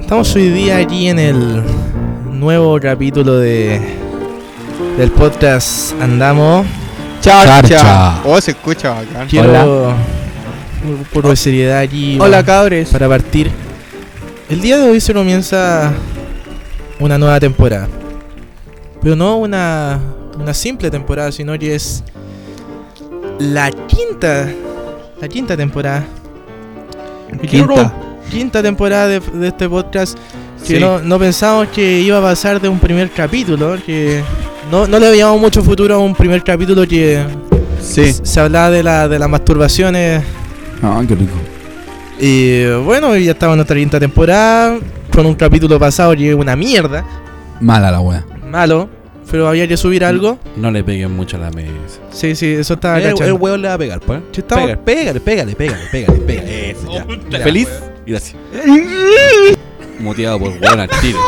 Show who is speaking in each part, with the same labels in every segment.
Speaker 1: Estamos hoy día aquí en el nuevo capítulo de del podcast Andamos.
Speaker 2: Charcha.
Speaker 3: Charcha.
Speaker 2: Oh, se escucha bacán.
Speaker 1: Quiero un poco de seriedad aquí
Speaker 2: Hola,
Speaker 1: para,
Speaker 2: cabres.
Speaker 1: para partir. El día de hoy se comienza una nueva temporada. Pero no una, una simple temporada, sino que es la quinta, la quinta temporada. Quiero- Quinta temporada de, de este podcast. Que
Speaker 2: Sí.
Speaker 1: no, no pensamos que iba a pasar de un primer capítulo. Que no, no le veíamos mucho futuro a un primer capítulo que
Speaker 2: Sí.
Speaker 1: se hablaba de, la, de las masturbaciones.
Speaker 3: Ah, qué rico.
Speaker 1: Y bueno, ya estaba en nuestra quinta temporada. Con un capítulo pasado que es una mierda.
Speaker 3: Mala la wea. Mm.
Speaker 1: Malo. Pero había que subir algo.
Speaker 4: No le peguen mucho a la mesa.
Speaker 1: Sí, sí, eso
Speaker 3: Ah,
Speaker 1: estaba
Speaker 3: Eh,
Speaker 4: El,
Speaker 1: cachando.
Speaker 4: el huevo le va a pegar, pues.
Speaker 1: Sí, estaba-
Speaker 4: Pégale, pégale, pégale, pégale, pégale, pégale. Eso, ya. ¿Feliz? Gracias. Motivado por hueón al tiro.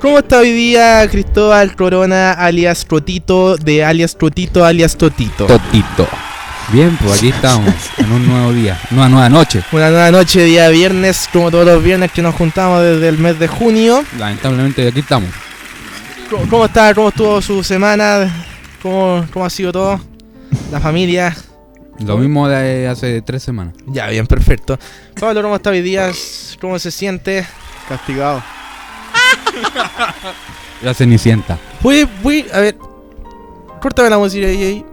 Speaker 1: ¿Cómo está hoy día Cristóbal Corona alias Totito de alias Totito alias Totito?
Speaker 3: Totito. Bien, pues aquí estamos. en un nuevo día. Una nueva noche.
Speaker 1: Una nueva noche, día viernes, como todos los viernes que nos juntamos desde el mes de junio.
Speaker 3: Lamentablemente aquí estamos.
Speaker 1: ¿Cómo, cómo está? ¿Cómo estuvo su semana? ¿Cómo, ¿Cómo ha sido todo? ¿La familia?
Speaker 3: Lo mismo de hace tres semanas.
Speaker 1: Ya, bien, perfecto. Pablo, ¿cómo está hoy día? ¿Cómo se siente?
Speaker 2: Castigado.
Speaker 3: La cenicienta.
Speaker 1: Voy, voy, a ver. Córtame la música, DJ.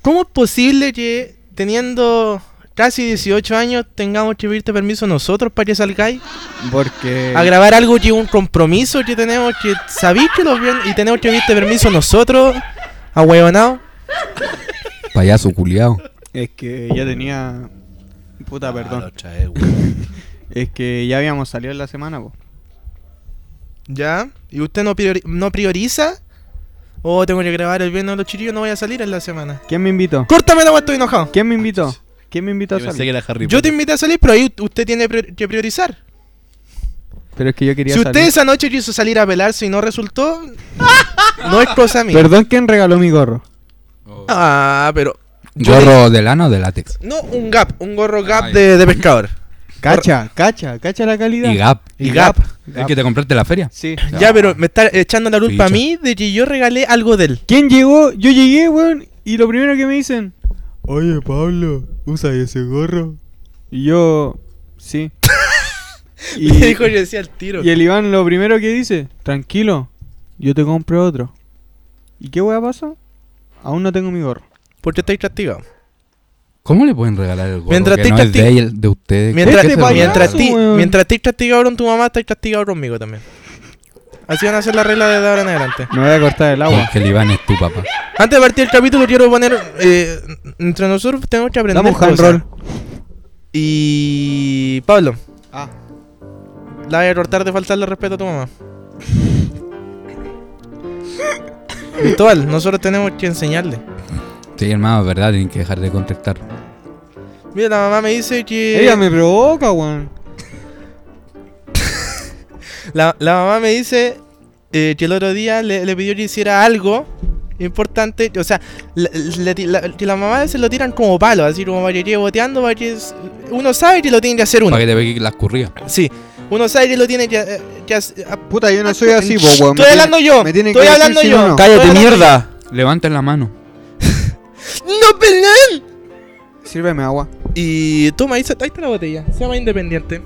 Speaker 1: ¿Cómo es posible que teniendo casi 18 años tengamos que pedirte permiso nosotros para que salgáis?
Speaker 2: Porque.
Speaker 1: a grabar algo que es un compromiso que tenemos que sabéis que los viernes y tenemos que pedirte permiso nosotros a huevonao
Speaker 3: Payaso culiao.
Speaker 2: Es que ya tenía. Puta,
Speaker 4: Ah, la
Speaker 2: perdón.
Speaker 4: otra vez, hueón.
Speaker 2: Es que ya habíamos salido en la semana, po.
Speaker 1: ya y usted no, priori- no prioriza o tengo que grabar el viernes a los chiquillos no voy a salir en la semana
Speaker 2: ¿Quién me invitó?
Speaker 1: córtame la agua estoy enojado
Speaker 2: ¿Quién me invitó? ¿Quién me invitó
Speaker 4: Yo
Speaker 2: a
Speaker 4: pensé que
Speaker 2: salir?
Speaker 4: era Harry
Speaker 1: yo te
Speaker 4: Potter.
Speaker 1: invité a salir pero ahí ut- usted tiene prior- que priorizar
Speaker 2: Pero es que yo quería
Speaker 1: si usted
Speaker 2: salir.
Speaker 1: esa noche quiso salir a pelarse y no resultó no es cosa mía
Speaker 2: Perdón, ¿quién regaló mi gorro?
Speaker 1: ah pero yo
Speaker 3: ¿Gorro de lana o de látex?
Speaker 1: no un gap un gorro gap
Speaker 3: Ay.
Speaker 1: de, de pescador
Speaker 2: Cacha, cacha, cacha la calidad.
Speaker 3: Y Gap.
Speaker 1: y gap
Speaker 3: ¿El que te compraste en la feria?
Speaker 2: Sí.
Speaker 1: Ya, pero me está echando la culpa a
Speaker 3: Ficha.
Speaker 1: mí de que yo regalé algo de él.
Speaker 2: ¿Quién llegó? Yo llegué, weón. Y lo primero que me dicen. Oye, Pablo, usa ese gorro. Y yo. Sí.
Speaker 1: Y dijo yo decía el tiro.
Speaker 2: Y el Iván lo primero que dice, tranquilo, yo te compro otro. ¿Y qué hueá pasó? Aún no tengo mi gorro.
Speaker 1: ¿Por qué estáis castigado?
Speaker 3: ¿Cómo le pueden regalar el gorro?
Speaker 1: Mientras
Speaker 3: que
Speaker 1: te
Speaker 3: no es
Speaker 1: casti-
Speaker 3: de, él, de ustedes.
Speaker 1: Mientras,
Speaker 3: ¿Qué se regalan?
Speaker 1: mientras, ti,
Speaker 2: weón.
Speaker 1: mientras estáis castigado con tu mamá, estáis castigado conmigo también. Así van a ser las reglas de ahora en adelante.
Speaker 2: Me voy a cortar el agua.
Speaker 3: Porque el Iván es tu papá.
Speaker 1: Antes de partir el capítulo, quiero poner. eh, entre nosotros tenemos que aprender.
Speaker 2: Damos hand
Speaker 1: cosas.
Speaker 2: roll.
Speaker 1: Y. Pablo,
Speaker 2: Ah,
Speaker 1: la voy a cortar de faltarle respeto a tu mamá. Virtual, nosotros tenemos que enseñarle.
Speaker 3: Sí, hermano, es verdad, tienen que dejar de contestar.
Speaker 1: Mira, la mamá me dice que.
Speaker 2: ella me provoca, weón.
Speaker 1: La, la mamá me dice eh, que el otro día le, le pidió que hiciera algo importante. O sea, la- la- la- que la mamá se lo tiran como palo, así como para que quede boteando, para que es- uno sabe que lo tiene que hacer uno.
Speaker 3: Para que te pegue las currías.
Speaker 1: Sí, uno sabe que lo tiene que, eh, que hacer. ah,
Speaker 2: Puta, yo no soy así, po, weón.
Speaker 1: Estoy hablando yo, estoy hablando yo. Estoy hablando
Speaker 3: Levanten la mano.
Speaker 1: yo. ¡No, perdón!
Speaker 2: Sírveme agua.
Speaker 1: Y toma, ahí está, ahí está la botella. Se llama Independiente.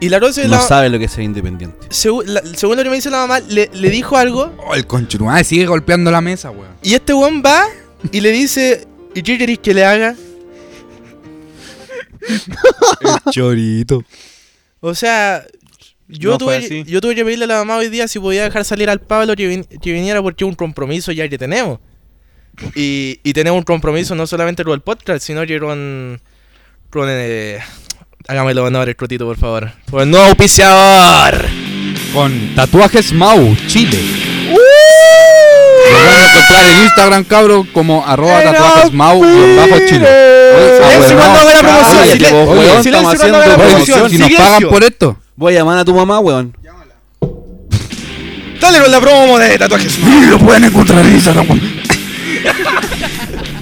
Speaker 1: Y la cosa es
Speaker 4: No
Speaker 1: la-
Speaker 4: sabe lo que es ser independiente.
Speaker 1: segu- la- según lo que me dice la mamá, le- le dijo algo
Speaker 3: Oh, el conchurumá sigue golpeando la mesa, weón.
Speaker 1: Y este weón va y le dice, ¿y qué queréis que le haga?
Speaker 3: Chorito.
Speaker 1: O sea, yo,
Speaker 2: No fue
Speaker 1: tuve,
Speaker 2: así.
Speaker 1: yo tuve que pedirle a la mamá hoy día si podía dejar salir al Pablo que, vin- que viniera porque es un compromiso ya que tenemos. Y, y tenemos un compromiso no solamente con el podcast, sino que con... con eh, hágame los honores, Crotito, por favor. Por el nuevo auspiciador.
Speaker 3: Con tatuajes Mau, Chile. Lo pueden encontrar en Instagram, cabro, como arroba
Speaker 1: Era
Speaker 3: tatuajes Mau bajo Chile. Oye, esa
Speaker 2: Ah,
Speaker 1: Silencio
Speaker 3: weón,
Speaker 1: cuando hago la promoción.
Speaker 3: cállate,
Speaker 1: silen-
Speaker 3: vos, weón,
Speaker 1: Silencio
Speaker 4: estamos
Speaker 1: cuando haga la
Speaker 3: Oye,
Speaker 4: haciendo
Speaker 1: promoción.
Speaker 3: si nos
Speaker 1: silencio.
Speaker 3: pagan por esto.
Speaker 4: Voy a llamar a tu mamá, hueón.
Speaker 1: Dale con la promo de tatuajes.
Speaker 3: Lo pueden encontrar en Instagram.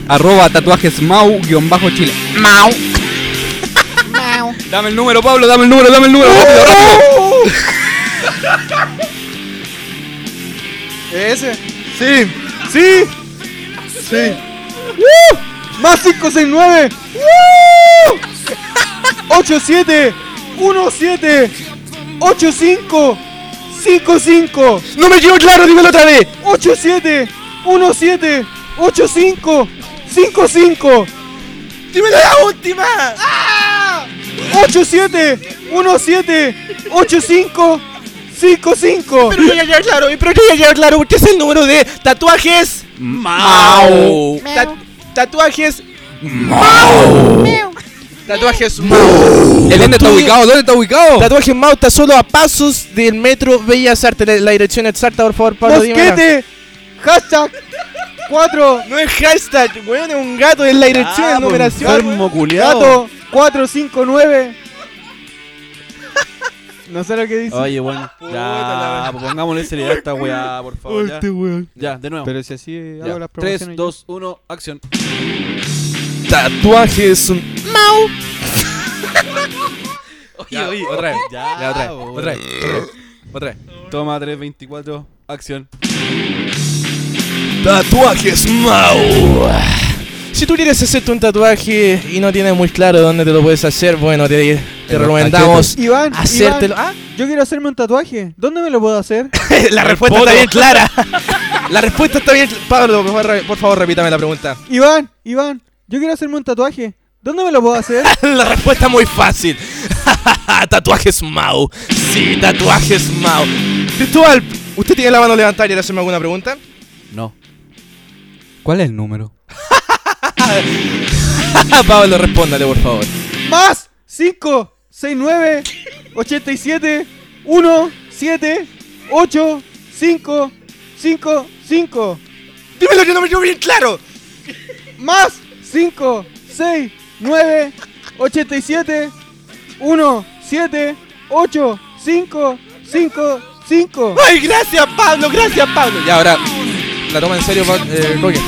Speaker 3: arroba tatuajes Mau bajo Chile. Mau.
Speaker 4: Dame el número, Pablo, dame el número, dame el número. rápido, rápido.
Speaker 5: ¿Ese?
Speaker 3: Sí.
Speaker 5: ¡Sí! ¡Sí! ¡Más 569! ¡Woo! 87 17 85 55
Speaker 3: No me quedó claro, dímelo otra vez.
Speaker 5: 87 17 85 55
Speaker 1: ¡Dímelo la última!
Speaker 5: ¡Ah! 87 17 85 55
Speaker 1: Pero yo ya quedó claro, pero yo ya quedó claro porque es el número de tatuajes.
Speaker 4: Mau.
Speaker 1: ta- tatuajes. Tatuajes
Speaker 4: ¿En dónde está ubicado? ¿Dónde está ubicado?
Speaker 1: Tatuajes Mau está solo a pasos del metro Bellas Artes. La, la dirección exacta, por favor, Pablo. dímela.
Speaker 5: Mosquete Hashtag 4
Speaker 1: No es hashtag, weón, es un gato, es la dirección, es numeración. weón.
Speaker 4: Enfermo culiado.
Speaker 5: Gato 459 No sé lo que dice
Speaker 4: Oye, bueno, ya, pues pongámosle seriedad a esta weá, por favor. Oh,
Speaker 1: este
Speaker 4: Ya,
Speaker 5: weón
Speaker 4: ya de nuevo.
Speaker 5: Pero si así eh, hago las promociones
Speaker 4: 3,
Speaker 5: yo.
Speaker 4: 2, 1, acción.
Speaker 1: Tatuajes Mau.
Speaker 4: Ya, otra vez. Ya, otra vez. Otra vez. Otra vez. Toma 3, 24, acción.
Speaker 1: Tatuajes Mau. Si tú quieres hacerte un tatuaje y no tienes muy claro dónde te lo puedes hacer, bueno, te, te
Speaker 3: En los
Speaker 1: recomendamos
Speaker 5: Iván,
Speaker 1: hacértelo.
Speaker 5: Iván,
Speaker 1: ¿Ah?
Speaker 5: yo quiero hacerme un tatuaje. ¿Dónde me lo puedo hacer?
Speaker 1: la respuesta está bien clara. la respuesta está bien. cl- Pablo, por favor, re- por favor, repítame la pregunta.
Speaker 5: Iván, Iván, yo quiero hacerme un tatuaje. ¿Dónde me lo puedo hacer?
Speaker 1: La respuesta muy fácil. tatuajes Mau. Sí, tatuajes Mau. Cristóbal, ¿usted tiene la mano levantada y quiere hacerme alguna pregunta?
Speaker 4: No. ¿Cuál es el número?
Speaker 1: Pablo, respóndale, por favor.
Speaker 5: Más 5, 6, 9, 87, 1, 7, 8, 5, 5, 5.
Speaker 1: Dímelo que no me quedó bien claro.
Speaker 5: Más 5, 6, 9, 87, 1, 7, 8, 5, 5, 5.
Speaker 1: Ay, gracias, Pablo, gracias, Pablo. Ya, ahora, la toma en serio, Pablo. Eh, Coque.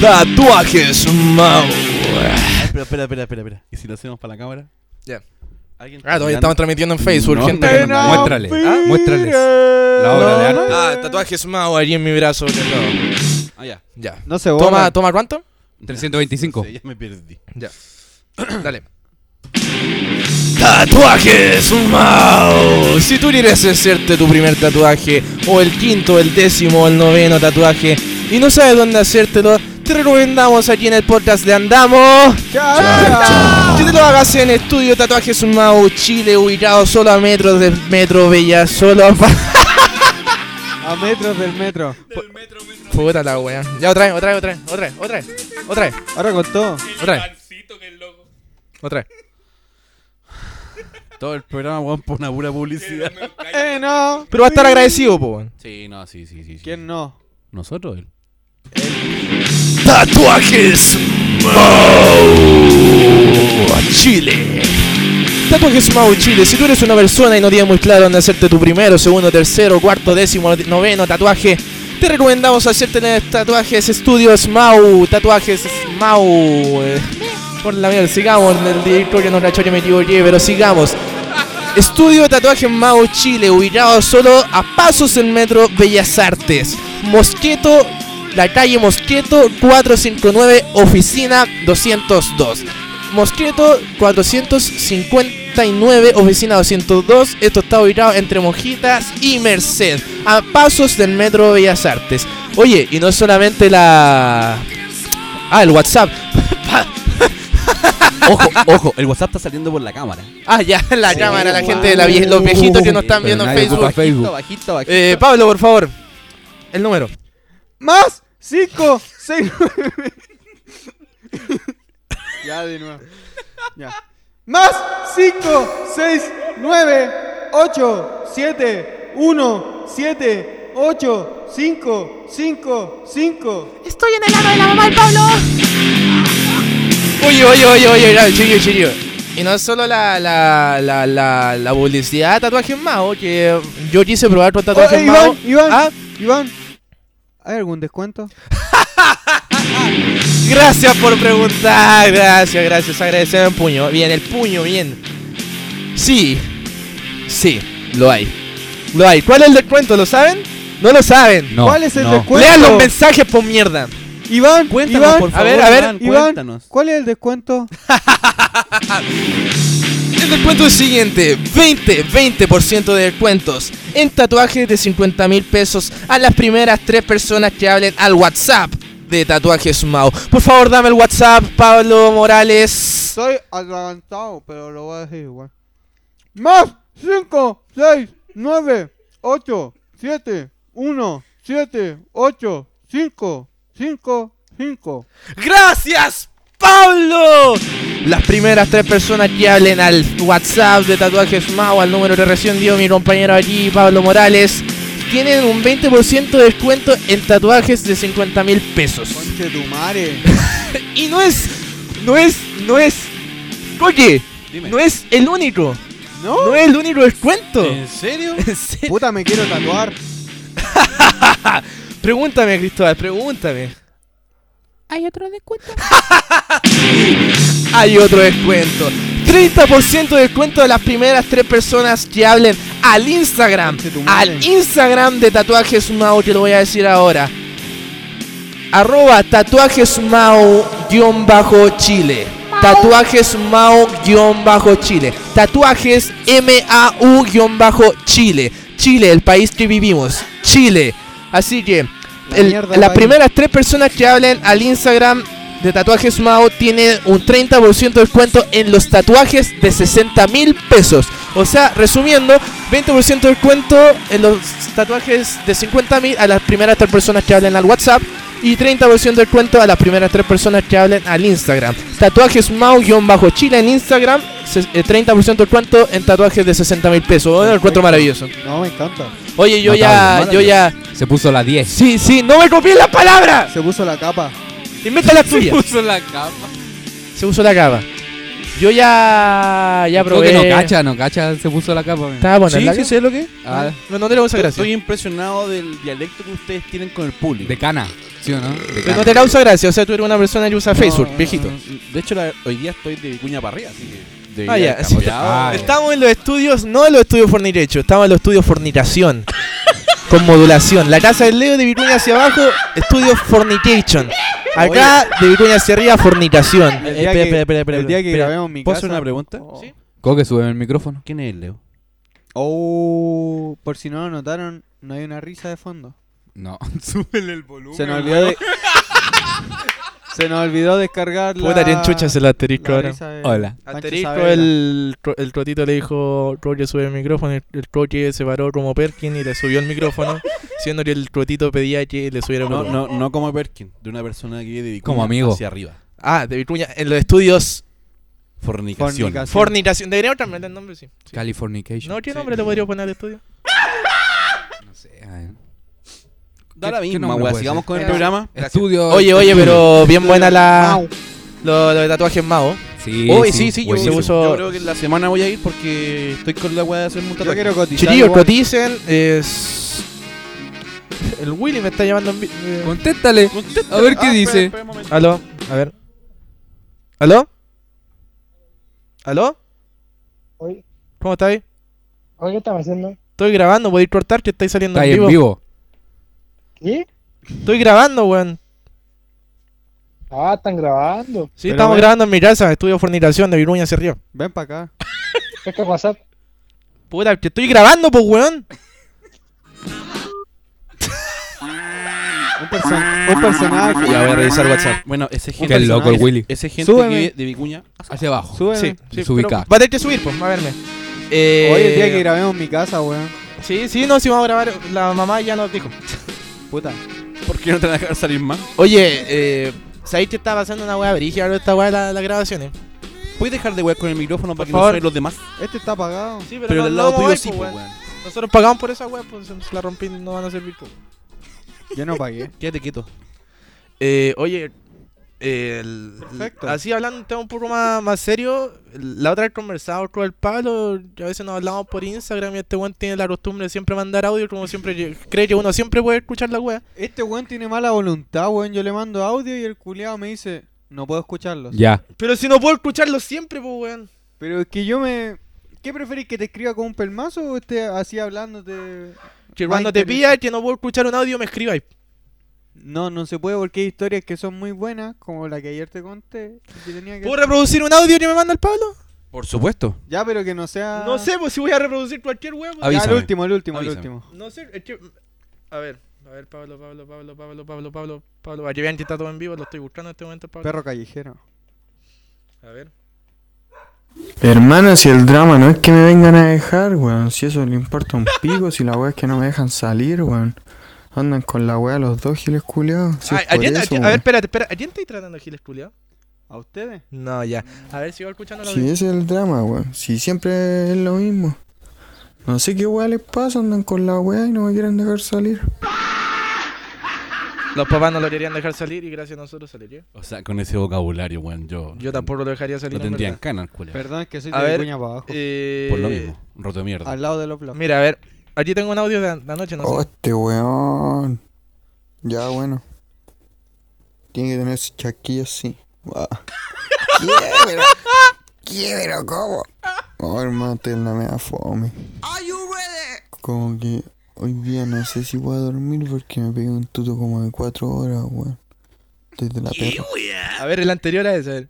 Speaker 1: Tatuajes Mau.
Speaker 4: Ah, Espera, espera, espera, espera, espera. ¿Y si lo hacemos para la cámara?
Speaker 1: Ya.
Speaker 4: ¿Alguien
Speaker 1: Ah, todavía estamos transmitiendo en Facebook,
Speaker 4: No,
Speaker 1: gente.
Speaker 4: no, no.
Speaker 3: Muéstrale, Ah, muéstrales la obra de arte.
Speaker 1: Ah, tatuajes Mau allí en mi brazo. que no.
Speaker 4: Ah, ya.
Speaker 1: Ya.
Speaker 5: No se
Speaker 1: Toma, toma cuánto?
Speaker 3: 325.
Speaker 4: Sí, ya me perdí.
Speaker 1: Ya. Dale. Tatuajes Mau. Si tú quieres hacerte tu primer tatuaje, o el quinto, el décimo, el noveno tatuaje, y no sabes dónde hacértelo, te recomendamos aquí en el podcast de Andamos. Que te lo hagas en Estudio Tatuajes Mau Chile, ubicado solo a metros del Metro Bella, solo a... pa-
Speaker 5: A metros del metro.
Speaker 1: Puta la wea. Ya, otra vez, otra vez, otra vez, otra vez, otra vez, otra vez,
Speaker 5: Ahora con todo.
Speaker 1: otra vez, otra vez.
Speaker 4: Todo el programa, weón, por una pura publicidad.
Speaker 5: Eh, no.
Speaker 1: Pero va a estar agradecido, po, weón.
Speaker 4: Sí, no, sí, sí, sí. sí.
Speaker 5: ¿Quién no?
Speaker 4: Nosotros, él.
Speaker 1: Tatuajes Mau Chile. Tatuajes Mau Chile. Si tú eres una persona y no tienes muy claro dónde hacerte tu primero, segundo, tercero, cuarto, décimo, noveno tatuaje, te recomendamos hacerte en el tatuajes estudios Mau. Tatuajes Mau. eh. Por la mierda, sigamos. El director que nos cachó que me equivoqué, pero sigamos. Estudio de Tatuaje Mau Chile, ubicado solo a pasos del metro Bellas Artes. Mosqueto, la calle Mosqueto 459, oficina 202. Mosqueto 459, oficina 202. Esto está ubicado entre Mojitas y Merced, a pasos del metro Bellas Artes. Oye, y no solamente la. Ah, el WhatsApp.
Speaker 4: Ojo, ojo, el WhatsApp está saliendo por la cámara. Uh,
Speaker 1: Ah, ya, la cámara, la gente de la vie- los viejitos que nos están viendo en Facebook.
Speaker 4: Facebook.
Speaker 5: Bajito, bajito.
Speaker 1: Eh, Pablo, por favor. El número.
Speaker 5: Más 5, 6, 9. Ya de nuevo. Ya. Más 5, 6, 9, 8, 7, 1, 7, 8, 5, 5, 5.
Speaker 6: Estoy en el lado de la mamá del Pablo.
Speaker 1: Oye, oye, oye, oye, ya, chiquillo, chiquillo. Y no es solo la, la, la, la, la publicidad
Speaker 2: Oh,
Speaker 1: de tatuajes Mao, que yo quise probar con tatuajes
Speaker 5: Oye,
Speaker 4: Ah.
Speaker 1: Mao.
Speaker 5: Iván, Iván,
Speaker 1: Ah,
Speaker 5: Iván.
Speaker 2: ¿Hay algún descuento?
Speaker 1: Gracias por preguntar. Gracias, gracias. Agradecer el puño. Bien, el puño, bien. Sí. Sí, lo hay. Lo hay. ¿Cuál es el descuento? ¿Lo saben? No lo saben.
Speaker 3: No,
Speaker 2: ¿Cuál es el
Speaker 3: no.
Speaker 2: descuento?
Speaker 1: Lean los mensajes por mierda.
Speaker 2: Iván,
Speaker 4: Cuéntanos,
Speaker 2: Iván,
Speaker 4: por
Speaker 1: a
Speaker 4: favor.
Speaker 1: ver, a ver,
Speaker 4: Iván,
Speaker 2: Iván,
Speaker 4: cuéntanos.
Speaker 2: ¿cuál es el descuento?
Speaker 1: El descuento es siguiente: 20, 20% de descuentos en tatuajes de 50 mil pesos a las primeras tres personas que hablen al WhatsApp de Tatuajes Mau. Por favor, dame el WhatsApp, Pablo Morales.
Speaker 2: Soy atragantado, pero lo voy a decir igual. Más 5, 6, 9, 8, 7, 1, 7, 8, 5, 5, 5.
Speaker 1: ¡Gracias, Pablo! Las primeras tres personas que hablen al WhatsApp de Tatuajes Mau, al número que recién dio mi compañero allí, Pablo Morales, tienen un 20% de descuento en tatuajes de 50 mil pesos.
Speaker 2: Conche tu madre.
Speaker 1: Y no es, no es, no es, oye,
Speaker 4: Dime.
Speaker 1: no es el único,
Speaker 2: ¿No?
Speaker 1: no es el único descuento.
Speaker 4: ¿En serio?
Speaker 1: En serio.
Speaker 2: Puta, me quiero tatuar.
Speaker 1: Pregúntame, Cristóbal, pregúntame.
Speaker 7: ¿Hay otro descuento?
Speaker 1: hay otro descuento. 30% de descuento de las primeras tres personas que hablen al Instagram.
Speaker 2: Conche tu madre.
Speaker 1: Al Instagram de Tatuajes Mau, que lo voy a decir ahora. Arroba tatuajes Mau-Chile. Tatuajes Mau-Chile. Tatuajes M-A-U-Chile. Chile, el país que vivimos. Chile. Así que,
Speaker 2: La
Speaker 1: el-
Speaker 2: mierda,
Speaker 1: las
Speaker 2: país.
Speaker 1: primeras tres personas que hablen al Instagram de Tatuajes Mao tienen un 30% de descuento en los tatuajes de 60 mil pesos. O sea, resumiendo, 20% de descuento en los tatuajes de 50 mil a las primeras tres personas que hablen al WhatsApp. Y 30% de descuento a las primeras tres personas que hablen al Instagram. Tatuajes Mau-Chile en Instagram. se- eh, 30% de descuento en tatuajes de 60 mil pesos. Un encuentro maravilloso.
Speaker 2: No, me encanta.
Speaker 1: Oye, yo ya,
Speaker 3: Notable,
Speaker 1: yo ya.
Speaker 3: Se puso la 10.
Speaker 1: Sí, sí, no me copies las palabras.
Speaker 2: Se puso la capa.
Speaker 1: Inventa la tuya.
Speaker 4: Puso la capa.
Speaker 1: Se usó la capa. Yo ya. Ya
Speaker 3: Creo
Speaker 1: probé.
Speaker 3: que no cacha, no cacha, se puso la capa. mira.
Speaker 1: Estaba buena.
Speaker 4: Sí,
Speaker 1: ¿la
Speaker 4: sí,
Speaker 1: que-
Speaker 4: sé lo que es.
Speaker 3: Ah,
Speaker 1: No, no te lo voy a gracia.
Speaker 4: Estoy impresionado del dialecto que ustedes tienen con el público.
Speaker 3: de cana, ¿sí o no? De
Speaker 1: Pero
Speaker 3: cana.
Speaker 1: no te causa gracia. O sea, tú eres una persona que usa Facebook,
Speaker 4: No,
Speaker 1: viejito.
Speaker 4: De hecho, la- hoy día estoy de cuña para arriba, así que. debería
Speaker 1: Ah, ya,
Speaker 4: haber
Speaker 1: sí.
Speaker 4: cambiado.
Speaker 3: Ah, ya.
Speaker 1: Estamos en los estudios, no en los estudios fornirecho, estamos en los estudios fornicación. con modulación. La casa del Leo de Vicuña hacia abajo, estudio fornication. Acá, de Vicuña hacia arriba, fornicación.
Speaker 2: El
Speaker 4: Eh,
Speaker 2: día
Speaker 4: espera,
Speaker 2: que-
Speaker 4: espera, espera, espera,
Speaker 2: el día que
Speaker 4: espera.
Speaker 2: grabemos mi
Speaker 4: ¿Puedo
Speaker 2: casa-
Speaker 4: hacer una pregunta?
Speaker 2: Oh.
Speaker 3: Coque, sube el micrófono.
Speaker 4: ¿Quién es el Leo?
Speaker 2: Oh, por si no lo notaron, no hay una risa de fondo.
Speaker 3: No, súbele el volumen.
Speaker 2: Se nos olvidó de... se nos olvidó descargar la...
Speaker 1: Puta, bien chuchas el asterisco
Speaker 2: la
Speaker 1: ahora.
Speaker 2: risa de-
Speaker 3: Hola.
Speaker 2: Pancho
Speaker 1: Asterisco,
Speaker 2: Saavedra.
Speaker 1: el, tro- el trotito le dijo, Roger sube el micrófono, el, el Roger se paró como Perkin y le subió el micrófono, siendo que el trotito pedía que le subiera el
Speaker 4: No,
Speaker 1: volumen.
Speaker 4: no, no como Perkin, de una persona que vive de
Speaker 3: Como
Speaker 4: Vicuña
Speaker 3: amigo.
Speaker 4: hacia arriba.
Speaker 1: Ah, de Vicuña, en los estudios
Speaker 4: Fornicación.
Speaker 2: Fornicación.
Speaker 1: Fornicación, deberíamos cambiarle el nombre, sí. Sí.
Speaker 3: Californication.
Speaker 1: No, ¿qué nombre le podría poner al estudio?
Speaker 3: No sé, a ver.
Speaker 4: Da la
Speaker 3: ¿Qué- qué
Speaker 4: misma,
Speaker 3: nombre
Speaker 4: wea,
Speaker 3: puede
Speaker 4: Sigamos
Speaker 3: ser?
Speaker 4: con el
Speaker 1: Era-
Speaker 4: programa.
Speaker 3: Estudio.
Speaker 1: Oye, oye, pero bien buena la...
Speaker 2: Mau.
Speaker 1: Lo, lo de tatuajes Mao.
Speaker 3: Sí,
Speaker 4: Hoy sí, sí, yo,
Speaker 1: buenísimo.
Speaker 4: yo
Speaker 1: Se usó-
Speaker 4: creo que en la semana voy a ir porque estoy con la weá de hacerme un
Speaker 2: Yo
Speaker 4: tatuaje.
Speaker 2: quiero cotizar.
Speaker 1: Chirillos,
Speaker 2: igual.
Speaker 1: coticen, es... El Willy me está llamando en... vi- eh,
Speaker 3: Contéstale. A ver qué dice.
Speaker 1: Aló, a ver. ¿Aló? ¿Aló?
Speaker 8: Oye,
Speaker 1: ¿Cómo estáis?
Speaker 8: oye, ¿qué estaba haciendo?
Speaker 1: Estoy grabando, podéis cortar que estáis saliendo
Speaker 3: Está ahí en vivo.
Speaker 8: ¿Qué?
Speaker 1: Estoy grabando, weón.
Speaker 8: Ah, están grabando.
Speaker 1: Sí,
Speaker 2: Pero
Speaker 1: estamos
Speaker 2: bueno.
Speaker 1: grabando en mi casa, estudio fornicación de Viruña hacia arriba.
Speaker 2: Ven para acá.
Speaker 8: Pesca WhatsApp.
Speaker 1: Puta, que estoy grabando, pues, weón.
Speaker 2: Un, perso- un
Speaker 5: Ah,
Speaker 2: pues. personaje.
Speaker 4: Ya voy a revisar WhatsApp. Bueno, ese gente.
Speaker 3: Qué loco el
Speaker 4: ese-
Speaker 3: Willy.
Speaker 4: Ese gente
Speaker 2: Súbeme.
Speaker 4: que vive de Vicuña.
Speaker 3: Hacia abajo.
Speaker 2: Sube.
Speaker 1: Sí, sí. pero Va
Speaker 3: Desubicado.
Speaker 1: a tener que subir, pues, a verme. Eh,
Speaker 2: Hoy el día que grabemos mi casa, weón.
Speaker 1: Sí, sí, no, si vamos a grabar, la mamá ya nos dijo.
Speaker 2: Puta.
Speaker 4: ¿Por qué no te van a dejar salir más?
Speaker 1: Oye, eh, ¿sabéis que está pasando una weá brígida ahora esta weá de la- las grabaciones?
Speaker 4: ¿Puedes dejar de weá con el micrófono para que
Speaker 1: favor.
Speaker 4: no suenen los demás?
Speaker 2: Este está apagado.
Speaker 1: Sí,
Speaker 4: Pero del lado tuyo sí, pues, weón.
Speaker 1: Nosotros pagamos por esa weá, pues si la rompí, no van a servir, pues.
Speaker 2: Yo no pagué.
Speaker 4: Quédate quieto.
Speaker 1: Eh, oye, el-
Speaker 5: Perfecto.
Speaker 1: así hablando un tema un poco más, más serio, la otra vez conversaba con el Pablo, y a veces nos hablamos por Instagram y este weón tiene la costumbre de siempre mandar audio, como siempre lle- cree que uno siempre puede escuchar la wea.
Speaker 5: Este weón tiene mala voluntad, weón. Yo le mando audio y el culiado me dice, no puedo escucharlos.
Speaker 3: Ya.
Speaker 1: Pero si no puedo escucharlo siempre, pues weón.
Speaker 5: Pero es que yo me... ¿Qué preferís? ¿Que te escriba con un pelmazo o esté así hablándote?
Speaker 1: Que
Speaker 5: Más
Speaker 1: cuando te
Speaker 5: interés-
Speaker 1: pilla que no puedo escuchar un audio me escribáis.
Speaker 5: No, no se puede porque hay historias que son muy buenas, como la que ayer te conté. Que tenía que...
Speaker 1: ¿Puedo reproducir un audio que me manda el Pablo?
Speaker 4: Por supuesto.
Speaker 5: Ya, pero que no sea...
Speaker 1: No sé, pues si voy a reproducir cualquier wea. pues.
Speaker 5: Ya, el
Speaker 4: Avísame.
Speaker 5: último, el último, el
Speaker 4: Avísame.
Speaker 5: último.
Speaker 1: No sé, es que. A ver, a ver, Pablo, Pablo, Pablo, Pablo, Pablo, Pablo, Pablo. Para que vean que está todo en vivo, lo estoy buscando en este momento, Pablo.
Speaker 5: Perro callejero.
Speaker 1: A ver.
Speaker 8: Hermano, si el drama no es que me vengan a dejar, weón. Si eso le importa un pico, si la weá es que no me dejan salir, weón. Andan con la weá los dos giles culiados. Si
Speaker 1: Ay,
Speaker 8: es
Speaker 1: ¿a,
Speaker 8: por
Speaker 1: quién- a
Speaker 8: eso,
Speaker 1: quién- Ah, a
Speaker 8: weón.
Speaker 1: ver, espérate, espérate. ¿A quién estáis tratando, Giles Culiao?
Speaker 5: ¿A ustedes?
Speaker 1: No, ya. A ver, sigo escuchando la
Speaker 8: Si ese es el drama, weón. Si siempre es lo mismo. No sé qué weá les pasa, andan con la weá y no me quieren dejar salir.
Speaker 1: Los papás no lo querían dejar salir y gracias a nosotros salió.
Speaker 4: O sea, con ese vocabulario, weón, yo.
Speaker 1: Yo tampoco lo dejaría salir.
Speaker 4: No
Speaker 1: en
Speaker 4: tendrían
Speaker 1: verdad.
Speaker 4: canas, culia.
Speaker 5: Perdón, es que soy
Speaker 1: A
Speaker 5: de
Speaker 1: ver,
Speaker 5: cuña para abajo.
Speaker 1: Eh,
Speaker 4: Por lo mismo. un Roto de mierda.
Speaker 5: Al lado de los blancos.
Speaker 1: Mira, a ver. Aquí tengo un audio de la noche, no
Speaker 8: Oh,
Speaker 1: sé.
Speaker 8: este weón. Ya, bueno. Tiene que tener su chaquilla así. Va. ¿Qué? Pero- ¿Qué? Pero ¿Cómo? Oh, hermano, estoy en la media fome. Como que hoy día no sé si voy a dormir porque me pegué un tuto como de cuatro horas, weón. Desde la perra.
Speaker 1: A ver, el anterior a ese. a ver.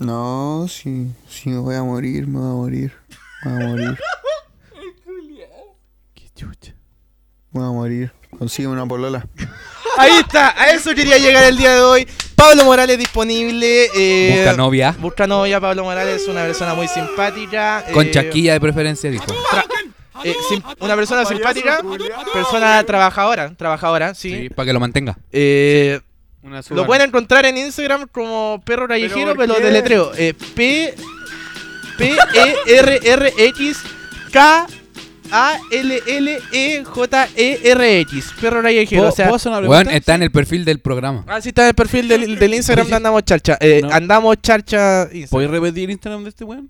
Speaker 8: No, si, si me voy a morir, me voy a morir. Me voy a morir.
Speaker 4: Qué chucha.
Speaker 8: Me voy a morir. Consigue una polola.
Speaker 1: Ahí está, a eso quería llegar el día de hoy. Pablo Morales disponible. Eh,
Speaker 3: Busca novia.
Speaker 1: Busca novia, Pablo Morales, una persona muy simpática. eh,
Speaker 3: Con chaquilla de preferencia, dijo.
Speaker 1: eh, sim- una persona simpática, persona trabajadora, trabajadora, sí.
Speaker 3: Sí, para que lo mantenga.
Speaker 1: Eh,
Speaker 5: Una
Speaker 1: lo pueden encontrar en Instagram como perro callejero,
Speaker 5: ¿por
Speaker 1: pero,
Speaker 5: qué?
Speaker 1: de letreo. Eh, P P E R R X K A L L E J E R X. Perro callejero, o sea,
Speaker 4: hacer una
Speaker 3: Weón, está en el perfil del programa.
Speaker 1: así está el perfil del, del Instagram de Andamos Charcha. Eh,
Speaker 4: No.
Speaker 1: Andamos Charcha Instagram.
Speaker 4: ¿Podéis repetir el Instagram de este weón?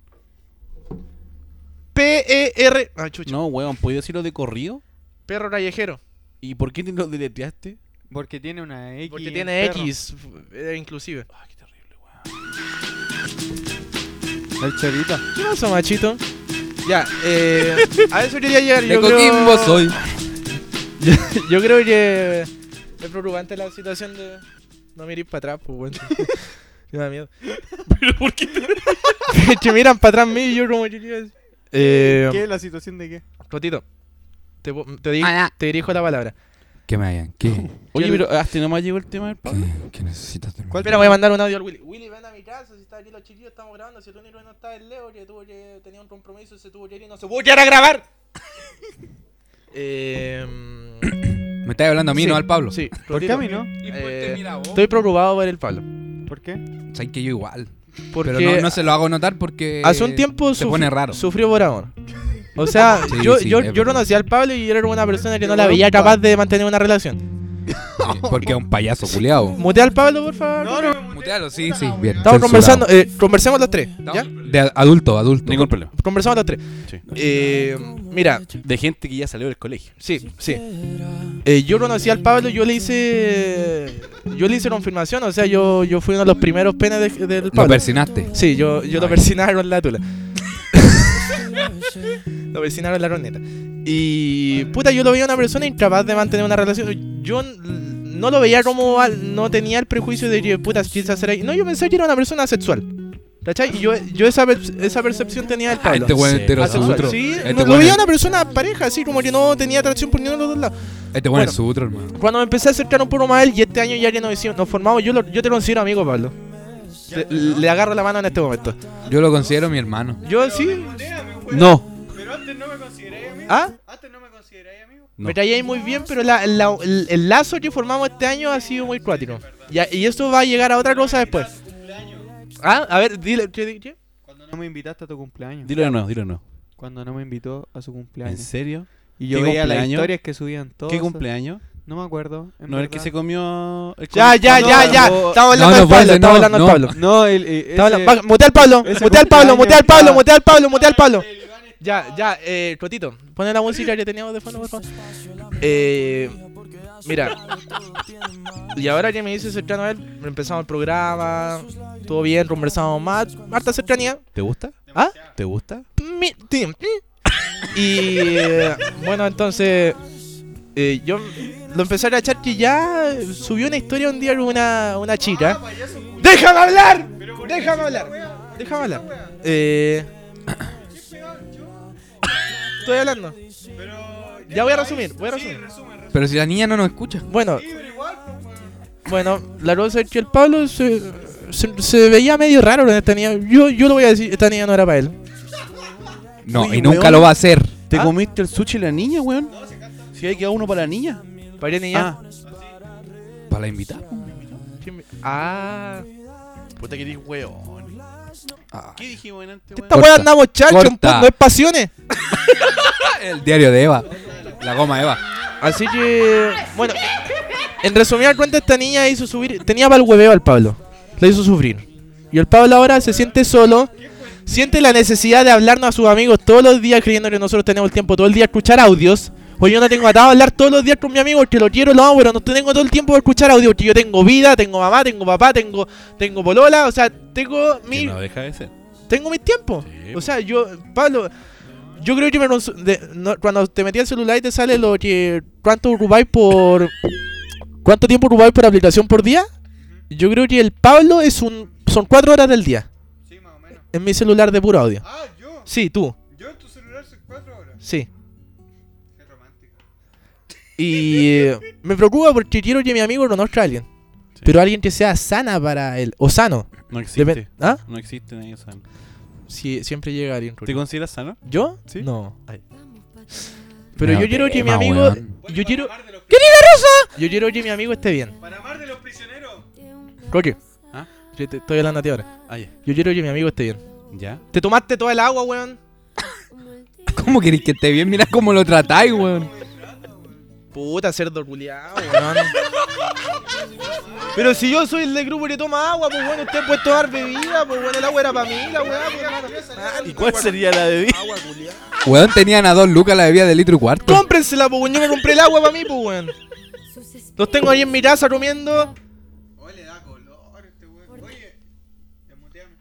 Speaker 1: P E R Ah, chucha.
Speaker 4: No, weón, ¿podéis decirlo de corrido?
Speaker 1: Perro callejero.
Speaker 4: ¿Y por qué te lo deleteaste?
Speaker 5: Porque tiene una X.
Speaker 1: Porque
Speaker 5: en
Speaker 1: tiene
Speaker 5: perro.
Speaker 1: X, eh, inclusive.
Speaker 4: Ay, qué terrible, weón.
Speaker 5: El chorito.
Speaker 1: ¿Qué pasa, machito? Ya, eh, a eso quería llegar.
Speaker 3: De
Speaker 1: Yo creo,
Speaker 3: Coquimbo soy.
Speaker 1: Yo, yo creo que es preocupante la situación de no mirar para atrás, pues bueno. Me da miedo.
Speaker 4: ¿Pero por qué te
Speaker 1: Es que miran para atrás mío y yo como yo digo así. Eh,
Speaker 5: ¿Qué? ¿La situación de qué?
Speaker 1: Rotito, te, po- te, di-
Speaker 9: Hola.
Speaker 1: te dirijo la palabra.
Speaker 3: Que me hayan. ¿Qué?
Speaker 4: Oye, pero hasta nomás llegó el tema del Pablo.
Speaker 3: ¿Qué, qué necesitas de mí?
Speaker 1: Espera, voy a mandar un audio al Willy. Willy, ven a mi casa, si está aquí los chiquillos, estamos grabando. Si el único que no está es Leo, que tuvo que tenía un compromiso, se tuvo que ir y no se pudo quedar a grabar. eh,
Speaker 3: Me estás hablando a mí, no al Pablo.
Speaker 1: Sí,
Speaker 5: ¿Por qué
Speaker 1: Rotito.
Speaker 5: a mí no?
Speaker 1: Eh, Estoy preocupado por el Pablo.
Speaker 5: ¿Por qué?
Speaker 3: Sabes que yo igual.
Speaker 1: Porque
Speaker 3: Pero no, no se lo hago notar porque.
Speaker 1: hace un tiempo
Speaker 3: se
Speaker 1: sufri-
Speaker 3: Eh, pone raro.
Speaker 1: sufrió por amor. O sea,
Speaker 3: Sí,
Speaker 1: yo,
Speaker 3: sí,
Speaker 1: yo,
Speaker 3: es
Speaker 1: yo
Speaker 3: verdad.
Speaker 1: conocí al Pablo y era una persona que no la veía capaz de mantener una relación.
Speaker 3: Sí, eh, porque es un payaso culiado.
Speaker 1: Mute al Pablo, por favor.
Speaker 3: Mutealo, sí, sí. Bien.
Speaker 1: Estamos
Speaker 3: censurado.
Speaker 1: conversando, eh, conversemos los tres, ¿ya?
Speaker 3: De a- adulto, adulto.
Speaker 4: Ningún problema.
Speaker 1: Conversemos los tres.
Speaker 4: Sí.
Speaker 1: Eh, mira,
Speaker 4: De gente que ya salió del colegio.
Speaker 1: sí, sí. Eh, yo conocí al Pablo, yo le hice. Yo le hice confirmación, o sea, yo, yo fui uno de los primeros penes de- del
Speaker 3: Lo
Speaker 1: Pablo.
Speaker 3: persinaste.
Speaker 1: Sí, yo, yo lo
Speaker 3: Ay.
Speaker 1: persinaron con la tula. lo persinaron en la corneta. Y puta, yo lo veía una persona incapaz de mantener una relación. Yo n- no lo veía como al- no tenía el prejuicio de que puta, quizás será. No, yo pensé que era una persona sexual. ¿Cachai? Y yo, yo esa, perc- esa percepción tenía el Pablo.
Speaker 3: Este weón
Speaker 4: Sí.
Speaker 3: entero
Speaker 1: Asexual.
Speaker 3: sutro.
Speaker 1: Sí,
Speaker 3: Este
Speaker 1: no- lo
Speaker 3: weón
Speaker 1: veía
Speaker 3: es-
Speaker 1: una persona pareja, así como que no tenía atracción por ninguno de los dos lados.
Speaker 3: este weón es
Speaker 1: bueno.
Speaker 3: sutro, hermano.
Speaker 1: Cuando me empecé a acercar un poco más a él, y este año ya que nos, hicimos- nos formamos, yo, lo- yo te considero amigo, Pablo. Te- le agarro la mano en este momento.
Speaker 3: Yo lo considero mi hermano.
Speaker 1: Yo sí,
Speaker 4: No.
Speaker 5: Pero antes no me consideráis amigo.
Speaker 1: ¿Ah?
Speaker 5: Antes no me consideráis amigo.
Speaker 4: No.
Speaker 1: Me traíais muy bien, pero la- la- el, el lazo que formamos este año ha sido muy cuático. Y, a- y esto va a llegar a otra cosa después. Ah, a ver, dile. ¿qué- qué?
Speaker 5: Cuando no me invitaste a tu cumpleaños.
Speaker 4: Dilo de nuevo, dilo de nuevo.
Speaker 5: Cuando no me invitó a su
Speaker 4: ¿En
Speaker 5: cumpleaños.
Speaker 4: serio?
Speaker 5: Y yo
Speaker 4: ¿Qué
Speaker 5: veía las
Speaker 4: cumpleaños?
Speaker 5: historias que subían todos.
Speaker 4: ¿Qué cumpleaños?
Speaker 2: No me acuerdo. en
Speaker 4: No, el que
Speaker 2: verdad.
Speaker 4: se comió. el
Speaker 1: Ya,
Speaker 4: con-
Speaker 1: ya,
Speaker 4: no,
Speaker 1: ya, ya.
Speaker 4: no,
Speaker 1: Estamos hablando
Speaker 3: no,
Speaker 1: del Pablo,
Speaker 3: Valde,
Speaker 1: estamos
Speaker 3: no,
Speaker 1: hablando del
Speaker 3: no.
Speaker 1: Pablo.
Speaker 2: No, el. eh,
Speaker 1: Estaba
Speaker 2: ese-
Speaker 1: la- va- Mutea al Pablo,
Speaker 2: ese
Speaker 1: mutea al
Speaker 2: cumpleaños
Speaker 1: Pablo, mutea al Pablo,
Speaker 2: está-
Speaker 1: mutea al Pablo, mutea al Pablo. Ya, ya, eh, Cotito, pone la música que teníamos de fondo, por favor. Eh, mira, y ahora que me dice cercano a él, empezamos el programa, todo bien, conversamos más, harta cercanía.
Speaker 4: ¿Te gusta?
Speaker 1: ¿Ah?
Speaker 4: ¿Te gusta?
Speaker 1: Mi- ti- mm. Y eh, bueno, entonces eh, yo lo empecé a cachar que ya subió una historia un día una, una chica. ¡Déjame hablar! ¡Déjame hablar! ¡Déjame hablar! Eh, Estoy hablando. Ya voy a resumir, voy a resumir.
Speaker 3: Pero si la niña no nos escucha.
Speaker 1: Bueno. Bueno, la cosa es que el Pablo se, se, se veía medio raro con esta niña. Yo, yo lo voy a decir, esta niña no era para él.
Speaker 3: No,
Speaker 4: Uy,
Speaker 3: y nunca
Speaker 4: weón.
Speaker 3: lo va a hacer.
Speaker 4: ¿Te
Speaker 1: ¿Ah?
Speaker 4: comiste el sushi la niña, weón? Si hay que uno para la niña.
Speaker 1: ¿Para qué niña?
Speaker 4: Ah,
Speaker 3: Para la invitada.
Speaker 1: ¿Quién me- Ah.
Speaker 4: puta que eres weón.
Speaker 3: Ah.
Speaker 4: ¿Qué dijimos en antes,
Speaker 1: Que
Speaker 4: weón?
Speaker 1: Esta weá andamos chacho,
Speaker 3: corta.
Speaker 1: no es pasiones.
Speaker 3: El diario de Eva. La goma de Eva.
Speaker 1: Así que. Bueno, en resumidas cuentas, esta niña hizo subir. Tenía para el hueveo al Pablo. Le hizo sufrir. Y el Pablo ahora se siente solo. Siente la necesidad de hablarnos a sus amigos todos los días, creyendo que nosotros tenemos el tiempo todo el día a escuchar audios. Pues yo no tengo atado a hablar todos los días con mi amigo, que lo quiero, lo amo, pero no tengo todo el tiempo para escuchar audios. Que yo tengo vida, tengo mamá, tengo papá, tengo tengo polola, o sea, tengo
Speaker 4: Que
Speaker 1: mi,
Speaker 4: no deja de ser.
Speaker 1: tengo mis tiempos.
Speaker 4: Sí, pues.
Speaker 1: O sea, yo, Pablo, yo creo que me cons- de- no, cuando te metí al celular y te sale lo que. ¿Cuánto ocupáis por. ¿Cuánto tiempo ocupáis por aplicación por día? Yo creo que el Pablo es un. Son cuatro horas del día.
Speaker 2: Sí, más o menos.
Speaker 1: En mi celular de puro audio.
Speaker 2: Ah, yo.
Speaker 1: Sí, tú,
Speaker 2: Yo en tu celular son cuatro horas.
Speaker 1: sí.
Speaker 2: Qué romántico.
Speaker 1: Y eh, me preocupa porque quiero que mi amigo conozca a alguien.
Speaker 4: Sí.
Speaker 1: Pero alguien que sea sana para él. O sano.
Speaker 4: No existe.
Speaker 1: Depen- ¿Ah?
Speaker 4: No existe nadie sano.
Speaker 1: Sí, siempre llega alguien. con-
Speaker 4: ¿Te consideras sano?
Speaker 1: ¿Yo?
Speaker 4: Sí.
Speaker 1: No. Ay. Pero
Speaker 3: Medio
Speaker 1: yo quiero que mi
Speaker 3: tema,
Speaker 1: amigo.
Speaker 3: weón.
Speaker 1: Yo quiero.
Speaker 2: Para amar de los,
Speaker 1: Yo quiero que mi amigo esté bien.
Speaker 2: para amar de los prisioneros.
Speaker 1: Coque.
Speaker 4: ¿Ah?
Speaker 1: Yo te estoy hablando a ti ahora.
Speaker 4: Ah, ya.
Speaker 1: Yo quiero que mi amigo esté bien.
Speaker 4: ¿Ya?
Speaker 1: ¿Te tomaste toda el agua, weón?
Speaker 3: ¿Cómo querés que esté bien? Mira cómo lo tratáis, weón.
Speaker 1: Puta, cerdo culiao, weón. Pero si yo soy el del grupo que toma agua, pues bueno, usted puede tomar bebida, pues bueno, el agua era para mí, la weá, pues, hermano. Ah,
Speaker 4: ¿Y cuál sería la bebida?
Speaker 1: Agua, culiao.
Speaker 3: Weón tenían a dos lucas la bebida de litro y cuarto.
Speaker 1: Cómprensela, pues weón, yo me compré el agua para mí, pues weón. Los tengo ahí en mi casa comiendo.
Speaker 2: Oye, le da color este weón. Oye, desmuteame.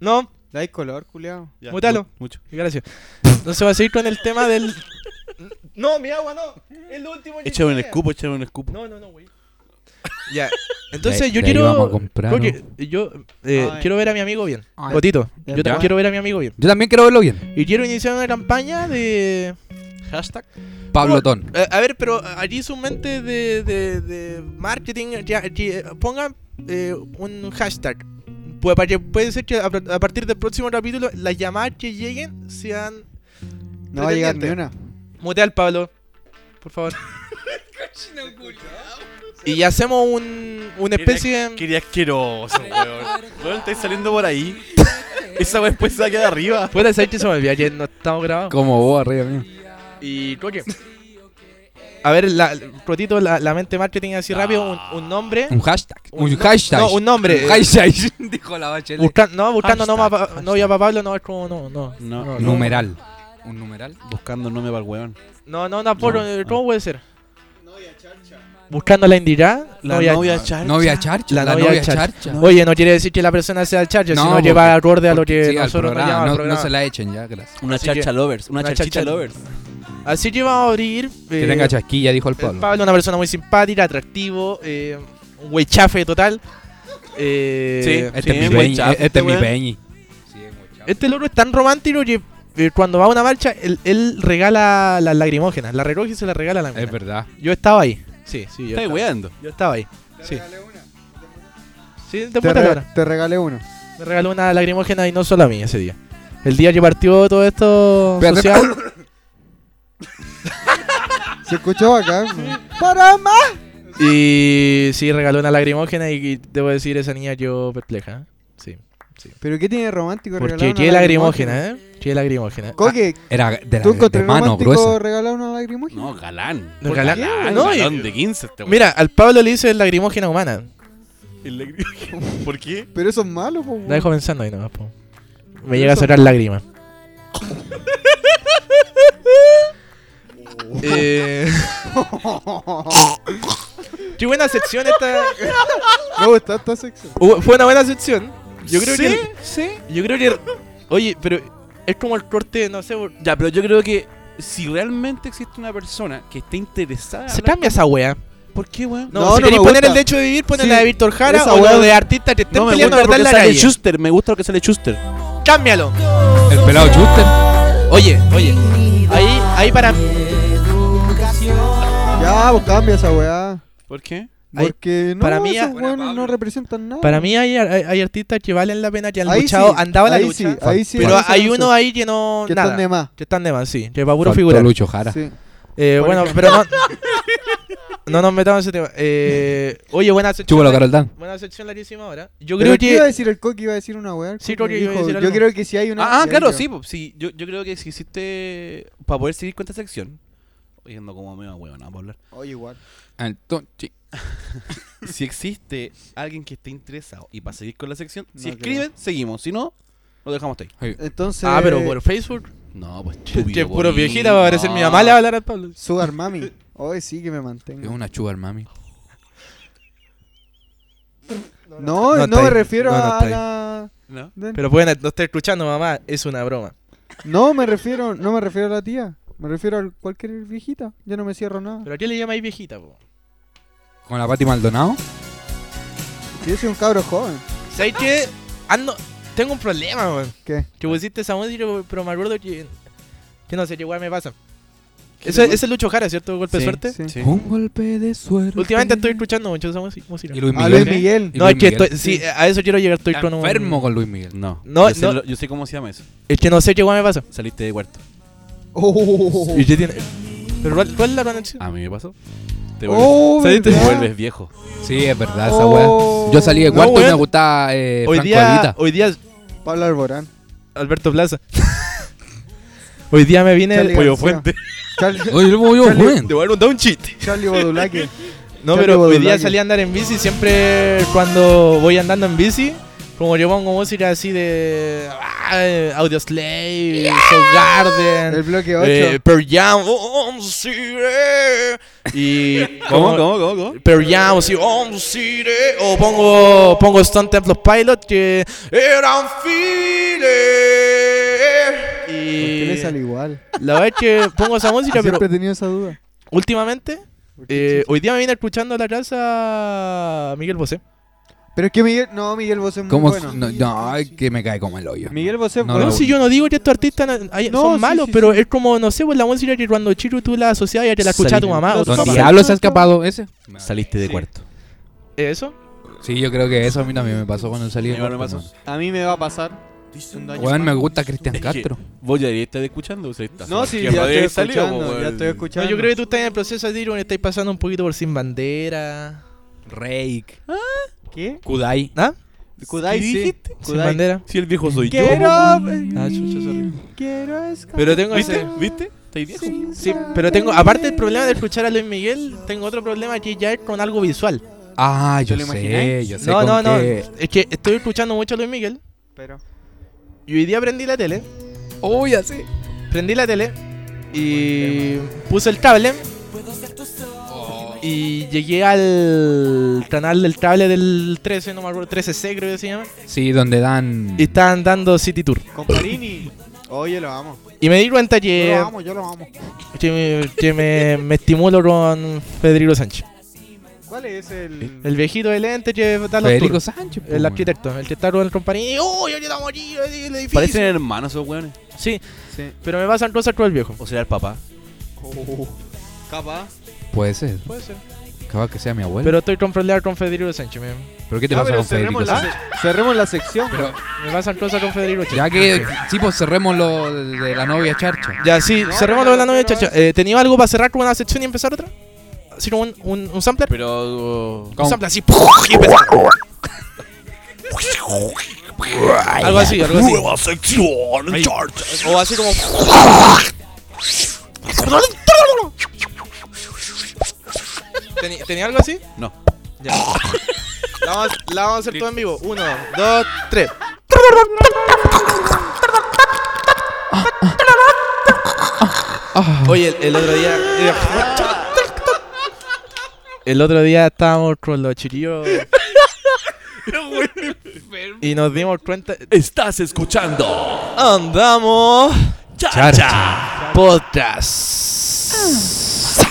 Speaker 1: No,
Speaker 2: Le dais color, culiao.
Speaker 4: Ya,
Speaker 1: Mutalo.
Speaker 4: mu- Mucho.
Speaker 1: gracias. Entonces va a seguir con el tema del. No, mi agua no. Es lo último que
Speaker 4: Échame un
Speaker 1: queda.
Speaker 4: escupo, échame un escupo.
Speaker 1: No, no, no, güey. Ya. Entonces
Speaker 3: De-
Speaker 1: yo
Speaker 3: de ahí
Speaker 1: quiero.
Speaker 3: vamos a comprar,
Speaker 1: Oye, yo eh,
Speaker 2: Ay.
Speaker 1: quiero ver a mi amigo bien.
Speaker 8: Ay.
Speaker 1: Cotito. Yo
Speaker 8: Ya.
Speaker 1: te- quiero ver a mi amigo bien.
Speaker 3: Yo también quiero verlo bien.
Speaker 1: Y quiero iniciar una campaña de. Hashtag.
Speaker 3: Pablo Ton.
Speaker 1: a ver, pero eh, allí su mente de, de, de marketing. Ya, que pongan eh, un hashtag. Pues para que puede ser que a, a partir del próximo capítulo las llamadas que lleguen sean.
Speaker 2: No va a llegar ni
Speaker 1: pretendientes.
Speaker 2: una.
Speaker 1: Mutea al Pablo, por favor. y ya hacemos un, una especie de...
Speaker 4: Quería asqueroso, weón. Weón, estáis saliendo por ahí. Esa weón después se va a quedar arriba.
Speaker 1: Puede ser que se me olvide que no estamos grabando.
Speaker 3: Como vos arriba mío.
Speaker 1: Y coque. A ver, la, rotito la, la mente marketing así rápido, un, un nombre.
Speaker 3: Un hashtag. Un,
Speaker 1: no-
Speaker 3: hashtag.
Speaker 1: No, un nombre.
Speaker 3: Un hashtag. Dijo la bachelet.
Speaker 1: Busca- no, buscando
Speaker 4: Hashtag,
Speaker 1: no novia para Pablo, no es como no, no. no,
Speaker 4: No,
Speaker 1: no.
Speaker 3: Numeral. ¿Un numeral?
Speaker 4: Buscando nombre para el weón.
Speaker 1: No, no, tampoco,
Speaker 4: No.
Speaker 1: eh, ¿cómo puede ser? Buscando la indirá,
Speaker 4: La
Speaker 1: novia-
Speaker 4: novia charcha.
Speaker 3: Novia charcha.
Speaker 1: La
Speaker 3: La,
Speaker 1: novia
Speaker 3: novia,
Speaker 1: charcha.
Speaker 3: charcha.
Speaker 1: Oye, no quiere decir que la persona sea el charger,
Speaker 3: No,
Speaker 1: sino que
Speaker 3: porque-
Speaker 1: va acorde a lo que
Speaker 3: Sí, al
Speaker 1: nosotros nos
Speaker 3: programa,
Speaker 1: llamamos al
Speaker 3: no- No,
Speaker 1: programa.
Speaker 3: se la echen ya, gracias.
Speaker 4: Una
Speaker 1: Así
Speaker 4: charcha
Speaker 1: que-
Speaker 4: lovers. Una,
Speaker 1: una
Speaker 4: charchita
Speaker 1: charcha-
Speaker 4: lovers.
Speaker 1: Así que vamos a abrir. eh,
Speaker 3: Que tenga chasquilla, dijo el
Speaker 1: El
Speaker 3: Pablo.
Speaker 1: Eh, Pablo, una persona muy simpática, atractivo, eh, un güechafe total. Eh,
Speaker 3: Este
Speaker 4: Sí,
Speaker 3: es mi
Speaker 4: buen
Speaker 3: peñi.
Speaker 4: chavo,
Speaker 3: Este
Speaker 4: este
Speaker 3: es mi
Speaker 4: weón.
Speaker 3: peñi.
Speaker 1: Este loro es tan romántico que eh, cuando va a una marcha, él, él regala las lagrimógenas. La recoge y se la regala a la mina.
Speaker 3: Es verdad.
Speaker 1: Yo estaba ahí. Sí, sí, yo,
Speaker 4: Estáis
Speaker 1: estaba,
Speaker 4: weando.
Speaker 1: yo estaba ahí. Sí. Sí, te
Speaker 2: Te,
Speaker 1: muero
Speaker 2: re-
Speaker 1: ahora.
Speaker 2: te regalé uno.
Speaker 1: Me regaló una lagrimógena y no solo a mí ese día. El día que partió todo esto
Speaker 3: Espérate.
Speaker 1: social.
Speaker 2: Se escuchó acá.
Speaker 1: ¡Para más! Y sí, regaló una lagrimógena y, y debo decir, esa niña quedó perpleja. ¿eh? Sí.
Speaker 5: ¿Pero qué tiene romántico regalar
Speaker 1: Porque
Speaker 5: una
Speaker 1: qué lagrimógena, ¿eh? Ah, Qué lagrimógena.
Speaker 5: Coque,
Speaker 3: Era de,
Speaker 5: ¿tú
Speaker 3: la, de
Speaker 5: encontrás
Speaker 3: mano
Speaker 5: romántico
Speaker 3: gruesa.
Speaker 5: regalar una lagrimógena?
Speaker 4: No, galán.
Speaker 1: No, galán. No,
Speaker 4: no,
Speaker 1: y-
Speaker 4: galán de 15 este weón.
Speaker 1: Ah, Mira, al Pablo le dice lagrimógena humana.
Speaker 4: El lagrimógeno. ¿Por qué?
Speaker 5: Pero eso es malo, po,
Speaker 1: La
Speaker 5: weón.
Speaker 1: dejo pensando ahí nomás, po. Me llega a sobrar lágrimas. eh... Qué buena sección esta.
Speaker 5: Me gusta esta sección.
Speaker 1: Hubo- Fue una buena sección. Yo creo
Speaker 4: ¿Sí?
Speaker 1: que.
Speaker 4: ¿Sí?
Speaker 1: Yo creo que. Oye, pero es como el corte, no sé. por-
Speaker 4: Ya, pero yo creo que si realmente existe una persona que esté interesada. en
Speaker 1: Se
Speaker 4: hablar-
Speaker 1: cambia esa wea.
Speaker 4: ¿Por qué, weón?
Speaker 1: No,
Speaker 5: No,
Speaker 1: si
Speaker 5: no
Speaker 1: queréis
Speaker 5: me
Speaker 1: poner
Speaker 5: gusta.
Speaker 1: el de hecho de vivir, ponen
Speaker 5: Sí,
Speaker 1: la de Víctor Jara
Speaker 5: esa
Speaker 1: o
Speaker 5: wea-
Speaker 1: lo de artistas que estén
Speaker 4: No me
Speaker 1: peleando
Speaker 4: gusta
Speaker 1: verdad en
Speaker 4: porque
Speaker 1: la
Speaker 4: sale
Speaker 1: calle.
Speaker 4: Schuster. Me gusta porque sale Schuster.
Speaker 1: Cámbialo.
Speaker 3: El pelado Schuster.
Speaker 1: Oye, oye. Ahí, ahí para.
Speaker 5: Ya, pues cambia esa weá.
Speaker 4: ¿Por qué?
Speaker 1: Ay,
Speaker 5: Porque no,
Speaker 1: para mí
Speaker 5: esos
Speaker 1: a-
Speaker 5: weones no representan nada.
Speaker 1: Para mí hay, hay, hay artistas que valen la pena que han
Speaker 5: Ahí
Speaker 1: luchado,
Speaker 5: sí,
Speaker 1: han dado la
Speaker 5: ahí
Speaker 1: lucha.
Speaker 5: sí, ahí sí
Speaker 1: pero
Speaker 5: vamos a
Speaker 1: hay
Speaker 5: eso.
Speaker 1: uno ahí que no.
Speaker 5: que
Speaker 1: nada,
Speaker 5: están de más.
Speaker 1: Que están de más, sí. Que para puro
Speaker 3: Faltó
Speaker 1: figurar.
Speaker 3: Lucho Jara.
Speaker 5: Sí.
Speaker 1: Eh,
Speaker 5: Por
Speaker 1: bueno, pero no. No nos metamos en ese tema. Eh, oye, buena sección.
Speaker 3: Chúbalo,
Speaker 1: la-
Speaker 3: Carol Dan.
Speaker 1: Buena sección la que hicimos ahora. Yo
Speaker 5: Pero
Speaker 1: creo
Speaker 5: ¿qué iba a
Speaker 1: que.
Speaker 5: decir el Coqui? Iba a decir una weá. el
Speaker 1: Sí, Coqui
Speaker 5: Coqui me
Speaker 1: iba a
Speaker 5: dijo,
Speaker 1: decir
Speaker 5: Yo
Speaker 1: algo.
Speaker 5: creo que si hay una.
Speaker 4: Ah, ah,
Speaker 5: ya
Speaker 4: claro,
Speaker 5: digo.
Speaker 4: sí, po, sí. Yo, yo creo que si existe. Para poder seguir con esta sección. Oyendo como medio huevo, nada, para hablar.
Speaker 5: Oye, igual.
Speaker 3: Entonces,
Speaker 4: Si existe alguien que esté interesado y para seguir con la sección, si
Speaker 5: No creo.
Speaker 4: escriben, seguimos. Si no, lo dejamos hasta ahí.
Speaker 5: Entonces.
Speaker 1: Ah, pero por Facebook.
Speaker 4: No, pues
Speaker 1: Que
Speaker 4: estúpido,
Speaker 1: es puro
Speaker 4: Borín,
Speaker 1: viejita, va a parecer
Speaker 4: no.
Speaker 1: mi mamá le va a hablar al Pablo.
Speaker 5: Sugar Mami. Hoy sí que me
Speaker 1: Mm.
Speaker 3: es
Speaker 5: mantengo.
Speaker 3: una chugar, mami.
Speaker 5: No,
Speaker 1: No
Speaker 5: no,
Speaker 1: está
Speaker 5: me
Speaker 1: ahí.
Speaker 5: refiero
Speaker 1: No, no
Speaker 5: a
Speaker 1: está ahí.
Speaker 5: la.
Speaker 4: ¿No?
Speaker 1: Pero pueden no estar escuchando, mamá. Es una broma.
Speaker 5: No, me refiero, no me refiero a la tía. Me refiero a cualquier viejita. Yo no me cierro nada.
Speaker 1: ¿Pero a qué le llamáis viejita, po?
Speaker 3: Con la Pati Maldonado.
Speaker 5: Si yo soy un cabro joven.
Speaker 1: ¿Sabes qué? Ando. Tengo un problema, weón.
Speaker 5: ¿Qué?
Speaker 1: Que pusiste esa música, pero me acuerdo que. Que no sé qué weá me pasa. Eso es el Lucho Jara, ¿cierto? Golpe de
Speaker 4: Sí,
Speaker 1: suerte.
Speaker 5: Sí.
Speaker 4: Sí.
Speaker 3: Un golpe de suerte.
Speaker 1: Últimamente estoy escuchando mucho esa música. música.
Speaker 3: Y Luis
Speaker 5: A
Speaker 3: Miguel.
Speaker 5: Luis
Speaker 4: ¿eh?
Speaker 5: Miguel.
Speaker 3: Y
Speaker 1: No,
Speaker 3: Luis
Speaker 1: es que
Speaker 3: Miguel.
Speaker 1: estoy, sí, a eso quiero llegar, estoy
Speaker 3: Está
Speaker 1: con un...
Speaker 3: enfermo con Luis Miguel.
Speaker 4: No.
Speaker 1: No,
Speaker 4: yo, sé
Speaker 1: no.
Speaker 4: lo- yo sé cómo se llama eso.
Speaker 1: Es que no sé qué weá me pasa.
Speaker 4: Saliste de huerto.
Speaker 3: Uh.
Speaker 5: Oh,
Speaker 1: Y qué tiene... ¿Pero cuál, cuál es la
Speaker 3: Ah,
Speaker 1: pronunciación?
Speaker 4: A mí me pasó. Te vuelves,
Speaker 5: oh,
Speaker 1: ¿Sabiste?
Speaker 4: te
Speaker 5: ¿verdad?
Speaker 4: vuelves viejo.
Speaker 3: Sí, es verdad, esa
Speaker 5: Oh.
Speaker 3: weá. Yo salí de
Speaker 1: No,
Speaker 3: cuarto y
Speaker 1: weón.
Speaker 3: me gustaba eh,
Speaker 1: hoy
Speaker 3: Franco
Speaker 1: día...
Speaker 3: Evita.
Speaker 1: Hoy día...
Speaker 5: Pablo Alborán.
Speaker 1: Alberto Plaza. hoy día me vine...
Speaker 5: Charlie
Speaker 1: El...
Speaker 5: Pollo Fuente. Charlie,
Speaker 3: Oye, yo, yo, weón.
Speaker 1: Te voy a dar un down cheat.
Speaker 5: Charlie Bodulaque.
Speaker 1: No,
Speaker 5: Charlie
Speaker 1: pero hoy día
Speaker 5: Badulaque.
Speaker 1: salí a andar en bici. Siempre cuando voy andando en bici, como yo pongo música así de... Ah, Audio Slave, Soul Garden...
Speaker 5: El bloque 8.
Speaker 1: Eh, Pearl Jam, oh, oh, sí, eh. y
Speaker 4: ¿Cómo, cómo, cómo? cómo?
Speaker 1: Pearl Jam, o sí, oh, sí, eh. o pongo pongo Stone Temple Pilot que eran fieles
Speaker 5: ¿Qué le sale
Speaker 1: y
Speaker 5: igual?
Speaker 1: la verdad es que pongo esa música Ah, pero
Speaker 5: Siempre he tenido esa duda.
Speaker 1: últimamente
Speaker 5: ¿Por qué,
Speaker 1: eh, hoy día me viene escuchando a la casa Miguel Bosé
Speaker 5: chico? Pero es que Miguel. No, Miguel Bosé es muy
Speaker 3: ¿Cómo?
Speaker 5: bueno.
Speaker 3: No, no, es que me cae como el hoyo.
Speaker 5: Miguel Bosé es
Speaker 3: No,
Speaker 5: bueno.
Speaker 1: no, si yo no digo que estos artistas na- hay-
Speaker 5: No,
Speaker 1: son
Speaker 5: sí,
Speaker 1: malos,
Speaker 5: sí,
Speaker 1: pero
Speaker 5: sí.
Speaker 1: es como, no sé, pues la música que cuando chico tú la asocias y te la escucha tu mamá o tu
Speaker 3: ¿Dónde
Speaker 1: papá.
Speaker 3: diablo se ha escapado ese?
Speaker 4: Saliste de cuarto.
Speaker 1: ¿Eso?
Speaker 3: Sí, yo creo que eso a mí también me pasó cuando salí de
Speaker 4: Igual me
Speaker 3: cuarto.
Speaker 4: pasó.
Speaker 5: A mí me va a pasar. un daño
Speaker 3: weón. Weón, me
Speaker 5: más.
Speaker 3: gusta Cristian
Speaker 4: Es que-
Speaker 3: Castro.
Speaker 4: Vos ya estás escuchando. o sea, estás-
Speaker 5: No, sí,
Speaker 4: que
Speaker 5: ya estoy
Speaker 4: habéis salido,
Speaker 5: escuchando.
Speaker 4: weón.
Speaker 5: ya estoy escuchando.
Speaker 1: No, yo creo que tú estás en el proceso de tiro y estáis pasando un poquito por sin bandera.
Speaker 3: Reik.
Speaker 5: ¿Qué?
Speaker 3: Kudai.
Speaker 1: ¿Ah?
Speaker 5: Kudai,
Speaker 4: ¿Qué
Speaker 5: sí.
Speaker 4: dijiste?
Speaker 1: Sin
Speaker 5: Kudai.
Speaker 1: bandera.
Speaker 4: Si el viejo soy yo.
Speaker 5: Quiero.
Speaker 1: Ah, chucha, sorry.
Speaker 5: Quiero escapar.
Speaker 1: Pero tengo
Speaker 4: ¿Viste?
Speaker 1: ese.
Speaker 4: ¿Viste? ¿Estás viejo?
Speaker 1: Sí, pero tengo. Aparte del problema de escuchar a Luis Miguel, tengo otro problema que ya es con algo visual.
Speaker 3: Ah, yo
Speaker 5: ¿Te lo
Speaker 3: sé,
Speaker 5: imagináis?
Speaker 3: yo sé
Speaker 1: No,
Speaker 3: con
Speaker 1: no, no.
Speaker 3: qué-
Speaker 1: Es que estoy escuchando mucho a Luis Miguel.
Speaker 5: Pero.
Speaker 1: Y hoy día prendí la tele.
Speaker 3: Oh, ya sé.
Speaker 1: Prendí la tele. Y puse el cable. Y llegué al canal del cable del 13, no me acuerdo, 13C creo que se llama.
Speaker 3: Sí, donde dan...
Speaker 1: Y estaban dando City Tour.
Speaker 5: Comparini. Oye, lo amo.
Speaker 1: Y me di cuenta
Speaker 5: Yo
Speaker 1: que
Speaker 5: lo amo, yo lo amo.
Speaker 1: que me, que me, me estimulo con Federico Sánchez.
Speaker 5: ¿Cuál es el.?
Speaker 1: El viejito del lente que da los
Speaker 3: Federico
Speaker 1: tours.
Speaker 3: Sánchez. po,
Speaker 1: El
Speaker 3: weón.
Speaker 1: arquitecto, el que está con el compañero. y, ¡Uy, ahorita vamos allí! El edificio.
Speaker 4: Parecen hermanos esos weones.
Speaker 1: Sí,
Speaker 5: Sí.
Speaker 1: pero me pasan cosas con el viejo.
Speaker 4: O será el papá.
Speaker 5: Capaz.
Speaker 3: Puede ser.
Speaker 1: Puede ser.
Speaker 3: Capaz que sea mi abuelo.
Speaker 1: Pero estoy con problemas con Federico Sánchez. Me,
Speaker 3: Ah, Pero, ¿qué te pasa con Federico Sánchez?
Speaker 5: Ah, cerremos la sección.
Speaker 3: Pero
Speaker 1: me pasan cosas con Federico Sánchez.
Speaker 3: ya que... Sí, pues cerremos lo de la novia charcha.
Speaker 1: Ya, sí,
Speaker 5: No,
Speaker 1: cerremos lo
Speaker 5: pero-
Speaker 1: de la novia,
Speaker 5: pero-
Speaker 1: chacha. Eh, ¿Tenía algo para cerrar con una sección y empezar otra? Así como un, un, un sampler.
Speaker 4: Pero.
Speaker 1: Un
Speaker 3: ¿Cómo?
Speaker 1: sampler así. ¡puf! Y empezar. Algo así, algo así.
Speaker 4: sección
Speaker 1: Ahí. O así como. Teni- ¿Tenía algo así?
Speaker 4: No.
Speaker 1: Ya. La vamos, la vamos a hacer todo en vivo. Uno, dos, tres. Oye, el, el otro día. eh, El otro día estábamos con los chiquillos. Y nos dimos cuenta.
Speaker 10: Estás escuchando
Speaker 1: Andamos.
Speaker 10: Charcha.
Speaker 1: Podcast.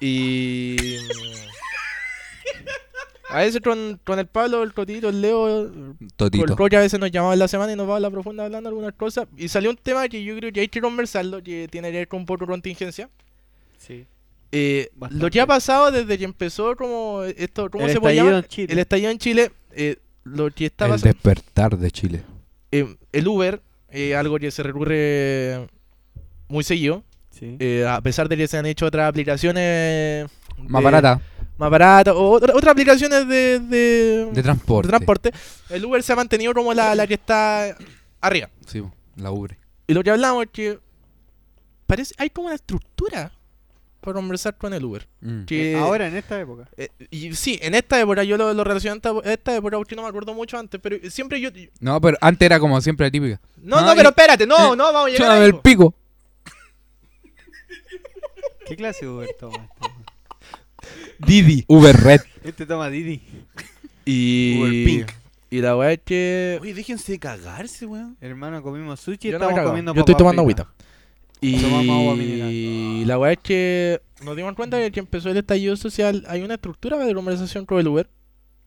Speaker 1: Y. mm, A veces con, con el Pablo, el Totito, el Leo, el
Speaker 4: Totito.
Speaker 1: Roque a veces nos llamaba en la semana y nos va a la profunda hablando algunas cosas. Y salió un tema que yo creo que hay que conversarlo, que tiene que ver con un poco de contingencia.
Speaker 5: Sí.
Speaker 1: Eh, lo que
Speaker 5: Bastante.
Speaker 1: ha pasado desde que empezó como esto, ¿cómo
Speaker 5: El
Speaker 1: se puede
Speaker 5: estallido
Speaker 1: llamar?
Speaker 5: en Chile.
Speaker 1: El estallido en Chile, eh, lo que está
Speaker 3: El
Speaker 1: pasando
Speaker 3: despertar de Chile.
Speaker 1: eh, el Uber, eh, algo que se recurre muy seguido,
Speaker 5: Sí.
Speaker 1: eh, a pesar de que se han hecho otras aplicaciones
Speaker 3: Más
Speaker 1: de-
Speaker 3: barata.
Speaker 1: más baratas o otra- otras aplicaciones de, de-
Speaker 3: De
Speaker 1: de
Speaker 3: transporte.
Speaker 1: transporte, el Uber se ha mantenido como la, la que está arriba.
Speaker 3: Sí, la Ubre.
Speaker 1: Y lo que hablamos es que parece hay como una estructura para conversar con el Uber.
Speaker 3: Mm.
Speaker 1: que-
Speaker 5: Eh, Ahora, en esta época.
Speaker 1: eh, y sí, en esta época yo lo, lo relaciono a esta, a esta época porque no me acuerdo mucho antes, pero siempre yo...
Speaker 3: No, pero antes era como siempre la típica.
Speaker 1: No,
Speaker 3: Ah,
Speaker 1: no,
Speaker 3: y-
Speaker 1: pero espérate, no, no, vamos a llegar
Speaker 3: Chúpame
Speaker 1: ahí,
Speaker 3: el
Speaker 1: po.
Speaker 3: pico.
Speaker 5: ¿Qué clase de Uber toma este? weón?
Speaker 3: Didi. Uber Red.
Speaker 5: Este toma Didi.
Speaker 1: Y, y la weá es que.
Speaker 4: Oye, déjense de cagarse, weón.
Speaker 5: Hermano, comimos sushi y
Speaker 1: Yo, no me he
Speaker 5: estamos
Speaker 1: cagado.
Speaker 5: comiendo
Speaker 1: Yo estoy
Speaker 5: papas
Speaker 1: tomando
Speaker 5: fritas.
Speaker 1: agüita.
Speaker 5: Tomamos agua
Speaker 1: Y
Speaker 5: mineral.
Speaker 1: la weá es que nos dimos cuenta de que empezó el estallido social. Hay una estructura de conversación con el Uber.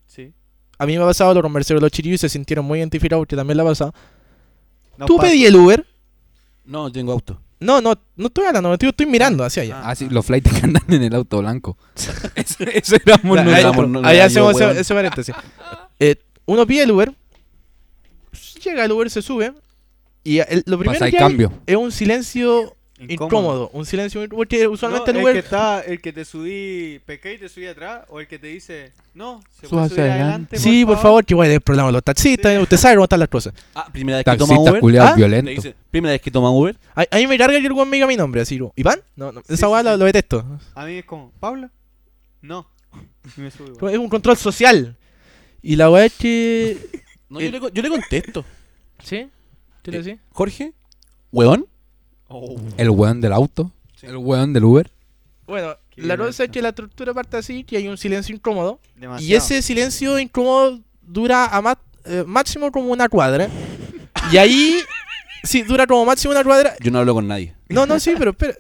Speaker 5: Sí.
Speaker 1: A mí me ha pasado, lo conversé con los chirillos y se sintieron muy identificados porque también la ha pasado.
Speaker 5: Nos
Speaker 1: ¿Tú
Speaker 5: pasa.
Speaker 1: pedí el Uber?
Speaker 4: No, tengo auto.
Speaker 1: No, no, no estoy hablando, tío, estoy mirando hacia allá.
Speaker 3: Ah, sí, los flights que andan en el auto blanco. eso, eso era muy
Speaker 1: Ya,
Speaker 4: nos
Speaker 1: ahí-
Speaker 4: damos, no,
Speaker 1: ahí
Speaker 4: no,
Speaker 1: hacemos
Speaker 4: yo,
Speaker 1: ese,
Speaker 4: weón.
Speaker 1: ese paréntesis. Eh, uno pide el Uber, llega el Uber, se sube y el- lo primero
Speaker 3: Pasa el
Speaker 1: que hay
Speaker 3: cambio.
Speaker 1: es un silencio
Speaker 5: Incómodo.
Speaker 1: incómodo, un silencio porque usualmente el
Speaker 5: No, el
Speaker 1: Uber
Speaker 5: que está, el que te subí, pequé y te subí atrás, o el que te dice, no, se puede
Speaker 3: Súbase
Speaker 5: subir adelante.
Speaker 1: Sí, por favor, que igual es problema de los taxistas, usted sabe cómo están las cosas.
Speaker 4: Ah, primera vez que toma
Speaker 3: Taxistas
Speaker 4: Uber.
Speaker 3: culiados
Speaker 1: ¿Ah?
Speaker 4: Te
Speaker 3: violentos.
Speaker 4: dice, primera vez que toma Uber.
Speaker 1: A, a mí me carga que el weón me diga mi nombre, así, como, ¿Iván? No, no, esa
Speaker 5: sí,
Speaker 1: weá
Speaker 5: sí.
Speaker 1: lo, lo detesto.
Speaker 5: A mí es como, ¿Paula? No. Y me subí.
Speaker 1: Es un control social. Y la weá es que...
Speaker 4: No, yo, Eh, le, con- yo le contesto.
Speaker 1: ¿Sí? ¿Tú
Speaker 4: le decís? Jorge, weón.
Speaker 3: El weón del auto. El weón del Uber.
Speaker 1: Bueno,
Speaker 5: Qué
Speaker 1: la cosa es
Speaker 5: violento.
Speaker 1: que la estructura parte así, que hay un silencio incómodo.
Speaker 5: Demasiado.
Speaker 1: Y ese silencio incómodo dura a ma- eh, máximo como una cuadra. Y ahí... Sí, dura como máximo una cuadra.
Speaker 4: Yo no hablo con nadie.
Speaker 1: No, no, sí, pero espera.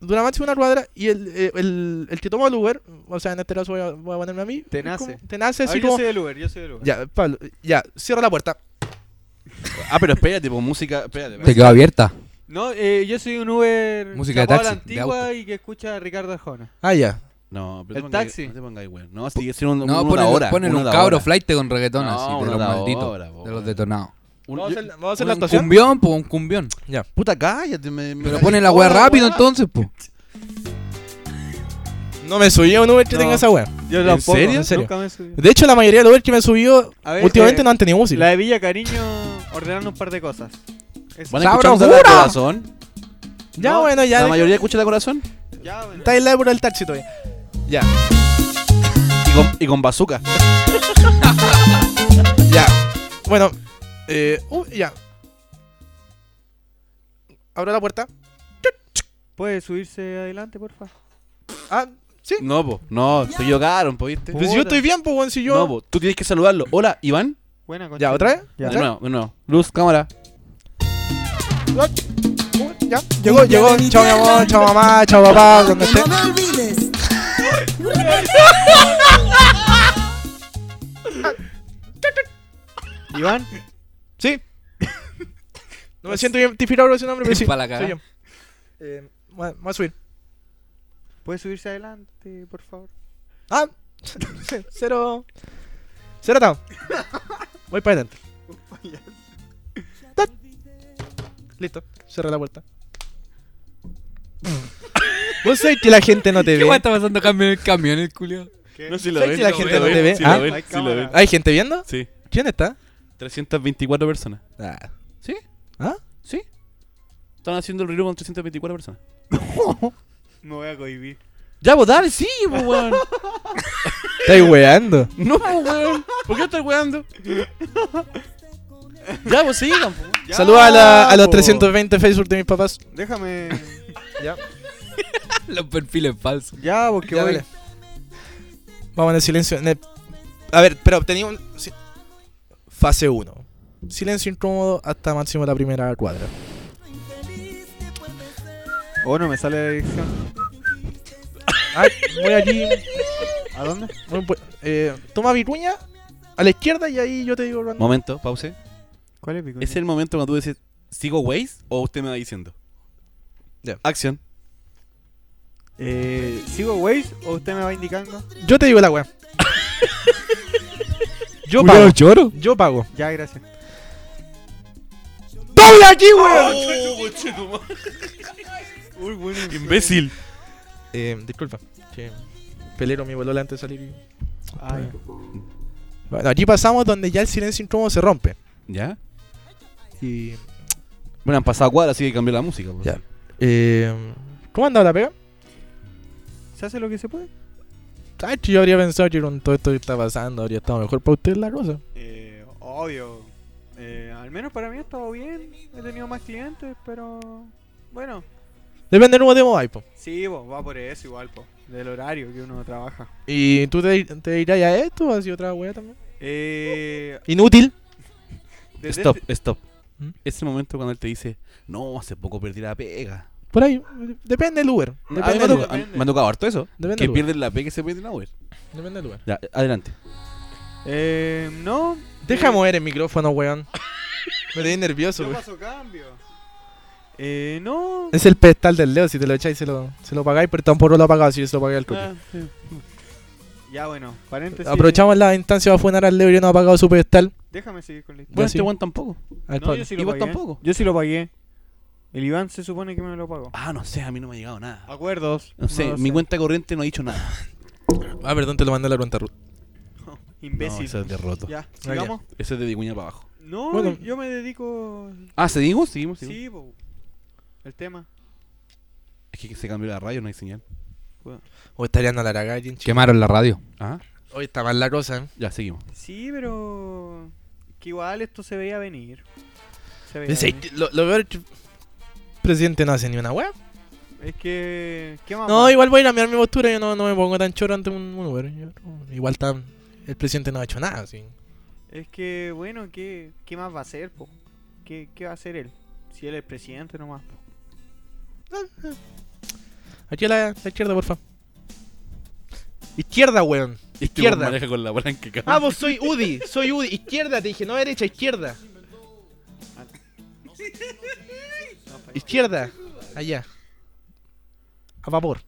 Speaker 1: Dura máximo una cuadra y el, eh, el, el que toma el Uber, o sea, en este caso voy a, voy a ponerme a mí.
Speaker 5: Te
Speaker 1: es como-
Speaker 5: nace.
Speaker 1: Te nace
Speaker 5: Ah,
Speaker 1: así
Speaker 5: yo
Speaker 1: como.
Speaker 5: soy del Uber, yo soy del Uber.
Speaker 1: Ya, Pablo, ya, cierra la puerta.
Speaker 4: Ah, pero espérate, pues música. Espérate.
Speaker 3: Te quedó abierta.
Speaker 5: No, eh, yo soy un Uber
Speaker 3: Música de
Speaker 5: chapado a la
Speaker 3: taxi, de
Speaker 5: antigua y que escucha a Ricardo Arjona.
Speaker 1: Ah, ya.
Speaker 4: No, pero
Speaker 5: El
Speaker 4: no te pongas-
Speaker 5: taxi.
Speaker 4: No te pongas, weón. No, si es un,
Speaker 3: No,
Speaker 4: una
Speaker 3: ponen,
Speaker 4: hora.
Speaker 3: ponen
Speaker 4: una
Speaker 3: un
Speaker 4: de
Speaker 3: cabro
Speaker 4: ahora.
Speaker 3: flight con reggaetón
Speaker 4: No,
Speaker 3: así, de
Speaker 4: uno
Speaker 3: los
Speaker 4: de ahora,
Speaker 3: malditos.
Speaker 4: po,
Speaker 3: de los
Speaker 4: weón.
Speaker 3: detonados.
Speaker 4: Un-
Speaker 1: Vamos a
Speaker 4: yo-
Speaker 1: hacer, vamos a hacer la
Speaker 3: Un
Speaker 1: actuación.
Speaker 3: cumbión, po, un cumbión.
Speaker 1: Ya.
Speaker 4: Puta, cállate. Me, me
Speaker 3: Pero pone la Oh, weá rápido entonces, pues. po.
Speaker 1: No me subí a un Uber que
Speaker 5: No.
Speaker 1: tenga esa wea.
Speaker 5: Yo
Speaker 1: ¿En
Speaker 5: tampoco,
Speaker 1: serio? ¿En serio?
Speaker 5: nunca me subí.
Speaker 1: De hecho, la mayoría de los Uber que me han subido
Speaker 5: A ver,
Speaker 1: últimamente
Speaker 5: eh,
Speaker 1: no han tenido música.
Speaker 5: La de Villa Cariño ordenaron un par de cosas. Eso.
Speaker 4: ¿Van a escuchar
Speaker 1: ¡Sabrosura!
Speaker 4: Usar la corazón?
Speaker 1: Ya,
Speaker 5: no,
Speaker 1: bueno, ya.
Speaker 4: ¿La
Speaker 1: de-
Speaker 4: mayoría escucha la corazón?
Speaker 5: Ya, bueno.
Speaker 1: Está en la época del taxi todavía. Ya,
Speaker 4: Y con, y con bazooka.
Speaker 1: ya. Bueno, eh, uh, ya. Abro la puerta.
Speaker 5: ¿Puede subirse adelante, porfa?
Speaker 1: Ah, sí.
Speaker 4: No, po. No, se equivocaron, po, ¿viste?
Speaker 1: Pues si yo estoy bien, pues, weón, si yo.
Speaker 4: No, po. Tú tienes que saludarlo. Hola, Iván.
Speaker 5: Buena, concha.
Speaker 1: ya, otra vez.
Speaker 5: Ya.
Speaker 4: De nuevo, de nuevo. Luz, cámara.
Speaker 1: Uh, ya. Llegó, llegó. Chao, mi amor. Chao, mamá. Chao, papá. Donde esté.
Speaker 11: me olvides.
Speaker 5: Iván,
Speaker 1: Sí. No me siento identificado con ese nombre, pero sí.
Speaker 3: Pa' la cagá.
Speaker 1: soy yo. Eh, voy a- voy a subir.
Speaker 5: ¿puede subirse adelante, por favor?
Speaker 1: Ah, cero. Cero atado. Voy para adelante. Tac. Listo, cerré la puerta. Vos sabés que la gente no te
Speaker 3: ¿Qué weá
Speaker 1: ve.
Speaker 3: está pasando cambio en el camión, el culiao?
Speaker 4: No, si
Speaker 1: ¿Sabes si la gente no te ve?
Speaker 4: Si
Speaker 1: ¿Ah?
Speaker 4: lo ven,
Speaker 5: Hay
Speaker 4: si lo ven.
Speaker 5: cámara.
Speaker 1: ¿Hay gente viendo?
Speaker 4: Sí.
Speaker 1: ¿Quién está?
Speaker 4: 324 personas.
Speaker 1: Ah.
Speaker 4: ¿Sí?
Speaker 1: ¿Ah?
Speaker 4: ¿Sí? Están haciendo el reel con 324 personas.
Speaker 5: Me voy a cohibir.
Speaker 4: Ya, pues dale, sí, pues weón.
Speaker 1: Estáis weando.
Speaker 4: No, pues weón. ¿Por qué estás weando? Ya, pues sigan, pues.
Speaker 5: Ya,
Speaker 1: Saluda a, la- a los
Speaker 5: po.
Speaker 1: 320 Facebook de mis papás.
Speaker 5: Déjame.
Speaker 3: Los perfiles falsos.
Speaker 5: Ya, porque
Speaker 1: Ya,
Speaker 5: voy.
Speaker 1: dale. Vamos en el silencio. en el- A ver, pero tenía un. si- Fase 1. Silencio incómodo hasta máximo la primera cuadra.
Speaker 5: Oh, no me sale la dirección.
Speaker 1: Ay, voy allí.
Speaker 5: ¿A dónde?
Speaker 1: voy por- eh, toma Vicuña a la izquierda y ahí yo te digo. Random.
Speaker 4: Momento, pause.
Speaker 5: ¿Cuál es mi
Speaker 4: Es el momento cuando tú dices, ¿sigo Waze o usted me va diciendo?
Speaker 1: Ya.
Speaker 4: Acción.
Speaker 5: Eh, ¿Sigo Waze o usted me va indicando?
Speaker 1: Yo te digo la weá. yo
Speaker 3: Cuidado,
Speaker 1: pago.
Speaker 3: choro.
Speaker 1: Yo pago.
Speaker 5: Ya, gracias.
Speaker 1: ¡Doble aquí, weón!
Speaker 4: Oh,
Speaker 5: Uy, bueno.
Speaker 4: Imbécil.
Speaker 1: Eh, disculpa. que Pelero mi bolola antes de salir. y-
Speaker 5: Ay,
Speaker 1: Bueno, aquí pasamos donde ya el silencio incómodo se rompe.
Speaker 4: ¿Ya?
Speaker 1: Y.
Speaker 4: Bueno, han pasado cuadras, así que cambió la música. pues.
Speaker 1: Ya. Eh, ¿Cómo andaba la pega?
Speaker 5: ¿Se hace lo que se puede?
Speaker 1: Ay, Ah, yo habría pensado que con todo esto que está pasando habría estado mejor para usted la cosa.
Speaker 5: Eh, obvio. Eh, al menos para mí ha estado bien. He tenido más clientes, pero. Bueno.
Speaker 1: Depende del motivo, hay, po.
Speaker 5: Sí, vos, va por eso igual, po. Del horario que uno trabaja.
Speaker 1: ¿Y tú te, te irás a esto o así otra wea también?
Speaker 5: Eh.
Speaker 1: Inútil.
Speaker 5: desde
Speaker 4: Stop,
Speaker 5: este-
Speaker 4: stop.
Speaker 1: ¿Mm?
Speaker 4: Es el momento cuando él te dice, no, hace poco perdí la pega.
Speaker 1: Por ahí. Depende del Uber.
Speaker 4: A mí me,
Speaker 1: Depende
Speaker 4: ha
Speaker 1: del
Speaker 4: tocado-
Speaker 1: Uber.
Speaker 4: a mí
Speaker 5: depende.
Speaker 4: me ha tocado harto eso.
Speaker 1: Depende
Speaker 4: que
Speaker 1: del Uber.
Speaker 4: pierden la pega y se pierden la Uber.
Speaker 1: Depende del Uber.
Speaker 4: Ya, adelante.
Speaker 5: Eh, no.
Speaker 1: Deja mover el micrófono, weón. Me tenés nervioso,
Speaker 5: Yo
Speaker 1: weón.
Speaker 5: paso cambio. Eh, no.
Speaker 1: Es el pedestal del Leo, si te lo echáis se lo, se lo pagáis, pero tampoco lo ha pagado si se lo pagáis al
Speaker 5: Ah,
Speaker 1: coche.
Speaker 5: sí. Ya, bueno, paréntesis.
Speaker 1: Aprovechamos la instancia para funar al Leo y no ha pagado su pedestal.
Speaker 5: Déjame seguir con la historia.
Speaker 4: Bueno,
Speaker 1: sí.
Speaker 4: este Juan tampoco.
Speaker 1: Al
Speaker 5: No,
Speaker 1: cual-
Speaker 5: yo sí
Speaker 4: ¿Y
Speaker 5: lo
Speaker 4: vos
Speaker 5: pagué.
Speaker 4: tampoco?
Speaker 5: Yo sí lo pagué. El Iván se supone que me lo pagó.
Speaker 4: Ah, no sé, a mí no me ha llegado nada.
Speaker 5: Acuerdos.
Speaker 4: Ah, No sé,
Speaker 5: lo
Speaker 4: mi cuenta corriente no ha dicho nada.
Speaker 1: Ah, perdón, te lo mandé a la cuenta Ruth.
Speaker 5: Imbécil.
Speaker 4: No, eso es de roto.
Speaker 5: Ya,
Speaker 1: ya.
Speaker 5: sigamos.
Speaker 4: Eso es de Vicuña para abajo.
Speaker 5: No,
Speaker 1: Bueno.
Speaker 5: yo me dedico.
Speaker 4: Ah, ¿seguimos? Seguimos, seguimos.
Speaker 5: Sí, po. El tema.
Speaker 4: Es que se cambió la radio, no hay señal.
Speaker 1: O estarían a la raga, en Chile.
Speaker 3: Quemaron la radio.
Speaker 4: Ah,
Speaker 1: Hoy está mal la cosa, ¿eh?
Speaker 4: ya, seguimos.
Speaker 5: Sí, pero. Que igual esto se veía venir. Se veía
Speaker 1: Pensé,
Speaker 5: venir.
Speaker 1: lo, lo peor es que el presidente no hace ni una wea.
Speaker 5: Es que. ¿Qué más?
Speaker 1: No, igual voy a cambiar mi postura, yo no, no me pongo tan choro ante un un Uber. Yo no- igual tan, el presidente no ha hecho nada, así.
Speaker 5: Es que, bueno, ¿qué, qué más va a hacer, po? ¿Qué, ¿Qué va a hacer él? Si él es presidente nomás, po.
Speaker 1: Aquí a la, la izquierda, porfa. Izquierda, weón.
Speaker 4: Este
Speaker 1: Izquierda.
Speaker 4: weón maneja con la bola en que cae.
Speaker 1: Ah, vos soy Udi, soy Udi. Izquierda, te dije, no derecha, izquierda. izquierda, allá. A vapor.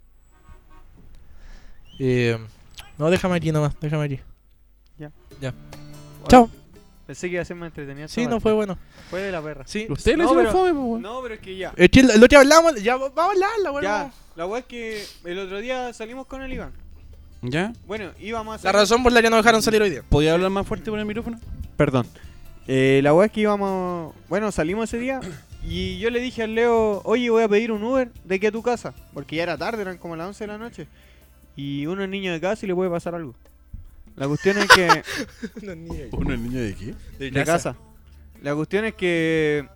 Speaker 1: Eh, no, déjame aquí nomás, déjame aquí.
Speaker 5: Ya.
Speaker 1: Ya. Chao.
Speaker 5: Pensé que iba a ser más entretenido.
Speaker 1: Sí,
Speaker 5: esta
Speaker 1: no
Speaker 5: parte.
Speaker 1: fue bueno.
Speaker 5: Fue de la perra.
Speaker 1: Sí.
Speaker 4: Usted le
Speaker 5: No,
Speaker 4: hizo el
Speaker 5: pero-
Speaker 4: fome, po, weón.
Speaker 5: No, pero es que ya.
Speaker 1: Es que lo que hablamos, ya vamos a hablarla, weón.
Speaker 5: Ya, la weá es que el otro día salimos con el Iván.
Speaker 4: ¿Ya?
Speaker 5: Bueno, íbamos a
Speaker 1: La
Speaker 5: salir.
Speaker 1: razón por la que no dejaron salir hoy día.
Speaker 4: ¿Podía hablar más fuerte por el micrófono?
Speaker 5: Perdón. Eh, la weá es que íbamos. Bueno, salimos ese día. Y yo le dije al Leo, oye, voy a pedir un Uber de aquí a tu casa. Porque ya era tarde, eran como las 11 de la noche. Y uno es niño de casa y le puede pasar algo. La cuestión es que.
Speaker 4: ¿Uno el niño de qué?
Speaker 5: de casa. La cuestión es que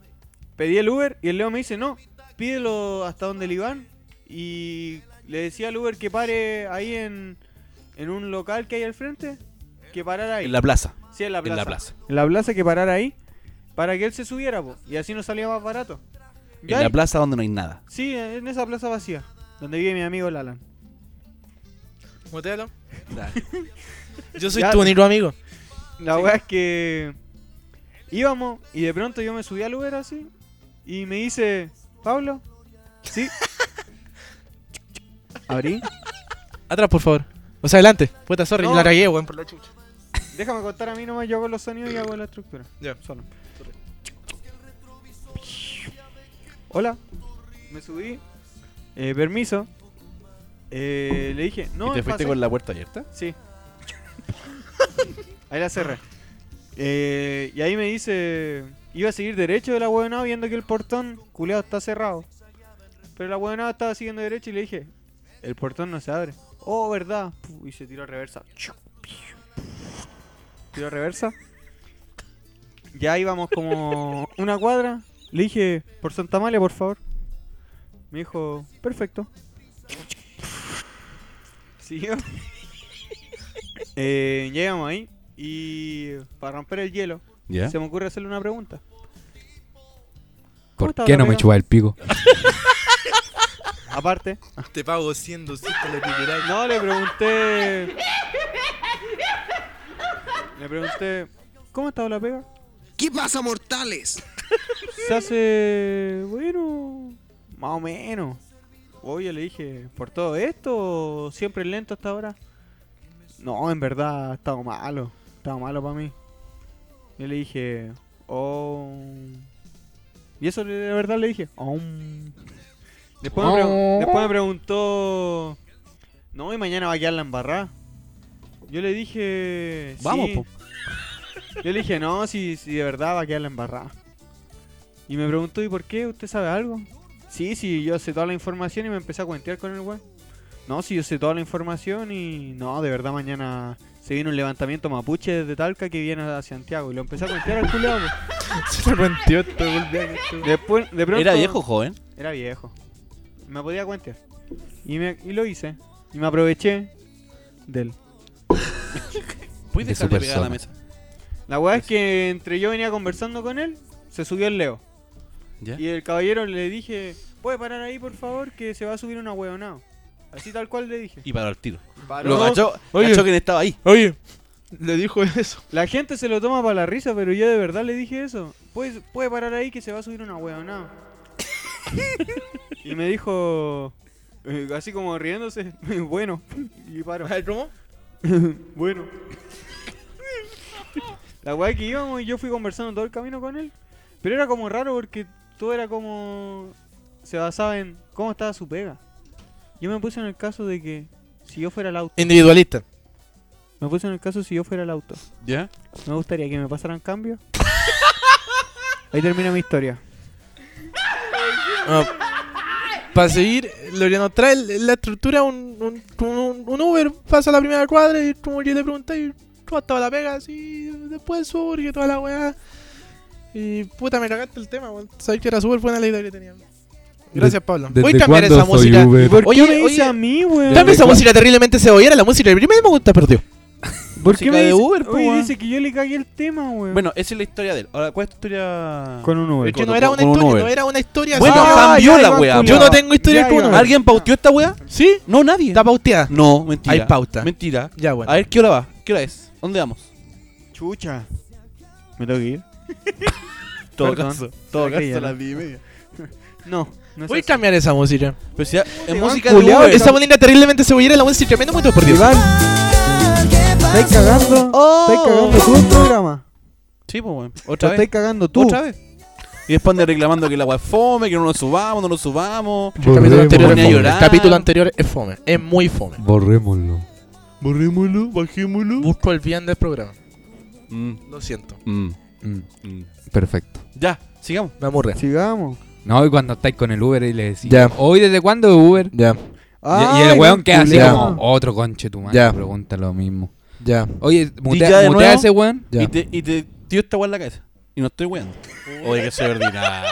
Speaker 5: pedí el Uber y el Leo me dice, no, pídelo hasta donde el Iván. Y le decía al Uber que pare ahí en, en un local que hay al frente, que parara ahí.
Speaker 4: En la plaza.
Speaker 5: sí, en la plaza.
Speaker 4: En la plaza.
Speaker 5: En la plaza que parara ahí para que él se subiera, po, y así nos salía más barato. Ya
Speaker 4: En la
Speaker 5: ahí-
Speaker 4: plaza donde no hay nada.
Speaker 5: sí, en esa plaza vacía, donde vive mi amigo Lalan.
Speaker 1: Motealo. Yo soy
Speaker 5: Ya.
Speaker 1: tu único amigo.
Speaker 5: La weá es que íbamos y de pronto yo me subí al Uber así y me dice, Pablo, sí. Abrí.
Speaker 1: Atrás, por favor. O sea, adelante. Puta, sorry,
Speaker 5: No.
Speaker 1: la ragué, weón, por la chucha.
Speaker 5: Déjame contar a mí nomás, yo hago los sonidos y hago la estructura.
Speaker 1: Ya.
Speaker 5: Solo. Hola. Me subí. Eh, permiso. Eh, le dije, no,
Speaker 4: ¿Y te
Speaker 5: es
Speaker 4: fuiste
Speaker 5: fácil.
Speaker 4: con la puerta abierta?
Speaker 5: Sí. Ahí la cerré. Eh, y ahí me dice, iba a seguir derecho de la huevonada viendo que el portón culeado está cerrado. Pero la huevonada estaba siguiendo derecho y le dije, el portón no se abre. Oh, verdad. Pu, Y se tiró a reversa. Tiró a reversa. Ya íbamos como una cuadra. Le dije, por Santa María, por favor. Me dijo, perfecto. Siguió. Eh, llegamos ahí y para romper el hielo,
Speaker 4: ¿Ya?
Speaker 5: se me ocurre hacerle una pregunta.
Speaker 3: ¿Por
Speaker 5: estaba
Speaker 3: qué
Speaker 5: la
Speaker 3: no me
Speaker 5: pega?
Speaker 3: chupa el pico?
Speaker 5: Aparte,
Speaker 1: Te pago 100, 200 le pedirás.
Speaker 5: no le pregunté. Le pregunté, ¿cómo ha estado la pega?
Speaker 12: ¿Qué pasa, mortales?
Speaker 5: Se hace. Bueno, más o menos. Oye, le dije, ¿por todo esto o siempre lento hasta ahora? No, en verdad, ha estado malo. Ha estado malo para mí. Yo le dije, oh. Y eso de verdad le dije, oh. Después, me, pregun- después me preguntó, no, y mañana va a quedar la embarrada. Yo le dije,
Speaker 4: Vamos,
Speaker 5: sí.
Speaker 4: po.
Speaker 5: Yo le dije, no, si, si de verdad va a quedar la embarrada. Y me preguntó, ¿y por qué? ¿Usted sabe algo? Sí, sí, yo sé toda la información y me empecé a cuentear con el weón. No, sí, yo sé toda la información y no, de verdad mañana se viene un levantamiento mapuche desde Talca que viene a Santiago. Y lo empecé a cuentear al culiao. po.
Speaker 1: Se lo cuenteó, te volvió a-
Speaker 5: Después, de pronto,
Speaker 4: ¿Era viejo o joven?
Speaker 5: Era viejo. Me podía cuentear. Y, me, y lo hice. Y me aproveché de él.
Speaker 4: ¿Puedes
Speaker 3: De su
Speaker 4: dejarle pegar a la mesa?
Speaker 3: persona.
Speaker 5: La weá es que entre yo venía conversando con él, se subió el Leo.
Speaker 4: ¿Ya?
Speaker 5: Y el caballero le dije, ¿puede parar ahí por favor que se va a subir una huevonao? Así tal cual le dije.
Speaker 4: Y paró el tiro.
Speaker 5: Paró.
Speaker 4: Lo cachó,
Speaker 1: Oye.
Speaker 4: cachó quien estaba ahí.
Speaker 1: Oye, le dijo eso.
Speaker 5: La gente se lo toma para la risa, pero yo de verdad le dije eso. Puede, puede parar ahí que se va a subir una huevonao. y me dijo, eh, así como riéndose, bueno, y paro.
Speaker 1: ¿Cómo?
Speaker 5: bueno. La weá que íbamos y yo fui conversando todo el camino con él. Pero era como raro porque todo era como. Se basaba en cómo estaba su pega. Yo me puse en el caso de que si yo fuera el auto.
Speaker 1: Individualista.
Speaker 5: Me puse en el caso si yo fuera el auto.
Speaker 4: ¿Ya?
Speaker 5: Me gustaría que me pasaran cambios. Ahí termina mi historia.
Speaker 1: No. Ah, Para seguir, Loriano trae el- la estructura, un, un, como un- un Uber pasa la primera cuadra y como yo le pregunté, ¿cómo estaba la pega? Así, después surge toda la weá. Y puta, me cagaste el tema, weón. Sabes que era súper buena la idea que tenía. Gracias, Pablo. Voy a cambiar esa música.
Speaker 3: Eh,
Speaker 5: ¿Por
Speaker 1: Oye,
Speaker 5: qué me
Speaker 1: oye,
Speaker 5: dice a mí, weón?
Speaker 1: Dame esa música terriblemente se oyera la música. El primer me gusta perdió.
Speaker 5: ¿Por qué
Speaker 4: música
Speaker 5: me
Speaker 4: de
Speaker 5: dice?
Speaker 4: Uber, po,
Speaker 5: Oye,
Speaker 4: weón.
Speaker 5: dice que yo le cagué el tema, weón.
Speaker 4: Bueno, esa es la historia de él. Ahora, ¿cuál es tu historia?
Speaker 5: con un Uber.
Speaker 1: Es que no
Speaker 4: con-
Speaker 1: era
Speaker 4: con
Speaker 1: una
Speaker 4: un
Speaker 1: historia,
Speaker 4: Uber.
Speaker 1: no era una historia
Speaker 4: Bueno,
Speaker 1: así.
Speaker 5: Ah,
Speaker 4: cambió
Speaker 5: ya,
Speaker 4: la
Speaker 5: Iván
Speaker 4: wea.
Speaker 5: Culeado.
Speaker 1: Yo no tengo historia
Speaker 5: Ya,
Speaker 1: con
Speaker 5: Iván.
Speaker 1: Uber.
Speaker 4: ¿Alguien pauteó esta weá?
Speaker 1: ¿Sí?
Speaker 4: No, nadie.
Speaker 1: Está pauteada.
Speaker 4: No, mentira.
Speaker 1: Hay pauta.
Speaker 4: Mentira.
Speaker 1: Ya, bueno.
Speaker 4: A ver, ¿qué hora va? ¿Qué hora es? ¿Dónde vamos?
Speaker 5: Chucha. Me tengo que ir.
Speaker 4: Todo
Speaker 5: Perdón.
Speaker 4: caso. Todo
Speaker 5: Sabía que ya
Speaker 4: caso,
Speaker 5: no.
Speaker 4: las diez y media.
Speaker 5: No, no es
Speaker 1: Voy a
Speaker 5: así.
Speaker 1: cambiar esa música.
Speaker 4: Pero si ya- es música de
Speaker 5: culeado,
Speaker 4: Uber.
Speaker 1: Esa bonita terriblemente cebollera es la música menos muerto por Dios.
Speaker 8: Estáis cagando.
Speaker 4: Oh.
Speaker 8: Estáis cagando tú el programa.
Speaker 4: Sí, pues, weón.
Speaker 8: Lo
Speaker 4: Otra vez.
Speaker 8: estáis cagando tú.
Speaker 4: Otra vez. Y después anda reclamando que la agua es fome, que no nos subamos, no nos subamos.
Speaker 1: El capítulo, anterior,
Speaker 4: Ponía a llorar.
Speaker 1: el capítulo anterior es fome, es muy fome.
Speaker 3: Borrémoslo.
Speaker 4: Borrémoslo, bajémoslo.
Speaker 1: Busco el bien del programa. Lo siento.
Speaker 3: Mm, Perfecto.
Speaker 4: Mm, Ya, sigamos.
Speaker 1: Me aburre.
Speaker 5: Sigamos.
Speaker 3: No, y cuando estáis con el Uber y le decís,
Speaker 1: Ya.
Speaker 3: hoy desde cuándo Uber?
Speaker 1: Ya,
Speaker 3: Y- y el weón queda así
Speaker 1: culiao.
Speaker 3: como, otro conche tu madre,
Speaker 1: Ya.
Speaker 3: pregunta lo mismo.
Speaker 1: ya,
Speaker 3: Oye,
Speaker 4: ya
Speaker 3: mutea,
Speaker 4: de
Speaker 3: mutea a
Speaker 4: nuevo?
Speaker 3: ese weón.
Speaker 1: ya.
Speaker 4: Y te, y te dio esta agua en la cabeza. Y no estoy weando. Oye, que soy ordinario.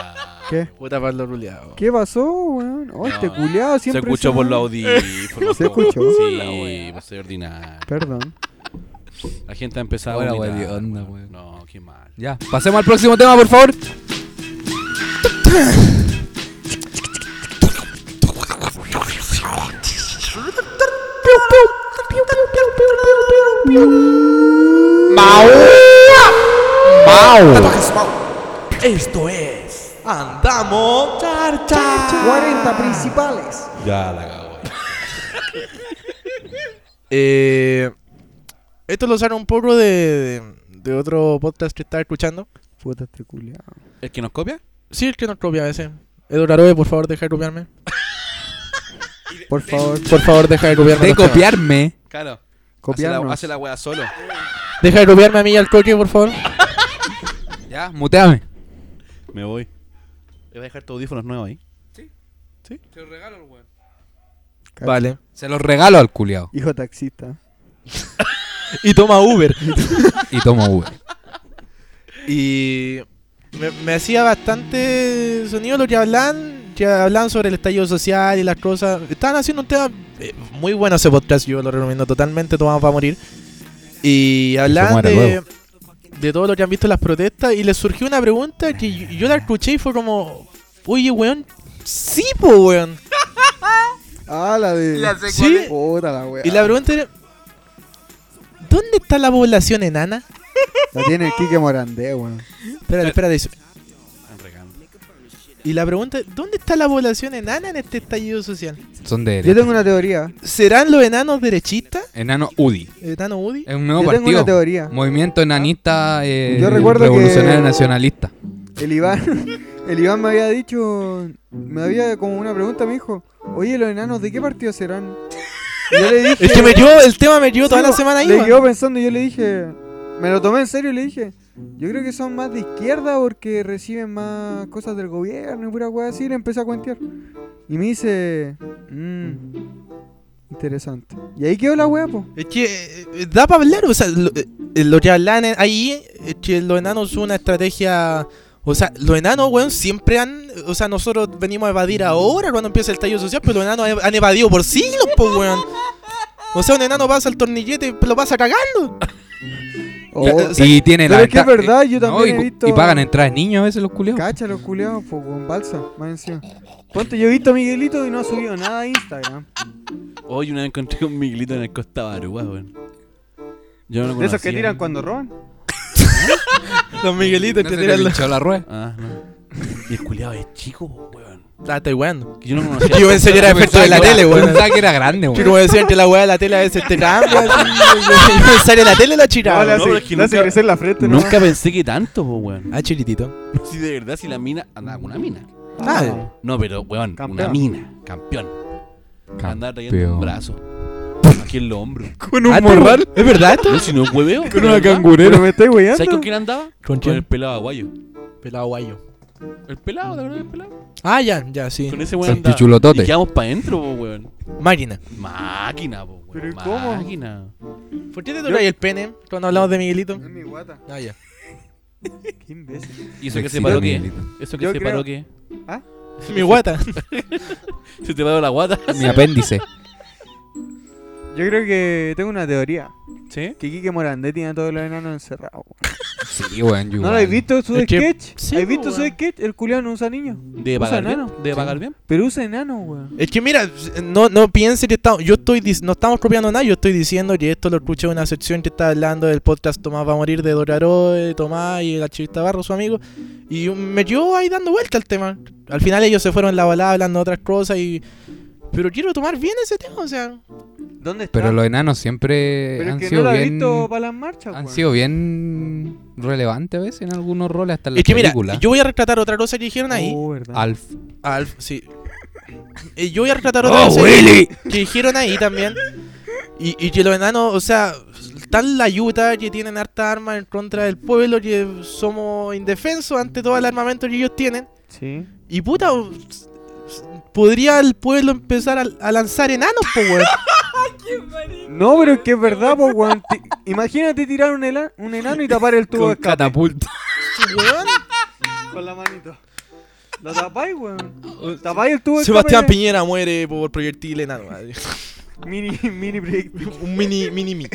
Speaker 5: ¿Qué?
Speaker 1: Puta Pablo ruleado.
Speaker 5: ¿Qué pasó, weón? Oh, este
Speaker 4: No,
Speaker 5: culiado
Speaker 4: Se
Speaker 5: siempre.
Speaker 4: escuchó
Speaker 5: se-
Speaker 4: por los audífonos.
Speaker 5: Se
Speaker 4: po, weón.
Speaker 5: escuchó.
Speaker 4: Sí, pues soy ordinario.
Speaker 5: Perdón.
Speaker 4: La gente ha empezado
Speaker 3: Ahora,
Speaker 4: a vomitar,
Speaker 3: weón, de onda,
Speaker 4: weón.
Speaker 3: weón.
Speaker 4: No, qué mal.
Speaker 3: Ya, pasemos al próximo tema, por favor.
Speaker 10: Esto es.
Speaker 1: Andamos.
Speaker 8: 40 principales.
Speaker 4: Ya la cago.
Speaker 1: Eh, esto lo usaron un poco de, de, de otro podcast que estaba escuchando.
Speaker 5: Puta, este culiado.
Speaker 4: ¿El que nos copia?
Speaker 1: Sí, el que nos copia a veces. Eduardo Aroe, por favor, deja de copiarme.
Speaker 5: Por favor,
Speaker 1: Por favor, deja de copiarme.
Speaker 3: De
Speaker 1: los temas.
Speaker 3: copiarme.
Speaker 4: Claro. Hace la,
Speaker 5: copiarnos.
Speaker 4: hace la wea solo.
Speaker 1: Deja de copiarme a mí y al coque, por favor.
Speaker 3: Ya, muteame.
Speaker 4: Me voy. ¿Le voy a dejar tus audífonos nuevos ahí?
Speaker 13: Te lo regalo el weón.
Speaker 1: Vale.
Speaker 3: Se los regalo al culiao.
Speaker 5: Hijo taxista.
Speaker 1: Y toma Uber.
Speaker 3: Y tomo Uber.
Speaker 1: y me, me hacía bastante sonido lo que hablan. Que hablan sobre el estallido social y las cosas. Estaban haciendo un tema eh, muy bueno ese podcast, yo lo recomiendo totalmente. Tomamos para morir. Y hablan
Speaker 3: muera
Speaker 1: de,
Speaker 3: luego.
Speaker 1: de todo lo que han visto en las protestas. Y les surgió una pregunta que yo, yo la escuché y fue como: Oye, weón, sí, po, weón.
Speaker 5: Ah, la de. La
Speaker 1: Sí.
Speaker 5: Puta la wea.
Speaker 1: Y la pregunta era: ¿Dónde está la población enana?
Speaker 5: La tiene el Kike Morandé, weón.
Speaker 1: Espérate, espérate.
Speaker 4: Están regando.
Speaker 1: Y la pregunta es, ¿dónde está la población enana en este estallido social?
Speaker 3: Son de
Speaker 5: Yo
Speaker 3: derecha.
Speaker 5: tengo una teoría.
Speaker 1: ¿Serán los enanos derechistas?
Speaker 3: Enano UDI.
Speaker 1: ¿Enano UDI?
Speaker 3: Es un nuevo
Speaker 5: Yo tengo
Speaker 3: partido.
Speaker 5: una teoría.
Speaker 3: Movimiento enanista eh,
Speaker 5: Yo recuerdo que-
Speaker 3: revolucionario nacionalista.
Speaker 5: El Iván, el Iván me había dicho, me había como una pregunta, me dijo, oye, los enanos, ¿de qué partido serán? Y yo le dije,
Speaker 1: Es que me llevó, el tema me llevó toda la semana ahí.
Speaker 5: le
Speaker 1: weón.
Speaker 5: quedó pensando y yo le dije, me lo tomé en serio y le dije, yo creo que son más de izquierda porque reciben más cosas del gobierno y pura weá así, y le empecé a cuentear. Y me dice, mmm, interesante. Y ahí quedó la weá, po.
Speaker 1: Es que eh, da para hablar, o sea, lo, eh, lo que hablan en- ahí es que los enanos son una estrategia... O sea, los enanos, weón, siempre han... O sea, nosotros venimos a evadir ahora cuando empieza el estallido social, pero los enanos han- han evadido por siglos, pues, weón. O sea, un enano pasa al tornillete y lo pasa cagando.
Speaker 5: Oh,
Speaker 1: Ya, o sea,
Speaker 3: y tiene
Speaker 5: pero
Speaker 3: la
Speaker 5: es que es
Speaker 3: ventaja-
Speaker 5: verdad, yo
Speaker 3: eh, No,
Speaker 5: también
Speaker 3: y,
Speaker 5: he visto-
Speaker 3: y pagan entradas de niños a veces los culiados.
Speaker 5: Cacha los culeados, po, con balsa, más encima. Ponte, yo he visto a Miguelito y no ha subido nada a Instagram.
Speaker 4: Hoy una vez encontré un miglito en el Costa Barúa, weón. Yo no lo
Speaker 14: De esos que
Speaker 4: conocía.
Speaker 14: tiran cuando roban.
Speaker 1: Los Miguelitos
Speaker 3: No
Speaker 1: que
Speaker 3: se le
Speaker 1: tiran los...
Speaker 3: pinchó la rueda.
Speaker 4: Ah, no. Y el culiado es chico, weón.
Speaker 1: Ah, estoy weando.
Speaker 4: Que Yo no conocía.
Speaker 1: Yo pensé que era efecto de la tele,
Speaker 3: Yo
Speaker 1: weón.
Speaker 3: Pensaba que era grande,
Speaker 1: Que
Speaker 3: weón.
Speaker 1: como decían que la weá de la tele a veces te cambia. así, y- y- y Sale la tele la
Speaker 14: No, le
Speaker 1: chiraba.
Speaker 4: no,
Speaker 14: hace-
Speaker 4: pero es que
Speaker 14: le hace
Speaker 4: nunca-
Speaker 14: crecer la frente, ¿no?
Speaker 4: Nunca pensé que tanto, po, weón.
Speaker 1: Ah, chiritito.
Speaker 4: Si de verdad, si la mina. Andaba con una mina.
Speaker 1: Ah,
Speaker 4: No, pero, weón, una
Speaker 14: Campeón.
Speaker 4: mina. Campeón. Andaba trayendo
Speaker 3: Campeón.
Speaker 4: un brazo. Aquí en el hombro.
Speaker 3: Con
Speaker 1: Ah, pero- ¿Es verdad esto?
Speaker 4: No, si no es hueveo.
Speaker 3: Con
Speaker 4: ¿verdad?
Speaker 3: una cangurera.
Speaker 5: Pero me estoy
Speaker 4: ¿Sabes con
Speaker 5: weyando.
Speaker 4: quién andaba?
Speaker 1: ¿Con
Speaker 4: Con
Speaker 1: quién?
Speaker 4: el pelado aguayo.
Speaker 1: Pelado guayo.
Speaker 4: El pelado, ¿te acuerdas del pelado?
Speaker 1: Ah, ya, ya, sí.
Speaker 4: Con ese weón. andaba.
Speaker 3: pichulotote.
Speaker 4: Y quedamos para adentro, po, weón.
Speaker 1: Máquina.
Speaker 4: Máquina, po, weón.
Speaker 14: Pero, ¿cómo?
Speaker 4: Máquina.
Speaker 1: ¿Por qué te tocáis el pene cuando hablamos de Miguelito?
Speaker 5: mi guata.
Speaker 1: Ah, ya.
Speaker 5: Qué imbécil.
Speaker 4: ¿Y eso que se
Speaker 3: Éxito,
Speaker 4: paró qué?
Speaker 3: Miguelito.
Speaker 4: ¿Eso que
Speaker 14: Yo
Speaker 4: se
Speaker 14: creo-
Speaker 4: paró qué?
Speaker 1: Mi guata.
Speaker 4: ¿Se te paró la guata?
Speaker 3: Mi apéndice.
Speaker 5: Yo creo que tengo una teoría.
Speaker 4: ¿Sí?
Speaker 5: Que Quique Morandé tiene a todos los enanos encerrados. weón.
Speaker 3: Sí, weón. yo
Speaker 5: ¿No lo
Speaker 3: igual.
Speaker 5: has visto su
Speaker 1: Es que-
Speaker 5: sketch?
Speaker 1: sí,
Speaker 5: ¿Has
Speaker 1: po,
Speaker 5: visto su
Speaker 1: weón.
Speaker 5: sketch? El culiao no usa niños.
Speaker 4: ¿De
Speaker 5: Usa
Speaker 4: pagar bien?
Speaker 5: enano.
Speaker 4: ¿De pagar bien?
Speaker 5: Pero usa enanos, weón.
Speaker 1: Es que mira, no, no piense que estamos, yo estoy, dic- no estamos copiando nada, yo estoy diciendo que esto lo escuché en una sección que está hablando del podcast Tomás va a morir de Doraro, de Tomás y el archivista Barro, su amigo, y me llevó ahí dando vuelta al tema. Al final ellos se fueron en la balada hablando de otras cosas y... Pero quiero tomar bien ese tema, o sea...
Speaker 14: ¿Dónde está?
Speaker 3: Pero los enanos siempre
Speaker 14: Pero es
Speaker 3: han
Speaker 14: que
Speaker 3: sido
Speaker 14: no lo he
Speaker 3: bien.
Speaker 14: visto para las marchas,
Speaker 3: han
Speaker 14: weón.
Speaker 3: sido bien relevantes a veces en algunos roles hasta en la
Speaker 1: Es que mira,
Speaker 3: película.
Speaker 1: yo voy a retratar otra cosa que dijeron ahí.
Speaker 5: Oh, verdad.
Speaker 3: Alf.
Speaker 1: Alf, sí. Eh, yo voy a retratar otra cosa que- que dijeron ahí también. Y, y que los enanos, o sea, tan la yuta que tienen harta armas en contra del pueblo, que somos indefensos ante todo el armamento que ellos tienen.
Speaker 5: Sí.
Speaker 1: Y puta, o- s- s- podría el pueblo empezar a, a lanzar enanos, po, weón.
Speaker 5: No, pero es que es verdad, po, weón. Ti- Imagínate tirar un, ela- un enano y tapar el tubo de escape.
Speaker 3: catapulta.
Speaker 1: Sí, weón.
Speaker 5: Con la manito. Lo tapáis, weón. Tapáis el tubo de
Speaker 1: Sebastián
Speaker 5: escape.
Speaker 1: Piñera muere por proyectil enano. madre.
Speaker 5: Mini, mini proyectil.
Speaker 1: Un mini, mini, mini.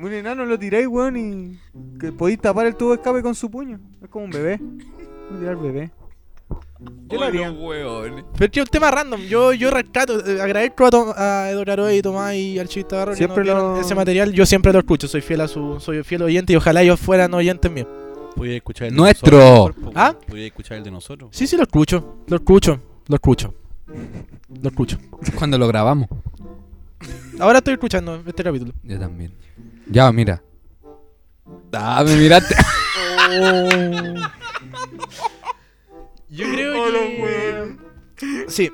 Speaker 5: Un enano lo tiráis, weón, y que podéis tapar el tubo de escape con su puño. Es como un bebé. Voy a tirar bebé. Yo lo haría.
Speaker 1: Pero es que es un tema random. Yo, yo rescato, eh, agradezco a, Tom- a Eduardo Aroy y Tomás y al Chivista Barro que
Speaker 5: Siempre
Speaker 1: nos dieron
Speaker 5: lo-
Speaker 1: ese material. Yo siempre lo escucho, soy fiel a su, soy fiel oyente y ojalá ellos fueran oyentes míos.
Speaker 4: Podría escuchar el
Speaker 3: Nuestro.
Speaker 4: de nosotros. mejor, po,
Speaker 1: ¿Ah?
Speaker 4: weón. Podría escuchar el de nosotros.
Speaker 1: Sí, sí, lo escucho, lo escucho, lo escucho, lo escucho.
Speaker 3: Cuando lo grabamos.
Speaker 1: Ahora estoy escuchando este capítulo.
Speaker 3: Yo también. Ya, mira. Ah, me miraste.
Speaker 1: Yo
Speaker 5: Oh,
Speaker 1: creo que... Sí,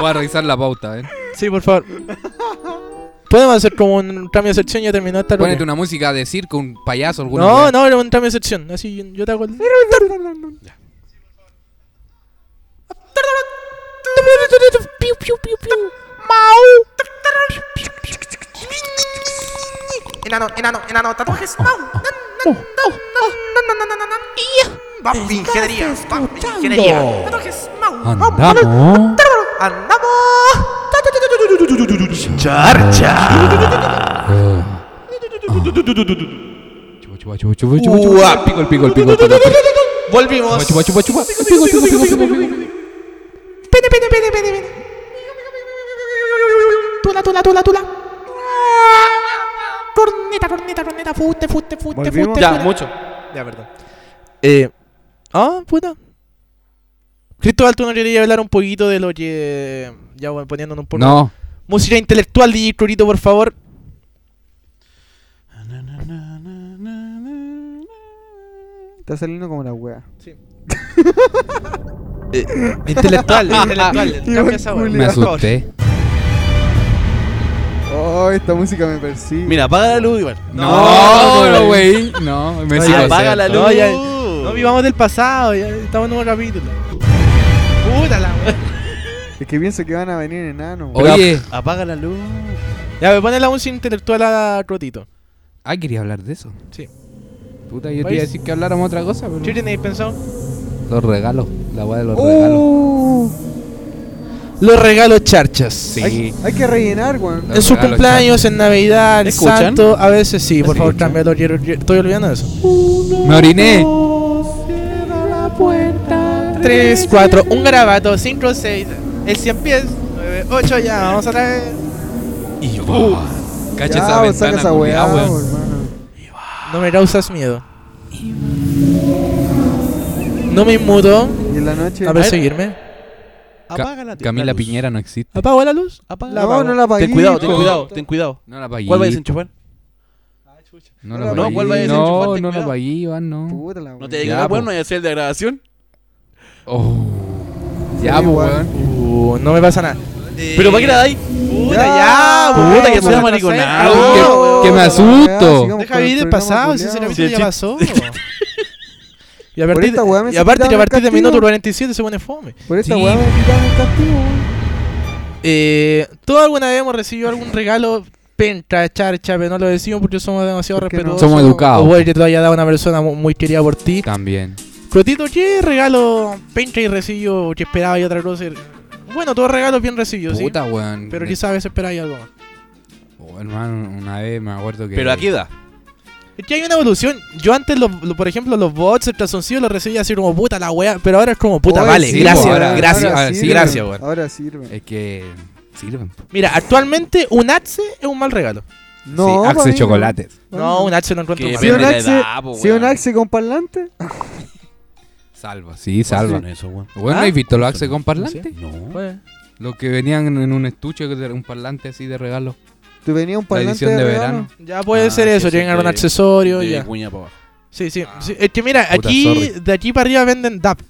Speaker 3: Voy a revisar la pauta, ¿eh?
Speaker 1: sí, por favor. Podemos hacer como un trámite de sección y ya terminó esta
Speaker 3: Ponete
Speaker 1: reunión.
Speaker 3: una música de circo, un payaso, alguna
Speaker 1: No,
Speaker 3: wea.
Speaker 1: no, era un trámite de sección. Así yo, yo te hago el.
Speaker 7: Piu, piu, piu, piu. Mau.
Speaker 10: Enano, enano, enano, tatuajes. No, no, no, no, no, no, no, no, no, no. Bap, ingeniería, bap, ingeniería. Tatuajes, mau, mau.
Speaker 3: Andamos.
Speaker 10: Andamos. Charcha.
Speaker 3: Chupa, chupa, chupa, chupa, chupa, chupa. Pico, el pico, el pico, el pico.
Speaker 10: Volvimos.
Speaker 3: Chupa, chupa, chupa.
Speaker 10: Pico, pico, pico, pico, pico. Pene, pene, pene, pene, pene.
Speaker 7: Tula, tula, tula, tula. Corneta, corneta, corneta. Fuste, fuste, fuste, fuste.
Speaker 1: Ya,
Speaker 7: fuste.
Speaker 1: mucho. Ya, perdón. Eh, ah, puta. Cristóbal, tú no querías hablar un poquito de lo que. Ya, bueno, poniéndonos un poco.
Speaker 3: No.
Speaker 1: Música intelectual, DJ Crurito, por favor.
Speaker 8: Está saliendo como la wea.
Speaker 1: Sí. intelectual, intelectual. Cambia esa wea.
Speaker 3: Ah, Me asusté.
Speaker 8: Oh, esta música me persigue.
Speaker 4: Mira, apaga la luz igual.
Speaker 3: No, no, güey. No, me
Speaker 4: No,
Speaker 3: sigo
Speaker 4: ya, apaga
Speaker 3: cerca.
Speaker 4: la luz.
Speaker 1: No, ya, no vivamos del pasado, ya estamos en un nuevo capítulo. Puta la wea.
Speaker 8: Es que pienso que van a venir enanos.
Speaker 3: Oye.
Speaker 4: Apaga la luz.
Speaker 1: Ya, me pone la música intelectual a Crotito.
Speaker 3: Ay, quería hablar de eso.
Speaker 1: Sí.
Speaker 3: Puta, yo te iba a decir que habláramos otra cosa, pero.
Speaker 1: ¿Qué tenéis pensado?
Speaker 3: Los regalos. La weá de
Speaker 5: Uh,
Speaker 3: los regalos.
Speaker 8: Oh.
Speaker 1: Los regalos charchas.
Speaker 3: Sí.
Speaker 8: Hay que rellenar, weón.
Speaker 3: Los
Speaker 1: En sus
Speaker 3: regalos,
Speaker 1: cumpleaños, en Navidad, en
Speaker 4: ¿Escuchan?
Speaker 1: Santo, a veces sí, por favor, cámbialo. quiero- quiero- Estoy olvidando eso.
Speaker 3: chaval. Me oriné.
Speaker 7: Cierra la puerta.
Speaker 1: 3, 4, un garabato, 5, 6, el 100 pies, 9, 8, ya, vamos a traer.
Speaker 3: Y yo. "Ah, Cacha esa
Speaker 8: Ya, vos Ah, saca
Speaker 3: ventana.
Speaker 8: esa
Speaker 3: culiá,
Speaker 8: weá,
Speaker 3: weón.
Speaker 8: weón, hermano.
Speaker 1: No me causas miedo. No me inmuto
Speaker 8: Y en la noche.
Speaker 1: a perseguirme.
Speaker 3: Ca-
Speaker 4: Apaga la
Speaker 3: Camila
Speaker 4: la luz.
Speaker 3: Piñera no existe.
Speaker 1: ¿Apago la luz?
Speaker 4: Apaga
Speaker 8: No, no la apagué,
Speaker 4: Ten cuidado, ten
Speaker 8: po.
Speaker 4: cuidado, ten cuidado.
Speaker 3: No la apagué.
Speaker 4: ¿Cuál va a desenchufar?
Speaker 3: No
Speaker 8: No,
Speaker 3: la apagué.
Speaker 4: ¿cuál va a desenchufar?
Speaker 3: No,
Speaker 4: Ten
Speaker 3: no la
Speaker 4: cuidado.
Speaker 3: apagué, Iván, no.
Speaker 8: Puta la
Speaker 4: No
Speaker 8: wea.
Speaker 4: te
Speaker 3: Ya,
Speaker 4: digas,
Speaker 3: po.
Speaker 4: bueno, no voy a hacer el de la grabación.
Speaker 3: Oh. Ya,
Speaker 8: Sí,
Speaker 3: pues,
Speaker 8: igual.
Speaker 3: weón.
Speaker 1: Uh, no me pasa nada.
Speaker 4: Pero ¿para qué la dais?
Speaker 1: Puta,
Speaker 8: ya,
Speaker 4: Puta, que
Speaker 8: vamos,
Speaker 4: sea
Speaker 8: no
Speaker 4: mariconado.
Speaker 3: sé. Que- que me asusto.
Speaker 8: sigamos
Speaker 1: Deja
Speaker 8: con el
Speaker 1: vivir el
Speaker 8: programa,
Speaker 1: pasado, si ese
Speaker 8: culiao.
Speaker 4: Sí,
Speaker 1: capítulo ya
Speaker 4: sí.
Speaker 1: pasó. Y a
Speaker 8: Por
Speaker 1: partir,
Speaker 8: esta weá me
Speaker 1: y aparte que a
Speaker 8: quitaron el
Speaker 1: partir de
Speaker 8: castigo.
Speaker 1: minuto 47 se pone fome.
Speaker 8: Por esta
Speaker 3: Sí.
Speaker 8: weá me quitaron el castigo, weón.
Speaker 1: Eh, ¿Todos alguna vez hemos recibido algún regalo penca, charcha, pero no lo decimos porque somos demasiado
Speaker 8: ¿Por qué no?
Speaker 1: respetuosos?
Speaker 3: Somos educados.
Speaker 1: O puede que te lo haya dado una persona mu- muy querida por ti.
Speaker 3: También.
Speaker 1: Crotito, ¿qué regalo penca y recibió que esperaba y otra cosa? Bueno, todos regalos bien recibidos,
Speaker 3: Puta, weón.
Speaker 1: sí. Pero
Speaker 3: Me-
Speaker 1: quizás a veces esperáis algo más.
Speaker 3: Oh, hermano, una vez me acuerdo que.
Speaker 4: Pero aquí da.
Speaker 1: Es que hay una evolución. Yo antes, los, lo- por ejemplo, los bots, el calzoncillo, los recibía así como puta la wea. Pero ahora es como puta,
Speaker 8: Oye,
Speaker 1: vale.
Speaker 3: sí,
Speaker 1: gracias,
Speaker 3: po, ahora-
Speaker 1: gracias.
Speaker 3: ahora
Speaker 1: pues, sí,
Speaker 8: sirven,
Speaker 1: gracias, weón.
Speaker 8: Ahora sirve.
Speaker 3: Es que. Sirven. pues. po.
Speaker 1: Mira, actualmente un Axe es un mal regalo.
Speaker 8: No,
Speaker 3: sí, Axe
Speaker 8: amigo.
Speaker 3: chocolates.
Speaker 1: No, un Axe no encuentro
Speaker 4: Que
Speaker 1: mal.
Speaker 8: Si un
Speaker 4: Depende de la
Speaker 8: axe,
Speaker 4: edad, po,
Speaker 8: si un
Speaker 4: weón.
Speaker 8: axe con parlante,
Speaker 3: Salva,
Speaker 4: Pues
Speaker 3: sí, salva.
Speaker 4: Son eso, weón.
Speaker 3: Bueno,
Speaker 1: ¿Ah?
Speaker 3: ¿has visto los Axe con parlante?
Speaker 4: No.
Speaker 1: Bueno.
Speaker 3: Los que venían en un estuche, de un parlante así de regalo.
Speaker 8: te venía un
Speaker 3: La
Speaker 8: parlante
Speaker 3: edición de
Speaker 8: regalo.
Speaker 3: verano.
Speaker 1: Ya puede
Speaker 4: Ah,
Speaker 1: ser
Speaker 4: sí,
Speaker 1: eso,
Speaker 4: eso
Speaker 1: tienen
Speaker 4: de-
Speaker 1: algún accesorio,
Speaker 4: De
Speaker 1: ya.
Speaker 4: cuña para abajo.
Speaker 1: Sí, sí, sí. Es que mira,
Speaker 3: Puta,
Speaker 1: aquí,
Speaker 3: sorry.
Speaker 1: de aquí para arriba venden DAP.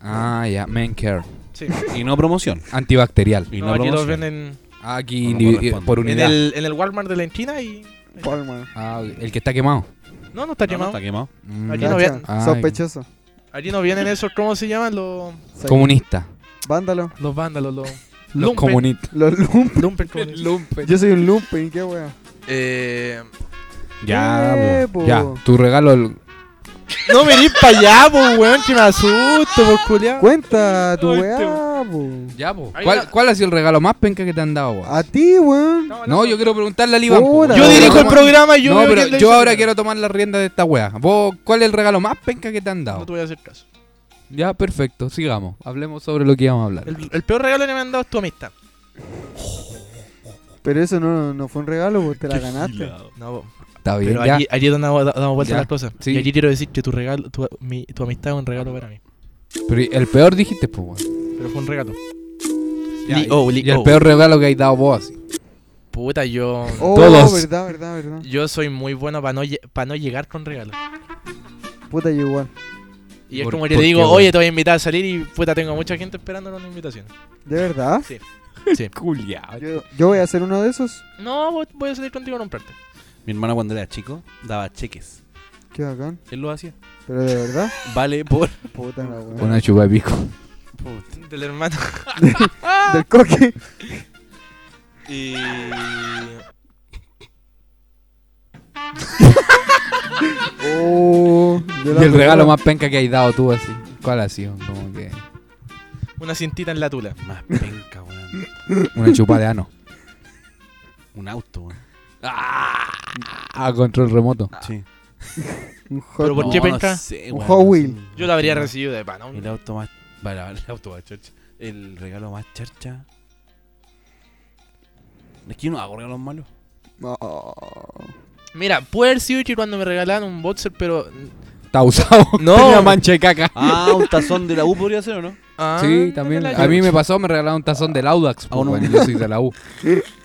Speaker 3: Ah, ya, Men Care.
Speaker 1: Sí.
Speaker 4: Y no promoción.
Speaker 3: Antibacterial.
Speaker 4: Y
Speaker 1: No,
Speaker 4: no,
Speaker 1: aquí los
Speaker 4: promoción.
Speaker 1: venden
Speaker 3: Ah, Aquí
Speaker 4: Como
Speaker 3: individu-
Speaker 4: corresponde.
Speaker 3: por
Speaker 1: en
Speaker 3: unidad.
Speaker 1: el, en el Walmart de la esquina y...
Speaker 8: Palma.
Speaker 3: Ah, el que está quemado.
Speaker 1: No, no está
Speaker 4: No, no,
Speaker 1: quemado.
Speaker 4: está quemado.
Speaker 3: Mm,
Speaker 1: Aquí no
Speaker 8: Cacha,
Speaker 1: había-
Speaker 3: Ay.
Speaker 8: Sospechoso.
Speaker 1: Aquí no vienen esos, ¿cómo se llaman? Los,
Speaker 3: Comunista.
Speaker 8: Vándalo.
Speaker 1: los vándalos, los...
Speaker 3: Los
Speaker 1: lumpen.
Speaker 3: comunistas.
Speaker 8: Los lumpen.
Speaker 1: Lumpen, como dicen.
Speaker 8: Yo soy un lumpen, qué wea.
Speaker 1: Eh,
Speaker 3: Ya,
Speaker 8: Eh,
Speaker 3: po.
Speaker 8: po.
Speaker 3: ya. Tu regalo. el-
Speaker 1: No venís para allá, po, weón, que me asusto, por culiao.
Speaker 8: Cuenta tu weá, po.
Speaker 3: Ya, po.
Speaker 1: Ahí
Speaker 3: ¿Cuál,
Speaker 1: va. Ah,
Speaker 3: ¿Cuál ha sido el regalo más penca que te han dado, weón?
Speaker 8: A ti, weón.
Speaker 3: No, yo quiero preguntarle al Iván. po.
Speaker 8: Puta.
Speaker 1: Yo
Speaker 8: No,
Speaker 1: dirijo el
Speaker 3: ¿Cómo-
Speaker 1: programa y yo
Speaker 3: no,
Speaker 1: veo
Speaker 3: pero
Speaker 1: quién le
Speaker 3: yo
Speaker 1: hizo
Speaker 3: ahora
Speaker 1: el
Speaker 3: quiero tomar la rienda de esta wea. ¿Vos cuál es el regalo más penca que te han
Speaker 1: regalo. No
Speaker 3: dado?
Speaker 1: te voy a hacer caso.
Speaker 3: Ya, perfecto, sigamos. Hablemos sobre lo que íbamos a hablar.
Speaker 1: El, el peor regalo que me han dado es tu amistad.
Speaker 8: Pero eso no, no fue un regalo, po, te la
Speaker 4: Ah,
Speaker 8: ganaste.
Speaker 1: No, po.
Speaker 3: Está bien,
Speaker 1: Pero
Speaker 3: ya.
Speaker 1: aquí, aquí es donde damos, damos vuelta
Speaker 3: Ya.
Speaker 1: las cosas.
Speaker 3: Sí.
Speaker 1: Y aquí quiero decir que tu regalo, tu, mi- tu amistad es un regalo para mí.
Speaker 3: Pero el peor dijiste, pues, weón.
Speaker 1: Pero fue un regalo.
Speaker 3: Ya,
Speaker 1: Li-
Speaker 3: y-
Speaker 1: oh, li-
Speaker 3: Y el
Speaker 1: oh.
Speaker 3: peor regalo que hayas dado vos, así.
Speaker 1: Puta, yo.
Speaker 8: Oh,
Speaker 3: Todos.
Speaker 8: verdad, verdad, verdad.
Speaker 1: Yo soy muy bueno para no, lle- pa no llegar con regalos.
Speaker 8: Puta, yo igual.
Speaker 1: Y es
Speaker 3: ¿Por-
Speaker 1: como que
Speaker 3: por
Speaker 1: le
Speaker 3: qué,
Speaker 1: digo,
Speaker 3: weón?
Speaker 1: oye, te voy a invitar a salir y puta, tengo mucha gente esperando una invitación.
Speaker 8: ¿De verdad?
Speaker 1: Sí. Sí.
Speaker 4: Culiao.
Speaker 8: Yo, yo voy a hacer uno de esos.
Speaker 1: No, voy- voy a salir contigo a comprarte.
Speaker 4: Mi hermano cuando era chico daba cheques.
Speaker 8: Qué bacán.
Speaker 4: Él lo hacía.
Speaker 8: Pero de verdad.
Speaker 4: Vale por.
Speaker 8: Puta la weá.
Speaker 3: Una chupa de pico.
Speaker 1: Del hermano.
Speaker 8: Del coque.
Speaker 1: Y.
Speaker 8: Oh, de la
Speaker 3: Y el
Speaker 8: tula.
Speaker 3: regalo más penca que hay dado tú así. ¿Cuál ha sido? Como que.
Speaker 1: Una cintita en la tula.
Speaker 4: Más penca, weón.
Speaker 3: Una chupa de ano.
Speaker 4: Un auto, weón.
Speaker 3: A control remoto.
Speaker 4: Sí.
Speaker 8: Un hot-
Speaker 1: ¿Pero por qué
Speaker 4: No, no
Speaker 1: penca?
Speaker 4: sé,
Speaker 8: Un
Speaker 4: weón.
Speaker 8: Hot Wheel.
Speaker 1: Yo la habría recibido de pana.
Speaker 4: El auto más. Vale, vale, el auto más charcha. El regalo más charcha. Es que yo no hago regalos malos.
Speaker 8: Oh.
Speaker 1: Mira, puede haber sido que cuando me regalaron un boxer, pero.
Speaker 3: Está usado.
Speaker 1: No.
Speaker 3: Tenía mancha de caca.
Speaker 4: Ah, un tazón de la U podría ser o no.
Speaker 1: Ah,
Speaker 3: Sí, también.
Speaker 1: la
Speaker 3: A mí me pasó, me regalaron un tazón del Audax.
Speaker 4: Ah, no.
Speaker 3: pues, bueno, yo soy de la U.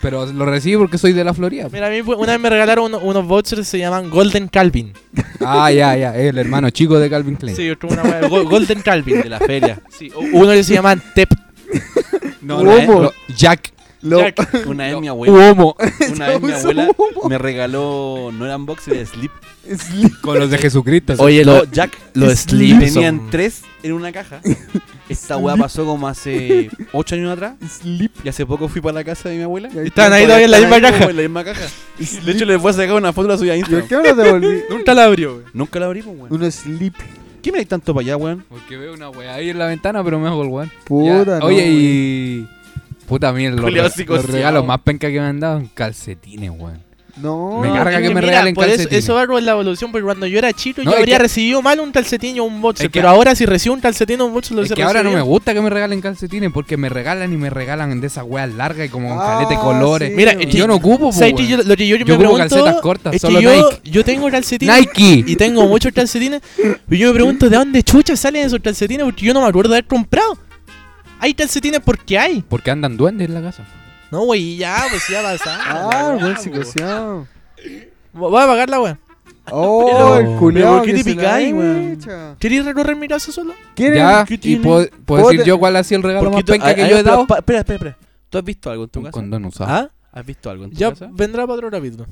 Speaker 3: Pero lo recibí porque soy de la Florida. pues.
Speaker 1: Mira, a mí fue- una vez me regalaron uno- unos boxers que se llaman Golden Calvin.
Speaker 3: Ah, ya, ya. El hermano chico de Calvin Klein.
Speaker 1: Sí, yo tuve una wea de Go- Golden Calvin de la feria. Sí, o- uno que se llama Tep.
Speaker 4: No,
Speaker 3: Una
Speaker 4: no,
Speaker 3: vez- lo- Jack.
Speaker 8: Lo-
Speaker 1: Jack.
Speaker 4: Una vez mi abuela,
Speaker 3: Uomo.
Speaker 4: una vez mi abuela me regaló no eran boxers de Sleep.
Speaker 3: Con los de Jesucristo.
Speaker 1: Oye,
Speaker 4: No,
Speaker 1: lo,
Speaker 4: Jack.
Speaker 1: los
Speaker 4: Sleep
Speaker 1: Sleep
Speaker 4: tenían
Speaker 1: son-
Speaker 4: tres en una caja. Esta weá pasó como hace ocho años atrás.
Speaker 8: Sleep.
Speaker 4: Y hace poco fui para la casa de mi abuela.
Speaker 1: Están ahí todavía en la misma caja.
Speaker 4: como En la misma caja. De hecho, les voy a sacar una foto a la suya a
Speaker 8: ¿Por
Speaker 4: Instagram.
Speaker 8: qué me lo devolví?
Speaker 1: Un talabrio, wey.
Speaker 4: Nunca la abrimos, weón.
Speaker 8: Uno sleep.
Speaker 4: ¿Qué me hay tanto para allá, weón?
Speaker 3: Porque veo una wea ahí en la ventana, pero me hago el weón.
Speaker 8: Puta,
Speaker 3: Ya.
Speaker 8: no,
Speaker 3: Oye,
Speaker 8: weón.
Speaker 3: y. Puta, miren, los,
Speaker 1: Culiao
Speaker 3: re- los
Speaker 1: psicoseado.
Speaker 3: regalos más penca que me han dado en calcetines, weón.
Speaker 8: No.
Speaker 3: Me carga que me
Speaker 1: Mira,
Speaker 3: regalen
Speaker 1: por eso,
Speaker 3: calcetines.
Speaker 1: eso va con la evolución, porque cuando yo era chico
Speaker 3: No,
Speaker 1: yo
Speaker 3: es
Speaker 1: habría
Speaker 3: que-
Speaker 1: recibido mal un calcetín o un boxer,
Speaker 3: es que-
Speaker 1: pero ahora si recibo un calcetín o un boxer lo
Speaker 3: Es que ahora no me gusta que me regalen calcetines porque me regalan y me regalan de esas weas largas y como con caleta de
Speaker 8: Ah,
Speaker 3: colores.
Speaker 8: sí,
Speaker 1: Mira,
Speaker 8: weón.
Speaker 1: es que-
Speaker 3: yo no ocupo, po,
Speaker 1: ¿Sabes que
Speaker 3: weón.
Speaker 1: yo, lo que yo, me
Speaker 3: Yo ocupo
Speaker 1: pregunto
Speaker 3: calcetas cortas,
Speaker 1: es que
Speaker 3: solo
Speaker 1: yo,
Speaker 3: Nike.
Speaker 1: yo tengo calcetines
Speaker 3: Nike.
Speaker 1: y tengo muchos calcetines, pero yo me pregunto de dónde chucha salen esos calcetines porque yo no me acuerdo de haber comprado. Hay calcetines porque hay.
Speaker 3: Porque andan duendes en la casa.
Speaker 1: No, güey, ya, pues ya pasa.
Speaker 8: Ah, buen psicoseado.
Speaker 1: Voy a pagar la wea.
Speaker 8: Oh, el culiao.
Speaker 1: ¿por qué
Speaker 8: que
Speaker 1: te
Speaker 8: se la
Speaker 1: picáis, weón?
Speaker 8: echa.
Speaker 1: ¿Queréis recorrer mi casa solo?
Speaker 8: ¿Quieren?
Speaker 3: Ya,
Speaker 4: ¿Qué
Speaker 3: y
Speaker 4: tiene?
Speaker 3: puedo, puedo
Speaker 8: ¿Puedo
Speaker 3: decir
Speaker 8: te-
Speaker 3: yo cuál ha sido el regalo más
Speaker 4: Porque tú-
Speaker 3: penca
Speaker 4: ay,
Speaker 3: que
Speaker 4: ay,
Speaker 3: yo he
Speaker 4: pero
Speaker 3: dado.
Speaker 4: pa- Espera, espera, espera. ¿Tú has visto algo en tu
Speaker 3: Un
Speaker 4: casa?
Speaker 3: condón usado.
Speaker 4: ¿Ah? ¿Has visto algo en tu
Speaker 1: Ya pues,
Speaker 4: casa?
Speaker 1: vendrá para otro capítulo.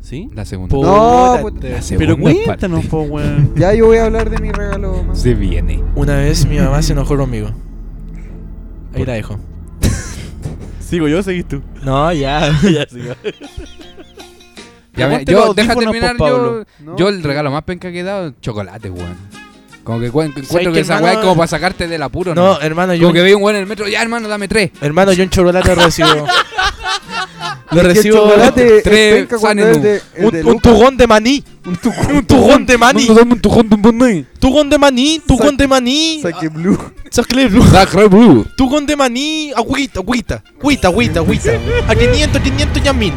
Speaker 4: ¿Sí?
Speaker 3: La segunda.
Speaker 8: No,
Speaker 1: Ah, Puta,
Speaker 8: Oh,
Speaker 5: pues,
Speaker 8: puta.
Speaker 1: te-
Speaker 3: La segunda
Speaker 4: Pero cuéntanos,
Speaker 3: parte.
Speaker 4: po, weón.
Speaker 8: Ya yo voy a hablar de mi regalo más.
Speaker 3: Se viene.
Speaker 1: Una vez mi mamá se enojó conmigo. Ahí la dejo.
Speaker 4: ¿Sigo yo o seguís tú?
Speaker 1: No, ya.
Speaker 4: ya sigo.
Speaker 3: Ya me-
Speaker 4: Ponte los
Speaker 3: yo, deja
Speaker 4: audífonos,
Speaker 3: terminar
Speaker 4: po,
Speaker 3: yo,
Speaker 4: Pablo.
Speaker 8: No.
Speaker 3: yo el regalo más penca que he dado, chocolate, weón. Como que cuen-
Speaker 1: ¿Sabes
Speaker 3: encuentro
Speaker 1: qué,
Speaker 3: que esa
Speaker 1: hermano?
Speaker 3: weá es como para sacarte del apuro, ¿no?
Speaker 1: No, hermano, yo.
Speaker 3: Como que veo un weón en el metro, ya hermano, dame tres.
Speaker 1: Hermano, yo un chocolate lo recibo. lo
Speaker 8: Que el
Speaker 1: recibo.
Speaker 8: chocolate es
Speaker 3: tres
Speaker 8: penca cuando
Speaker 3: Sanenú.
Speaker 8: es de- el de
Speaker 1: Un, un
Speaker 8: Luca.
Speaker 1: tujón de maní. Un tujón, de maní.
Speaker 3: dame un tujón de maní.
Speaker 1: Tujón de maní. Tujón de maní.
Speaker 8: Saque Blue.
Speaker 1: Sacle blue. Tujón de maní. Agüita, agüita. Agüita, agüita, agüita. A 500, 500 y a 1000.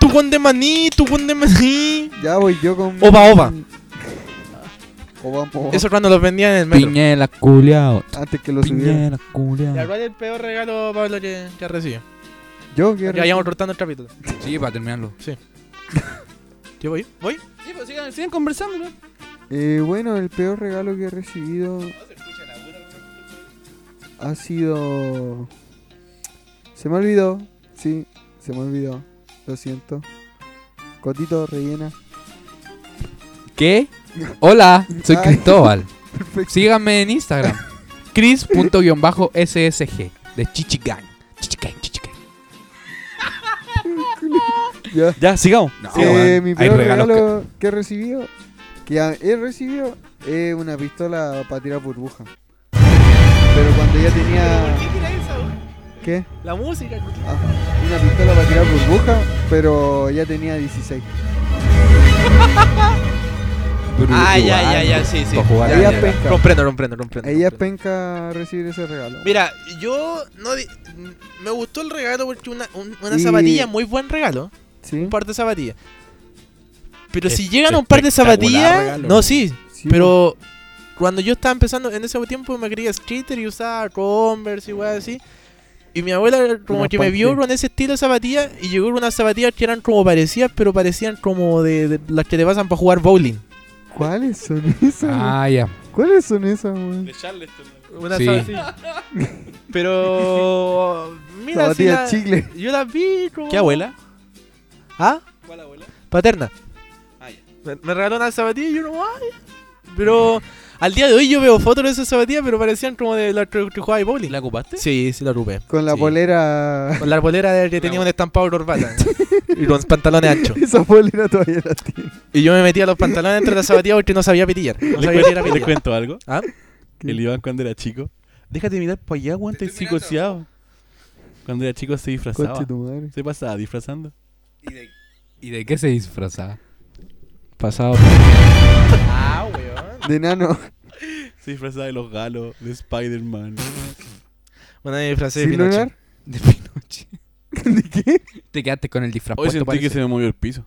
Speaker 1: Tujón de maní. Tujón de maní.
Speaker 8: Ya voy yo con.
Speaker 1: Oba, oba.
Speaker 8: Oba, oba.
Speaker 1: Eso cuando los vendían en el metro.
Speaker 3: Piñela culiao.
Speaker 8: Antes que lo subiera.
Speaker 3: culiao.
Speaker 1: ¿Cuál es el peor regalo, Pablo, que, que has recibido?
Speaker 8: Yo quiero.
Speaker 1: Ya vayamos cortando el capítulo.
Speaker 3: Sí, para terminarlo.
Speaker 1: ¿Yo voy? ¿Voy?
Speaker 4: Sí, pues sigan, sigan conversando, ¿no?
Speaker 8: Eh, bueno, el peor regalo que he recibido ha sido... Se me olvidó, sí, se me olvidó, lo siento. Cotito rellena.
Speaker 3: ¿Qué? Hola, soy
Speaker 8: Ay.
Speaker 3: Cristóbal.
Speaker 8: Perfecto.
Speaker 3: Síganme en Instagram. Chris.-ssg de Chichigang. Chichigang, Chichigang.
Speaker 8: Ya.
Speaker 4: Ya, sigamos.
Speaker 3: No,
Speaker 8: Eh,
Speaker 3: weón,
Speaker 8: mi
Speaker 3: hay
Speaker 8: peor
Speaker 3: regalos que...
Speaker 8: regalo que... he recibido, que ha- he recibido, es Eh, una pistola para tirar burbuja. Pero cuando ya tenía...
Speaker 1: tira esa,
Speaker 8: ¿Qué?
Speaker 1: La música.
Speaker 8: Ah, una pistola para tirar burbuja, pero ya tenía 16.
Speaker 1: Ah, ya, ya, ya, sí, sí.
Speaker 3: Para jugar.
Speaker 1: Ya,
Speaker 8: Ella
Speaker 1: ya, ya.
Speaker 8: pesca.
Speaker 1: Comprendo, comprendo, comprendo.
Speaker 8: Ella es
Speaker 1: comprendo.
Speaker 8: penca recibir ese regalo.
Speaker 1: Mira, yo no di- me gustó el regalo porque una, un- una
Speaker 8: Y-
Speaker 1: zapatilla, muy buen regalo.
Speaker 8: ¿Sí?
Speaker 1: Un par de zapatillas. Pero si
Speaker 4: Es-
Speaker 1: llegan a un par de
Speaker 4: espectacular
Speaker 1: zapatillas.
Speaker 4: regalo.
Speaker 1: No, sí,
Speaker 8: Sí,
Speaker 1: Pero cuando yo estaba empezando, en ese tiempo me quería skater y usaba Converse y weas así. Y mi abuela como
Speaker 8: Unos
Speaker 1: que me vio
Speaker 8: panties.
Speaker 1: con ese estilo de zapatillas y llegó con unas zapatillas que eran como parecidas, pero parecían como de, de las que te pasan para jugar bowling.
Speaker 8: ¿Cuáles son esas?
Speaker 3: Ah,
Speaker 8: weón?
Speaker 3: ya.
Speaker 8: ¿Cuáles son esas, weón?
Speaker 11: De
Speaker 1: Pues
Speaker 11: Charleston.
Speaker 1: Una
Speaker 3: Sí.
Speaker 1: sabe así. Pero. Oh, Mira, si
Speaker 8: Zapatillas
Speaker 1: la-
Speaker 8: chicle.
Speaker 1: yo las vi como.
Speaker 4: ¿Qué abuela?
Speaker 1: ¿Ah?
Speaker 11: ¿Cuál abuela?
Speaker 1: Paterna.
Speaker 4: Ah, ya.
Speaker 1: Me, me regaló una zapatilla y yo no. ay. Pero. Al día de hoy yo veo fotos de esas zapatillas, pero parecían como de la que jugaba de bowling.
Speaker 4: ¿La ocupaste?
Speaker 1: Sí, sí, la ocupé.
Speaker 8: Con la
Speaker 4: Sí.
Speaker 8: polera.
Speaker 1: Con la arbolera de que tenía un estampado corbata. y con pantalones anchos.
Speaker 8: Esa polera todavía la tiene.
Speaker 1: Y yo me metía los pantalones entre las zapatillas porque no sabía pitillar. No
Speaker 4: ¿Les
Speaker 1: sabía tirar
Speaker 4: cuento, les
Speaker 1: pitillar.
Speaker 4: cuento algo?
Speaker 1: ¿Ah?
Speaker 4: El Iván cuando era chico. Déjate mirar para allá, weón,
Speaker 11: Te
Speaker 4: te
Speaker 11: estoy mirando.
Speaker 4: psicoseado. Cuando era chico se disfrazaba.
Speaker 8: Coche tu madre.
Speaker 4: Se pasaba disfrazando.
Speaker 11: ¿Y de
Speaker 3: ¿Y de qué se disfrazaba? Pasado.
Speaker 8: De nano.
Speaker 4: Se disfrazaba de los galos, de Spider-Man.
Speaker 1: Bueno, ahí disfrazé de
Speaker 8: ¿Sin
Speaker 1: Pinocho.
Speaker 8: lunar?
Speaker 3: De Pinoche. ¿De qué? Te quedaste con el disfraz
Speaker 4: Hoy
Speaker 3: puesto,
Speaker 4: sentí que
Speaker 3: parece.
Speaker 4: se me movió el piso.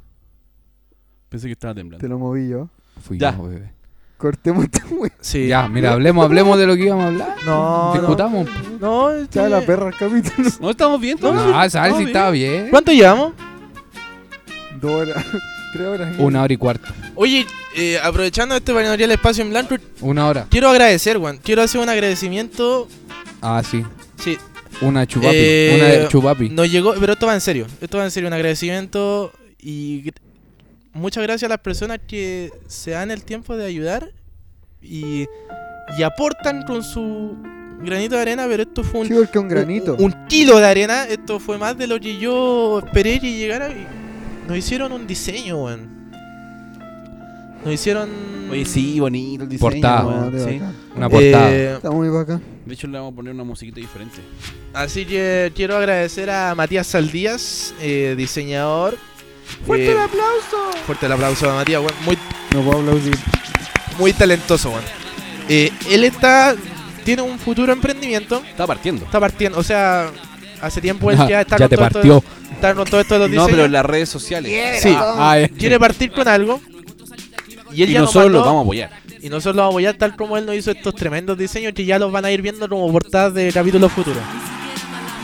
Speaker 4: Pensé que estaba temblando.
Speaker 8: Te lo moví yo.
Speaker 3: Fui
Speaker 4: Ya.
Speaker 3: yo, bebé.
Speaker 8: Cortemos esta weón.
Speaker 1: Sí.
Speaker 3: Ya, mira, hablemos, hablemos de lo que íbamos a hablar.
Speaker 1: No, no.
Speaker 3: Discutamos.
Speaker 1: No, este-
Speaker 8: Ya
Speaker 1: sí.
Speaker 8: la perra el capítulo.
Speaker 4: No estamos viendo.
Speaker 3: No, sabes si estaba bien.
Speaker 1: ¿Cuánto llevamos?
Speaker 8: Dos horas. Tres horas.
Speaker 3: Una hora y cuarto.
Speaker 1: Oye, eh, aprovechando este variaría el espacio en blanco,
Speaker 3: Una hora.
Speaker 1: quiero agradecer, Juan. Quiero hacer un agradecimiento.
Speaker 3: Ah, sí.
Speaker 1: Sí,
Speaker 3: Una chupapi.
Speaker 1: Eh,
Speaker 3: Una chupapi.
Speaker 1: nos llegó, pero esto va en serio. Esto va en serio, un agradecimiento y gr- muchas gracias a las personas que se dan el tiempo de ayudar y, y aportan con su granito de arena, pero esto fue un,
Speaker 8: Chivo, que un granito.
Speaker 1: un, un kilo de arena. Esto fue más de lo que yo esperé que llegara. Y nos hicieron un diseño, weón. Nos hicieron.
Speaker 4: Oye, sí, bonito el diseño.
Speaker 3: Portada.
Speaker 8: No,
Speaker 1: Ah,
Speaker 4: weón,
Speaker 8: de
Speaker 4: sí.
Speaker 8: bacán.
Speaker 3: Una portada.
Speaker 1: Eh,
Speaker 8: Está muy bacán.
Speaker 4: De hecho, le vamos a poner una musiquita diferente.
Speaker 1: Así que quiero agradecer a Matías Saldías, eh, diseñador. Eh,
Speaker 8: aplauso!
Speaker 1: Fuerte el aplauso a Matías, weón. Muy,
Speaker 8: No puedo aplaudir.
Speaker 1: muy talentoso, weón. Eh, él está. Tiene un futuro emprendimiento.
Speaker 4: Estaba partiendo.
Speaker 1: Está partiendo, o sea, hace tiempo él
Speaker 3: Ah,
Speaker 1: pues ya está
Speaker 3: ya
Speaker 1: con
Speaker 3: te
Speaker 1: todo esto-
Speaker 3: partió.
Speaker 1: está con todo esto de los
Speaker 4: No,
Speaker 1: diseños.
Speaker 4: pero en las redes sociales.
Speaker 1: Sí,
Speaker 3: Ah, eh.
Speaker 1: quiere partir con algo. Y él
Speaker 4: Y
Speaker 1: ya nos
Speaker 4: nosotros lo
Speaker 1: mandó-
Speaker 4: vamos a apoyar.
Speaker 1: Y nosotros lo vamos a apoyar tal como él nos hizo estos tremendos diseños que ya los van a ir viendo como portadas de capítulos futuros.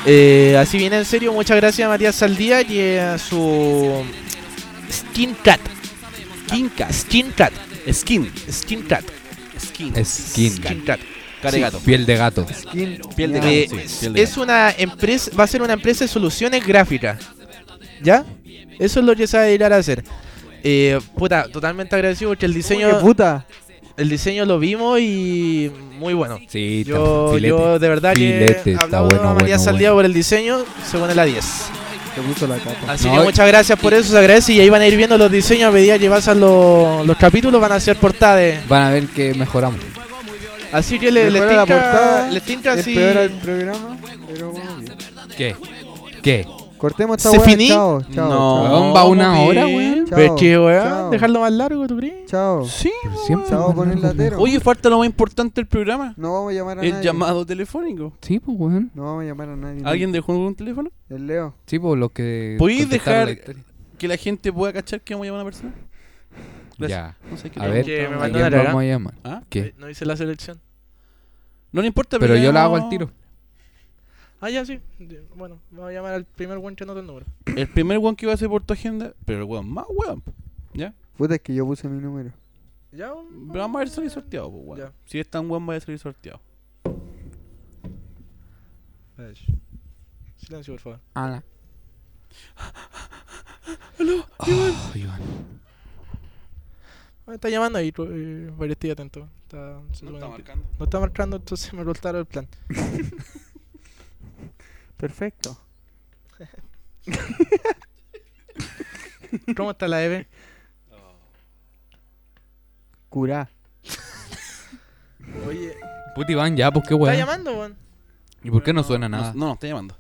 Speaker 1: Eh, así bien en serio, muchas gracias a Matías Saldía y a su Skin Cat. Skin Cat. Skin Cat.
Speaker 4: Skin.
Speaker 1: Skin Cat. Skin.
Speaker 3: Skin.
Speaker 1: Cat.
Speaker 4: Cara de gato.
Speaker 3: Piel de gato.
Speaker 8: Skin.
Speaker 4: Piel de
Speaker 8: Ya.
Speaker 1: Eh,
Speaker 4: gato. sí, piel de
Speaker 1: es una empresa, va a ser una empresa de soluciones gráficas. ¿Ya? Eso es lo que sabe Hilar a hacer. Eh, puta, totalmente agradecido porque el
Speaker 8: Oye,
Speaker 1: diseño,
Speaker 8: puta.
Speaker 1: el diseño lo vimos y muy bueno.
Speaker 3: Sí, está-
Speaker 1: Yo,
Speaker 3: filete.
Speaker 1: yo de verdad
Speaker 3: Filete,
Speaker 1: que
Speaker 3: está
Speaker 1: aplaudo
Speaker 3: bueno,
Speaker 1: a María
Speaker 3: bueno,
Speaker 1: Saldía
Speaker 3: bueno.
Speaker 1: por el diseño, se pone la 10.
Speaker 8: Te puso la capa.
Speaker 1: Así
Speaker 3: No,
Speaker 1: que
Speaker 3: y-
Speaker 1: muchas gracias por eso, se agradece y ahí van a ir viendo los diseños a medida que pasan los, los capítulos, van a ser portadas. de-
Speaker 3: Van a ver que mejoramos.
Speaker 1: Así que le- les
Speaker 8: Mejora la
Speaker 1: tinca,
Speaker 8: portada,
Speaker 1: les tinca
Speaker 8: Es
Speaker 1: si-
Speaker 8: peor el programa, pero bueno, bien.
Speaker 3: ¿Qué? ¿Qué?
Speaker 8: Cortemos esta
Speaker 1: ¿Se
Speaker 8: weá.
Speaker 1: finí?
Speaker 8: Chao, chao.
Speaker 4: No.
Speaker 8: chao.
Speaker 3: Weón, va una
Speaker 1: bien.
Speaker 3: hora, weón.
Speaker 1: Ah, Pero es que, weón,
Speaker 8: Chao.
Speaker 1: dejarlo más largo, ¿tú crees?
Speaker 8: Chao.
Speaker 4: Sí.
Speaker 3: Pero siempre.
Speaker 8: Chao
Speaker 3: más
Speaker 8: con el
Speaker 3: largo, weón.
Speaker 8: latero.
Speaker 4: Oye, falta lo más importante del programa.
Speaker 8: No vamos a llamar a
Speaker 4: El
Speaker 8: nadie.
Speaker 4: llamado telefónico.
Speaker 3: Sí, pues, weón.
Speaker 8: No vamos a llamar a nadie.
Speaker 4: ¿Alguien dejó un teléfono?
Speaker 8: El Leo.
Speaker 3: Sí, pues, lo que.
Speaker 4: ¿Podéis
Speaker 3: contestaron
Speaker 4: dejar-
Speaker 3: la historia.
Speaker 4: Que la gente pueda cachar que vamos a llamar a una persona. Gracias.
Speaker 3: Ya.
Speaker 4: No sé qué
Speaker 3: A
Speaker 4: tal.
Speaker 3: ver,
Speaker 1: Que me
Speaker 3: ¿a
Speaker 1: mandó
Speaker 3: quién
Speaker 1: una regla.
Speaker 3: vamos a llamar?
Speaker 4: ¿Ah?
Speaker 3: ¿Qué?
Speaker 1: No hice la selección.
Speaker 4: No le importa,
Speaker 3: Pero
Speaker 4: ya
Speaker 3: yo la hago
Speaker 4: vamos-
Speaker 3: al tiro.
Speaker 1: Ah, ya, sí. Bueno, vamos a llamar al primer weón que no el número.
Speaker 4: El primer weón que iba a hacer por tu agenda. Pero el weón más weón. po. ¿Ya?
Speaker 8: Puta, es que yo puse mi número.
Speaker 1: Ya, weón.
Speaker 4: Pero vamos a ver salir sorteado, po, weón.
Speaker 1: Ya.
Speaker 4: Si es tan weón, va a salir sorteado.
Speaker 1: silencio, por favor.
Speaker 3: Ala. Oh, Iván.
Speaker 1: Me Ah, está llamando ahí, eh, pero estoy atento. Está, se supone que-
Speaker 4: marcando.
Speaker 1: No está marcando, entonces me cortaron el plan.
Speaker 8: Perfecto.
Speaker 1: ¿Cómo está la Eve?
Speaker 8: Curá.
Speaker 1: Oye,
Speaker 3: Puta Iván, ya, pues qué
Speaker 1: ¿está
Speaker 3: weón.
Speaker 1: llamando, weón?
Speaker 3: ¿Y por qué no suena
Speaker 4: No,
Speaker 3: nada?
Speaker 4: no, no, está llamando.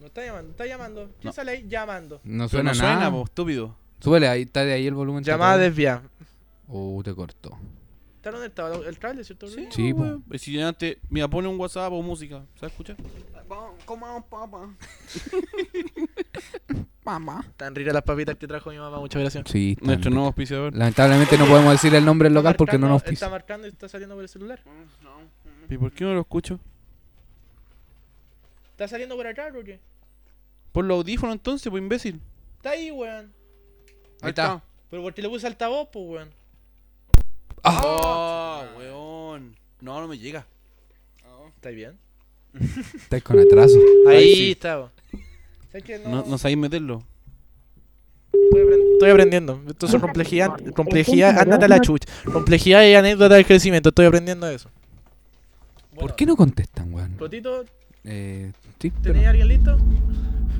Speaker 1: No está llamando, está llamando. ¿Quién
Speaker 4: No.
Speaker 1: sale ahí llamando?
Speaker 3: No
Speaker 4: Pero
Speaker 3: suena
Speaker 4: no
Speaker 3: nada.
Speaker 4: suena, po, estúpido.
Speaker 3: Súbele, ahí está de ahí el volumen. está
Speaker 1: Llamada
Speaker 3: todo.
Speaker 1: desviada.
Speaker 3: Oh, te cortó.
Speaker 1: ¿Está donde estaba? ¿El cable, cierto?
Speaker 4: Sí,
Speaker 3: Sí, po.
Speaker 4: Eh, weón. Y Si antes, mira, pone un WhatsApp o música. ¿Sabes escuchar?
Speaker 8: Comamos papa.
Speaker 1: Tan ricas las papitas que trajo mi mamá, muchas gracias.
Speaker 3: Sí, está
Speaker 4: Nuestro
Speaker 3: bien.
Speaker 4: nuevo auspiciador.
Speaker 3: Lamentablemente no podemos decir el nombre del local
Speaker 1: Está
Speaker 3: porque no nos
Speaker 1: marcando-
Speaker 3: pisa.
Speaker 1: Está marcando y está saliendo por el celular.
Speaker 4: ¿Y por qué no lo escucho?
Speaker 1: ¿Está saliendo por acá o qué?
Speaker 4: Por los audífonos entonces, pues imbécil.
Speaker 1: Está ahí, weón.
Speaker 3: Ahí está.
Speaker 1: Pero porque le puse altavoz, pues, weón.
Speaker 4: Ah, weón. No, no me llega.
Speaker 1: ¿Estáis bien?
Speaker 3: Estás con atraso.
Speaker 1: Ahí
Speaker 4: sí.
Speaker 1: estaba. Es que
Speaker 4: No, no sabéis meterlo.
Speaker 1: Estoy aprendiendo. Esto es complejidad. Complejidad. Andate a la chucha. Complejidad y anécdota del crecimiento. Estoy aprendiendo eso.
Speaker 3: ¿Por qué no contestan, weón?
Speaker 1: Cotito,
Speaker 3: Eh, sí,
Speaker 1: ¿tenéis alguien listo?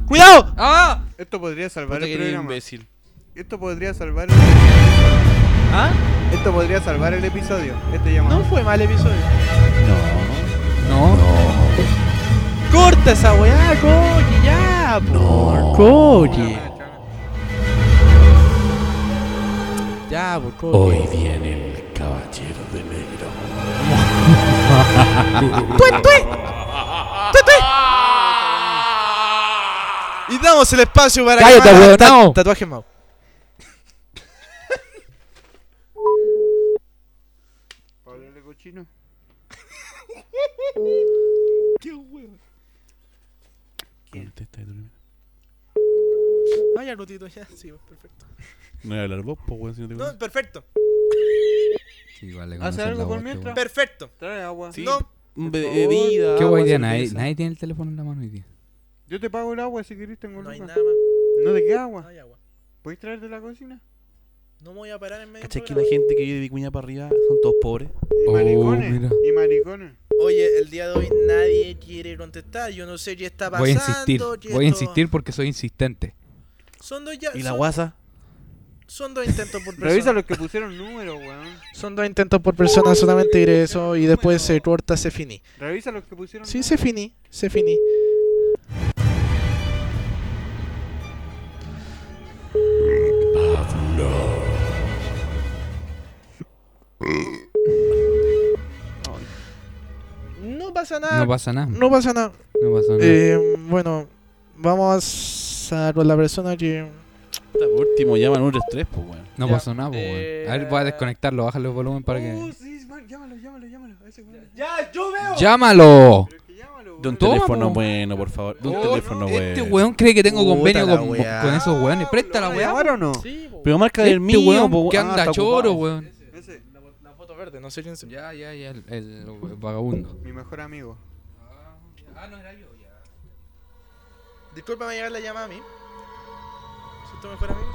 Speaker 1: ¡Cuidado!
Speaker 4: ¡Ah!
Speaker 5: Esto podría salvar
Speaker 4: Puta que
Speaker 5: el
Speaker 4: eres
Speaker 5: programa.
Speaker 4: imbécil.
Speaker 5: Esto podría salvar el... Esto podría salvar el episodio. Este llamado.
Speaker 1: No fue mal episodio.
Speaker 3: No.
Speaker 1: ¡Corta esa weá, coye! ¡Ya! No. ¡Coye! Ya, por coye.
Speaker 3: Hoy viene el caballero de negro.
Speaker 1: Y damos el espacio para
Speaker 3: Cállate,
Speaker 1: que Mao haga
Speaker 3: weón,
Speaker 1: ta-
Speaker 3: no.
Speaker 1: tatuaje Mao.
Speaker 5: cochino.
Speaker 4: Contesta y tú no-
Speaker 1: Ah, ya, Cotito, ya, sí,
Speaker 3: pues,
Speaker 1: perfecto.
Speaker 4: No voy a hablar vos, po, weón, si no te
Speaker 1: No,
Speaker 4: conoces.
Speaker 1: perfecto,
Speaker 3: Sí, igual le
Speaker 5: ¿Hace
Speaker 3: conocen
Speaker 5: algo
Speaker 3: la este
Speaker 5: por
Speaker 3: voz,
Speaker 5: mientras? Ah,
Speaker 3: qué
Speaker 1: perfecto.
Speaker 5: Trae agua.
Speaker 4: Sí.
Speaker 1: No,
Speaker 4: Bebida.
Speaker 3: weón. Qué
Speaker 5: agua,
Speaker 3: guay idea.
Speaker 5: si
Speaker 3: Nadie,
Speaker 5: quieres.
Speaker 3: nadie tiene el teléfono en la mano hoy día.
Speaker 5: Yo te pago el agua si querés, tengo
Speaker 1: no hay
Speaker 5: lucas.
Speaker 1: nada más.
Speaker 5: ¿No te queda
Speaker 1: No
Speaker 5: agua?
Speaker 1: hay agua.
Speaker 5: ¿Podéis traer de la cocina?
Speaker 1: No me voy a parar en medio.
Speaker 4: ¿Cachai
Speaker 1: del
Speaker 4: que la
Speaker 1: programa.
Speaker 4: gente que vive de Vicuña para arriba son todos pobres?
Speaker 5: Y
Speaker 3: Oh,
Speaker 5: maricones.
Speaker 3: mira.
Speaker 5: Y maricones.
Speaker 1: Oye, el día de hoy nadie quiere contestar. Yo no sé qué está pasando.
Speaker 3: Voy a insistir.
Speaker 1: qué
Speaker 3: Voy a
Speaker 1: esto-
Speaker 3: insistir porque soy insistente.
Speaker 1: Son dos ya.
Speaker 4: ¿Y la
Speaker 1: son-
Speaker 4: guasa?
Speaker 1: Son dos intentos por persona.
Speaker 5: Revisa los que pusieron números, weón.
Speaker 1: Son dos intentos por persona, solamente diré eso y después se corta, se finí.
Speaker 5: Revisa los que pusieron
Speaker 1: Sí, se finí, se finí. No pasa nada.
Speaker 3: No pasa nada.
Speaker 1: No pasa nada.
Speaker 3: No pasa nada.
Speaker 1: Eh, bueno, vamos a con la persona que...
Speaker 4: Puta, Por último, llaman un estrés, po, weón.
Speaker 3: no
Speaker 1: ya.
Speaker 3: pasó nada, po, weón. A ver, voy a desconectarlo. Bájale el volumen para
Speaker 5: Uh,
Speaker 3: que.
Speaker 5: llámalo, llámalo, llámalo. Ese weón.
Speaker 3: ¡Llámalo!
Speaker 4: De un
Speaker 3: Toma,
Speaker 4: teléfono
Speaker 3: po.
Speaker 4: bueno, por favor. De un
Speaker 3: Oh,
Speaker 4: teléfono bueno.
Speaker 3: Este weón cree que tengo
Speaker 1: Puta
Speaker 3: convenio
Speaker 1: la
Speaker 3: con,
Speaker 1: weá.
Speaker 3: con esos weones. Presta la weá.
Speaker 5: ¿Ahora o no?
Speaker 4: Pero marca
Speaker 3: Este
Speaker 4: del mío,
Speaker 3: weón
Speaker 4: po,
Speaker 3: que
Speaker 4: ah,
Speaker 3: anda
Speaker 4: está
Speaker 3: choro,
Speaker 4: ocupado.
Speaker 3: weón.
Speaker 5: Ese,
Speaker 1: La foto verde, no sé quién se...
Speaker 3: Ya, ya, ya, el, el vagabundo.
Speaker 5: mi mejor amigo.
Speaker 1: Disculpa, me llegar la llamada a mí. ¿Soy tu mejor amigo?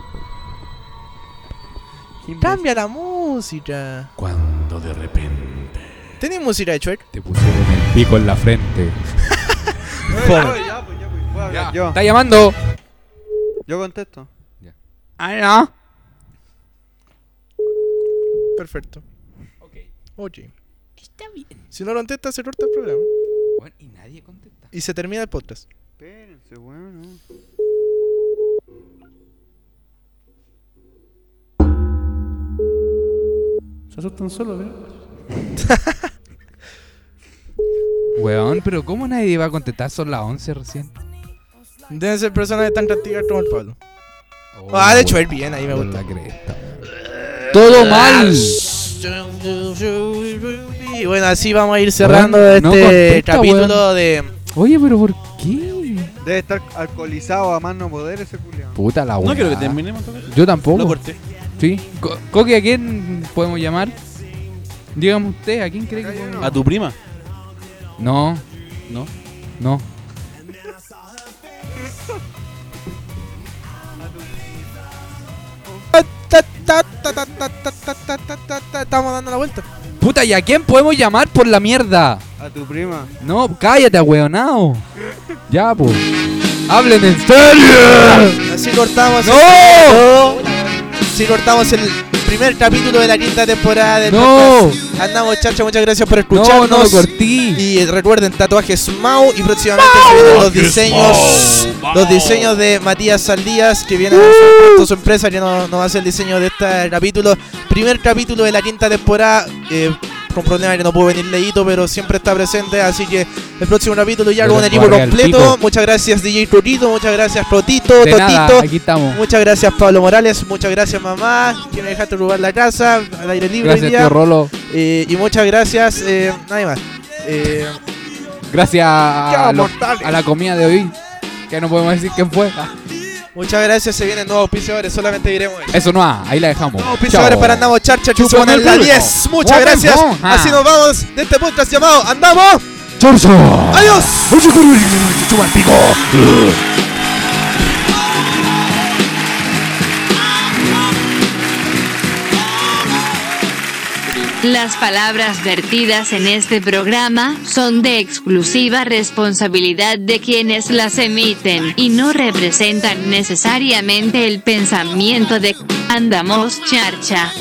Speaker 1: Cambia la música.
Speaker 3: Cuando de repente
Speaker 1: ¿Tenés música de Shrek?
Speaker 3: te pusieron el pico en la frente.
Speaker 5: Ya, ya, pues, ya, pues. Voy a
Speaker 3: Ya,
Speaker 5: hablar yo.
Speaker 3: está llamando.
Speaker 5: Yo contesto.
Speaker 3: Ah,
Speaker 1: Perfecto. Ok. Oye. Está bien. Si no lo contesta, se corta el programa.
Speaker 3: no. Weón, y nadie contesta.
Speaker 1: Y se termina el podcast.
Speaker 5: Espérense, weón. no.
Speaker 4: Se asustan solos, ¿eh?
Speaker 3: Weón, pero ¿cómo nadie va a contestar? Son las 11 recién.
Speaker 1: Deben ser personas tan castigadas como el Pablo.
Speaker 3: Oh,
Speaker 1: ah, de hecho,
Speaker 3: weón,
Speaker 1: él bien, ahí me gusta.
Speaker 3: la cresta. Todo mal.
Speaker 1: Y bueno, así vamos a ir cerrando
Speaker 3: Weón, no
Speaker 1: este
Speaker 3: contesta,
Speaker 1: capítulo de.
Speaker 3: Oye, pero ¿por qué?
Speaker 5: Debe estar alcoholizado a más no poder ese culiao.
Speaker 3: Puta la weón.
Speaker 4: No quiero que terminemos. todo.
Speaker 3: Yo tampoco.
Speaker 4: Lo corté.
Speaker 3: Sí. Co- Coque, ¿a quién podemos llamar? Dígame usted, ¿a quién cree que
Speaker 5: Acá yo
Speaker 3: podemos
Speaker 4: A tu prima.
Speaker 3: No.
Speaker 4: No.
Speaker 3: No.
Speaker 1: Estamos dando la vuelta.
Speaker 3: Puta, ¿y a quién podemos llamar por la mierda?
Speaker 5: A tu prima.
Speaker 3: No, cállate, weonao. Ya, pues. Hablen en serio.
Speaker 1: Así cortamos.
Speaker 3: ¡No!
Speaker 1: Así cortamos el primer capítulo de la quinta temporada del
Speaker 3: No.
Speaker 1: podcast. Andamos, chacho, muchas gracias por
Speaker 3: No,
Speaker 1: escucharnos.
Speaker 3: no lo corté.
Speaker 1: Y recuerden, tatuajes Mau y próximamente se vienen los diseños los diseños de Matías Saldías que viene a
Speaker 3: Uh.
Speaker 1: hacer pronto su empresa que nos no hace el diseño de este capítulo. Primer capítulo de la quinta temporada. eh, con problemas que no pudo venir Leito, pero siempre está presente. Así que el próximo capítulo ya
Speaker 3: Pero
Speaker 1: con el equipo
Speaker 3: carga el
Speaker 1: completo.
Speaker 3: pico.
Speaker 1: Muchas gracias DJ Totito, muchas gracias Totito,
Speaker 3: De nada,
Speaker 1: Totito.
Speaker 3: aquí estamos.
Speaker 1: Muchas gracias Pablo Morales, muchas gracias mamá, que me dejaste robar la casa al aire libre hoy
Speaker 3: Gracias,
Speaker 1: día.
Speaker 3: tío Rolo.
Speaker 1: Eh, y muchas gracias, eh, nadie más. Eh,
Speaker 3: Gracias a, los- a la comida de hoy. Que no podemos decir quién fue.
Speaker 1: Muchas gracias, se vienen nuevos auspiciadores, solamente diremos eso.
Speaker 4: Eso no, ah, ahí la dejamos.
Speaker 1: Nuevos auspiciadores
Speaker 4: Chao.
Speaker 1: para Andamos Charcha, que
Speaker 4: Chupa
Speaker 1: son en
Speaker 4: el
Speaker 1: la
Speaker 4: culo.
Speaker 1: 10. Muchas
Speaker 4: Guatemala.
Speaker 1: gracias.
Speaker 4: Ah.
Speaker 1: Así nos vamos de este podcast llamado Andamos.
Speaker 4: Chorzo.
Speaker 1: Adiós.
Speaker 4: Chupa el pico.
Speaker 15: Las palabras vertidas en este programa son de exclusiva responsabilidad de quienes las emiten y no representan necesariamente el pensamiento de Andamos Charcha.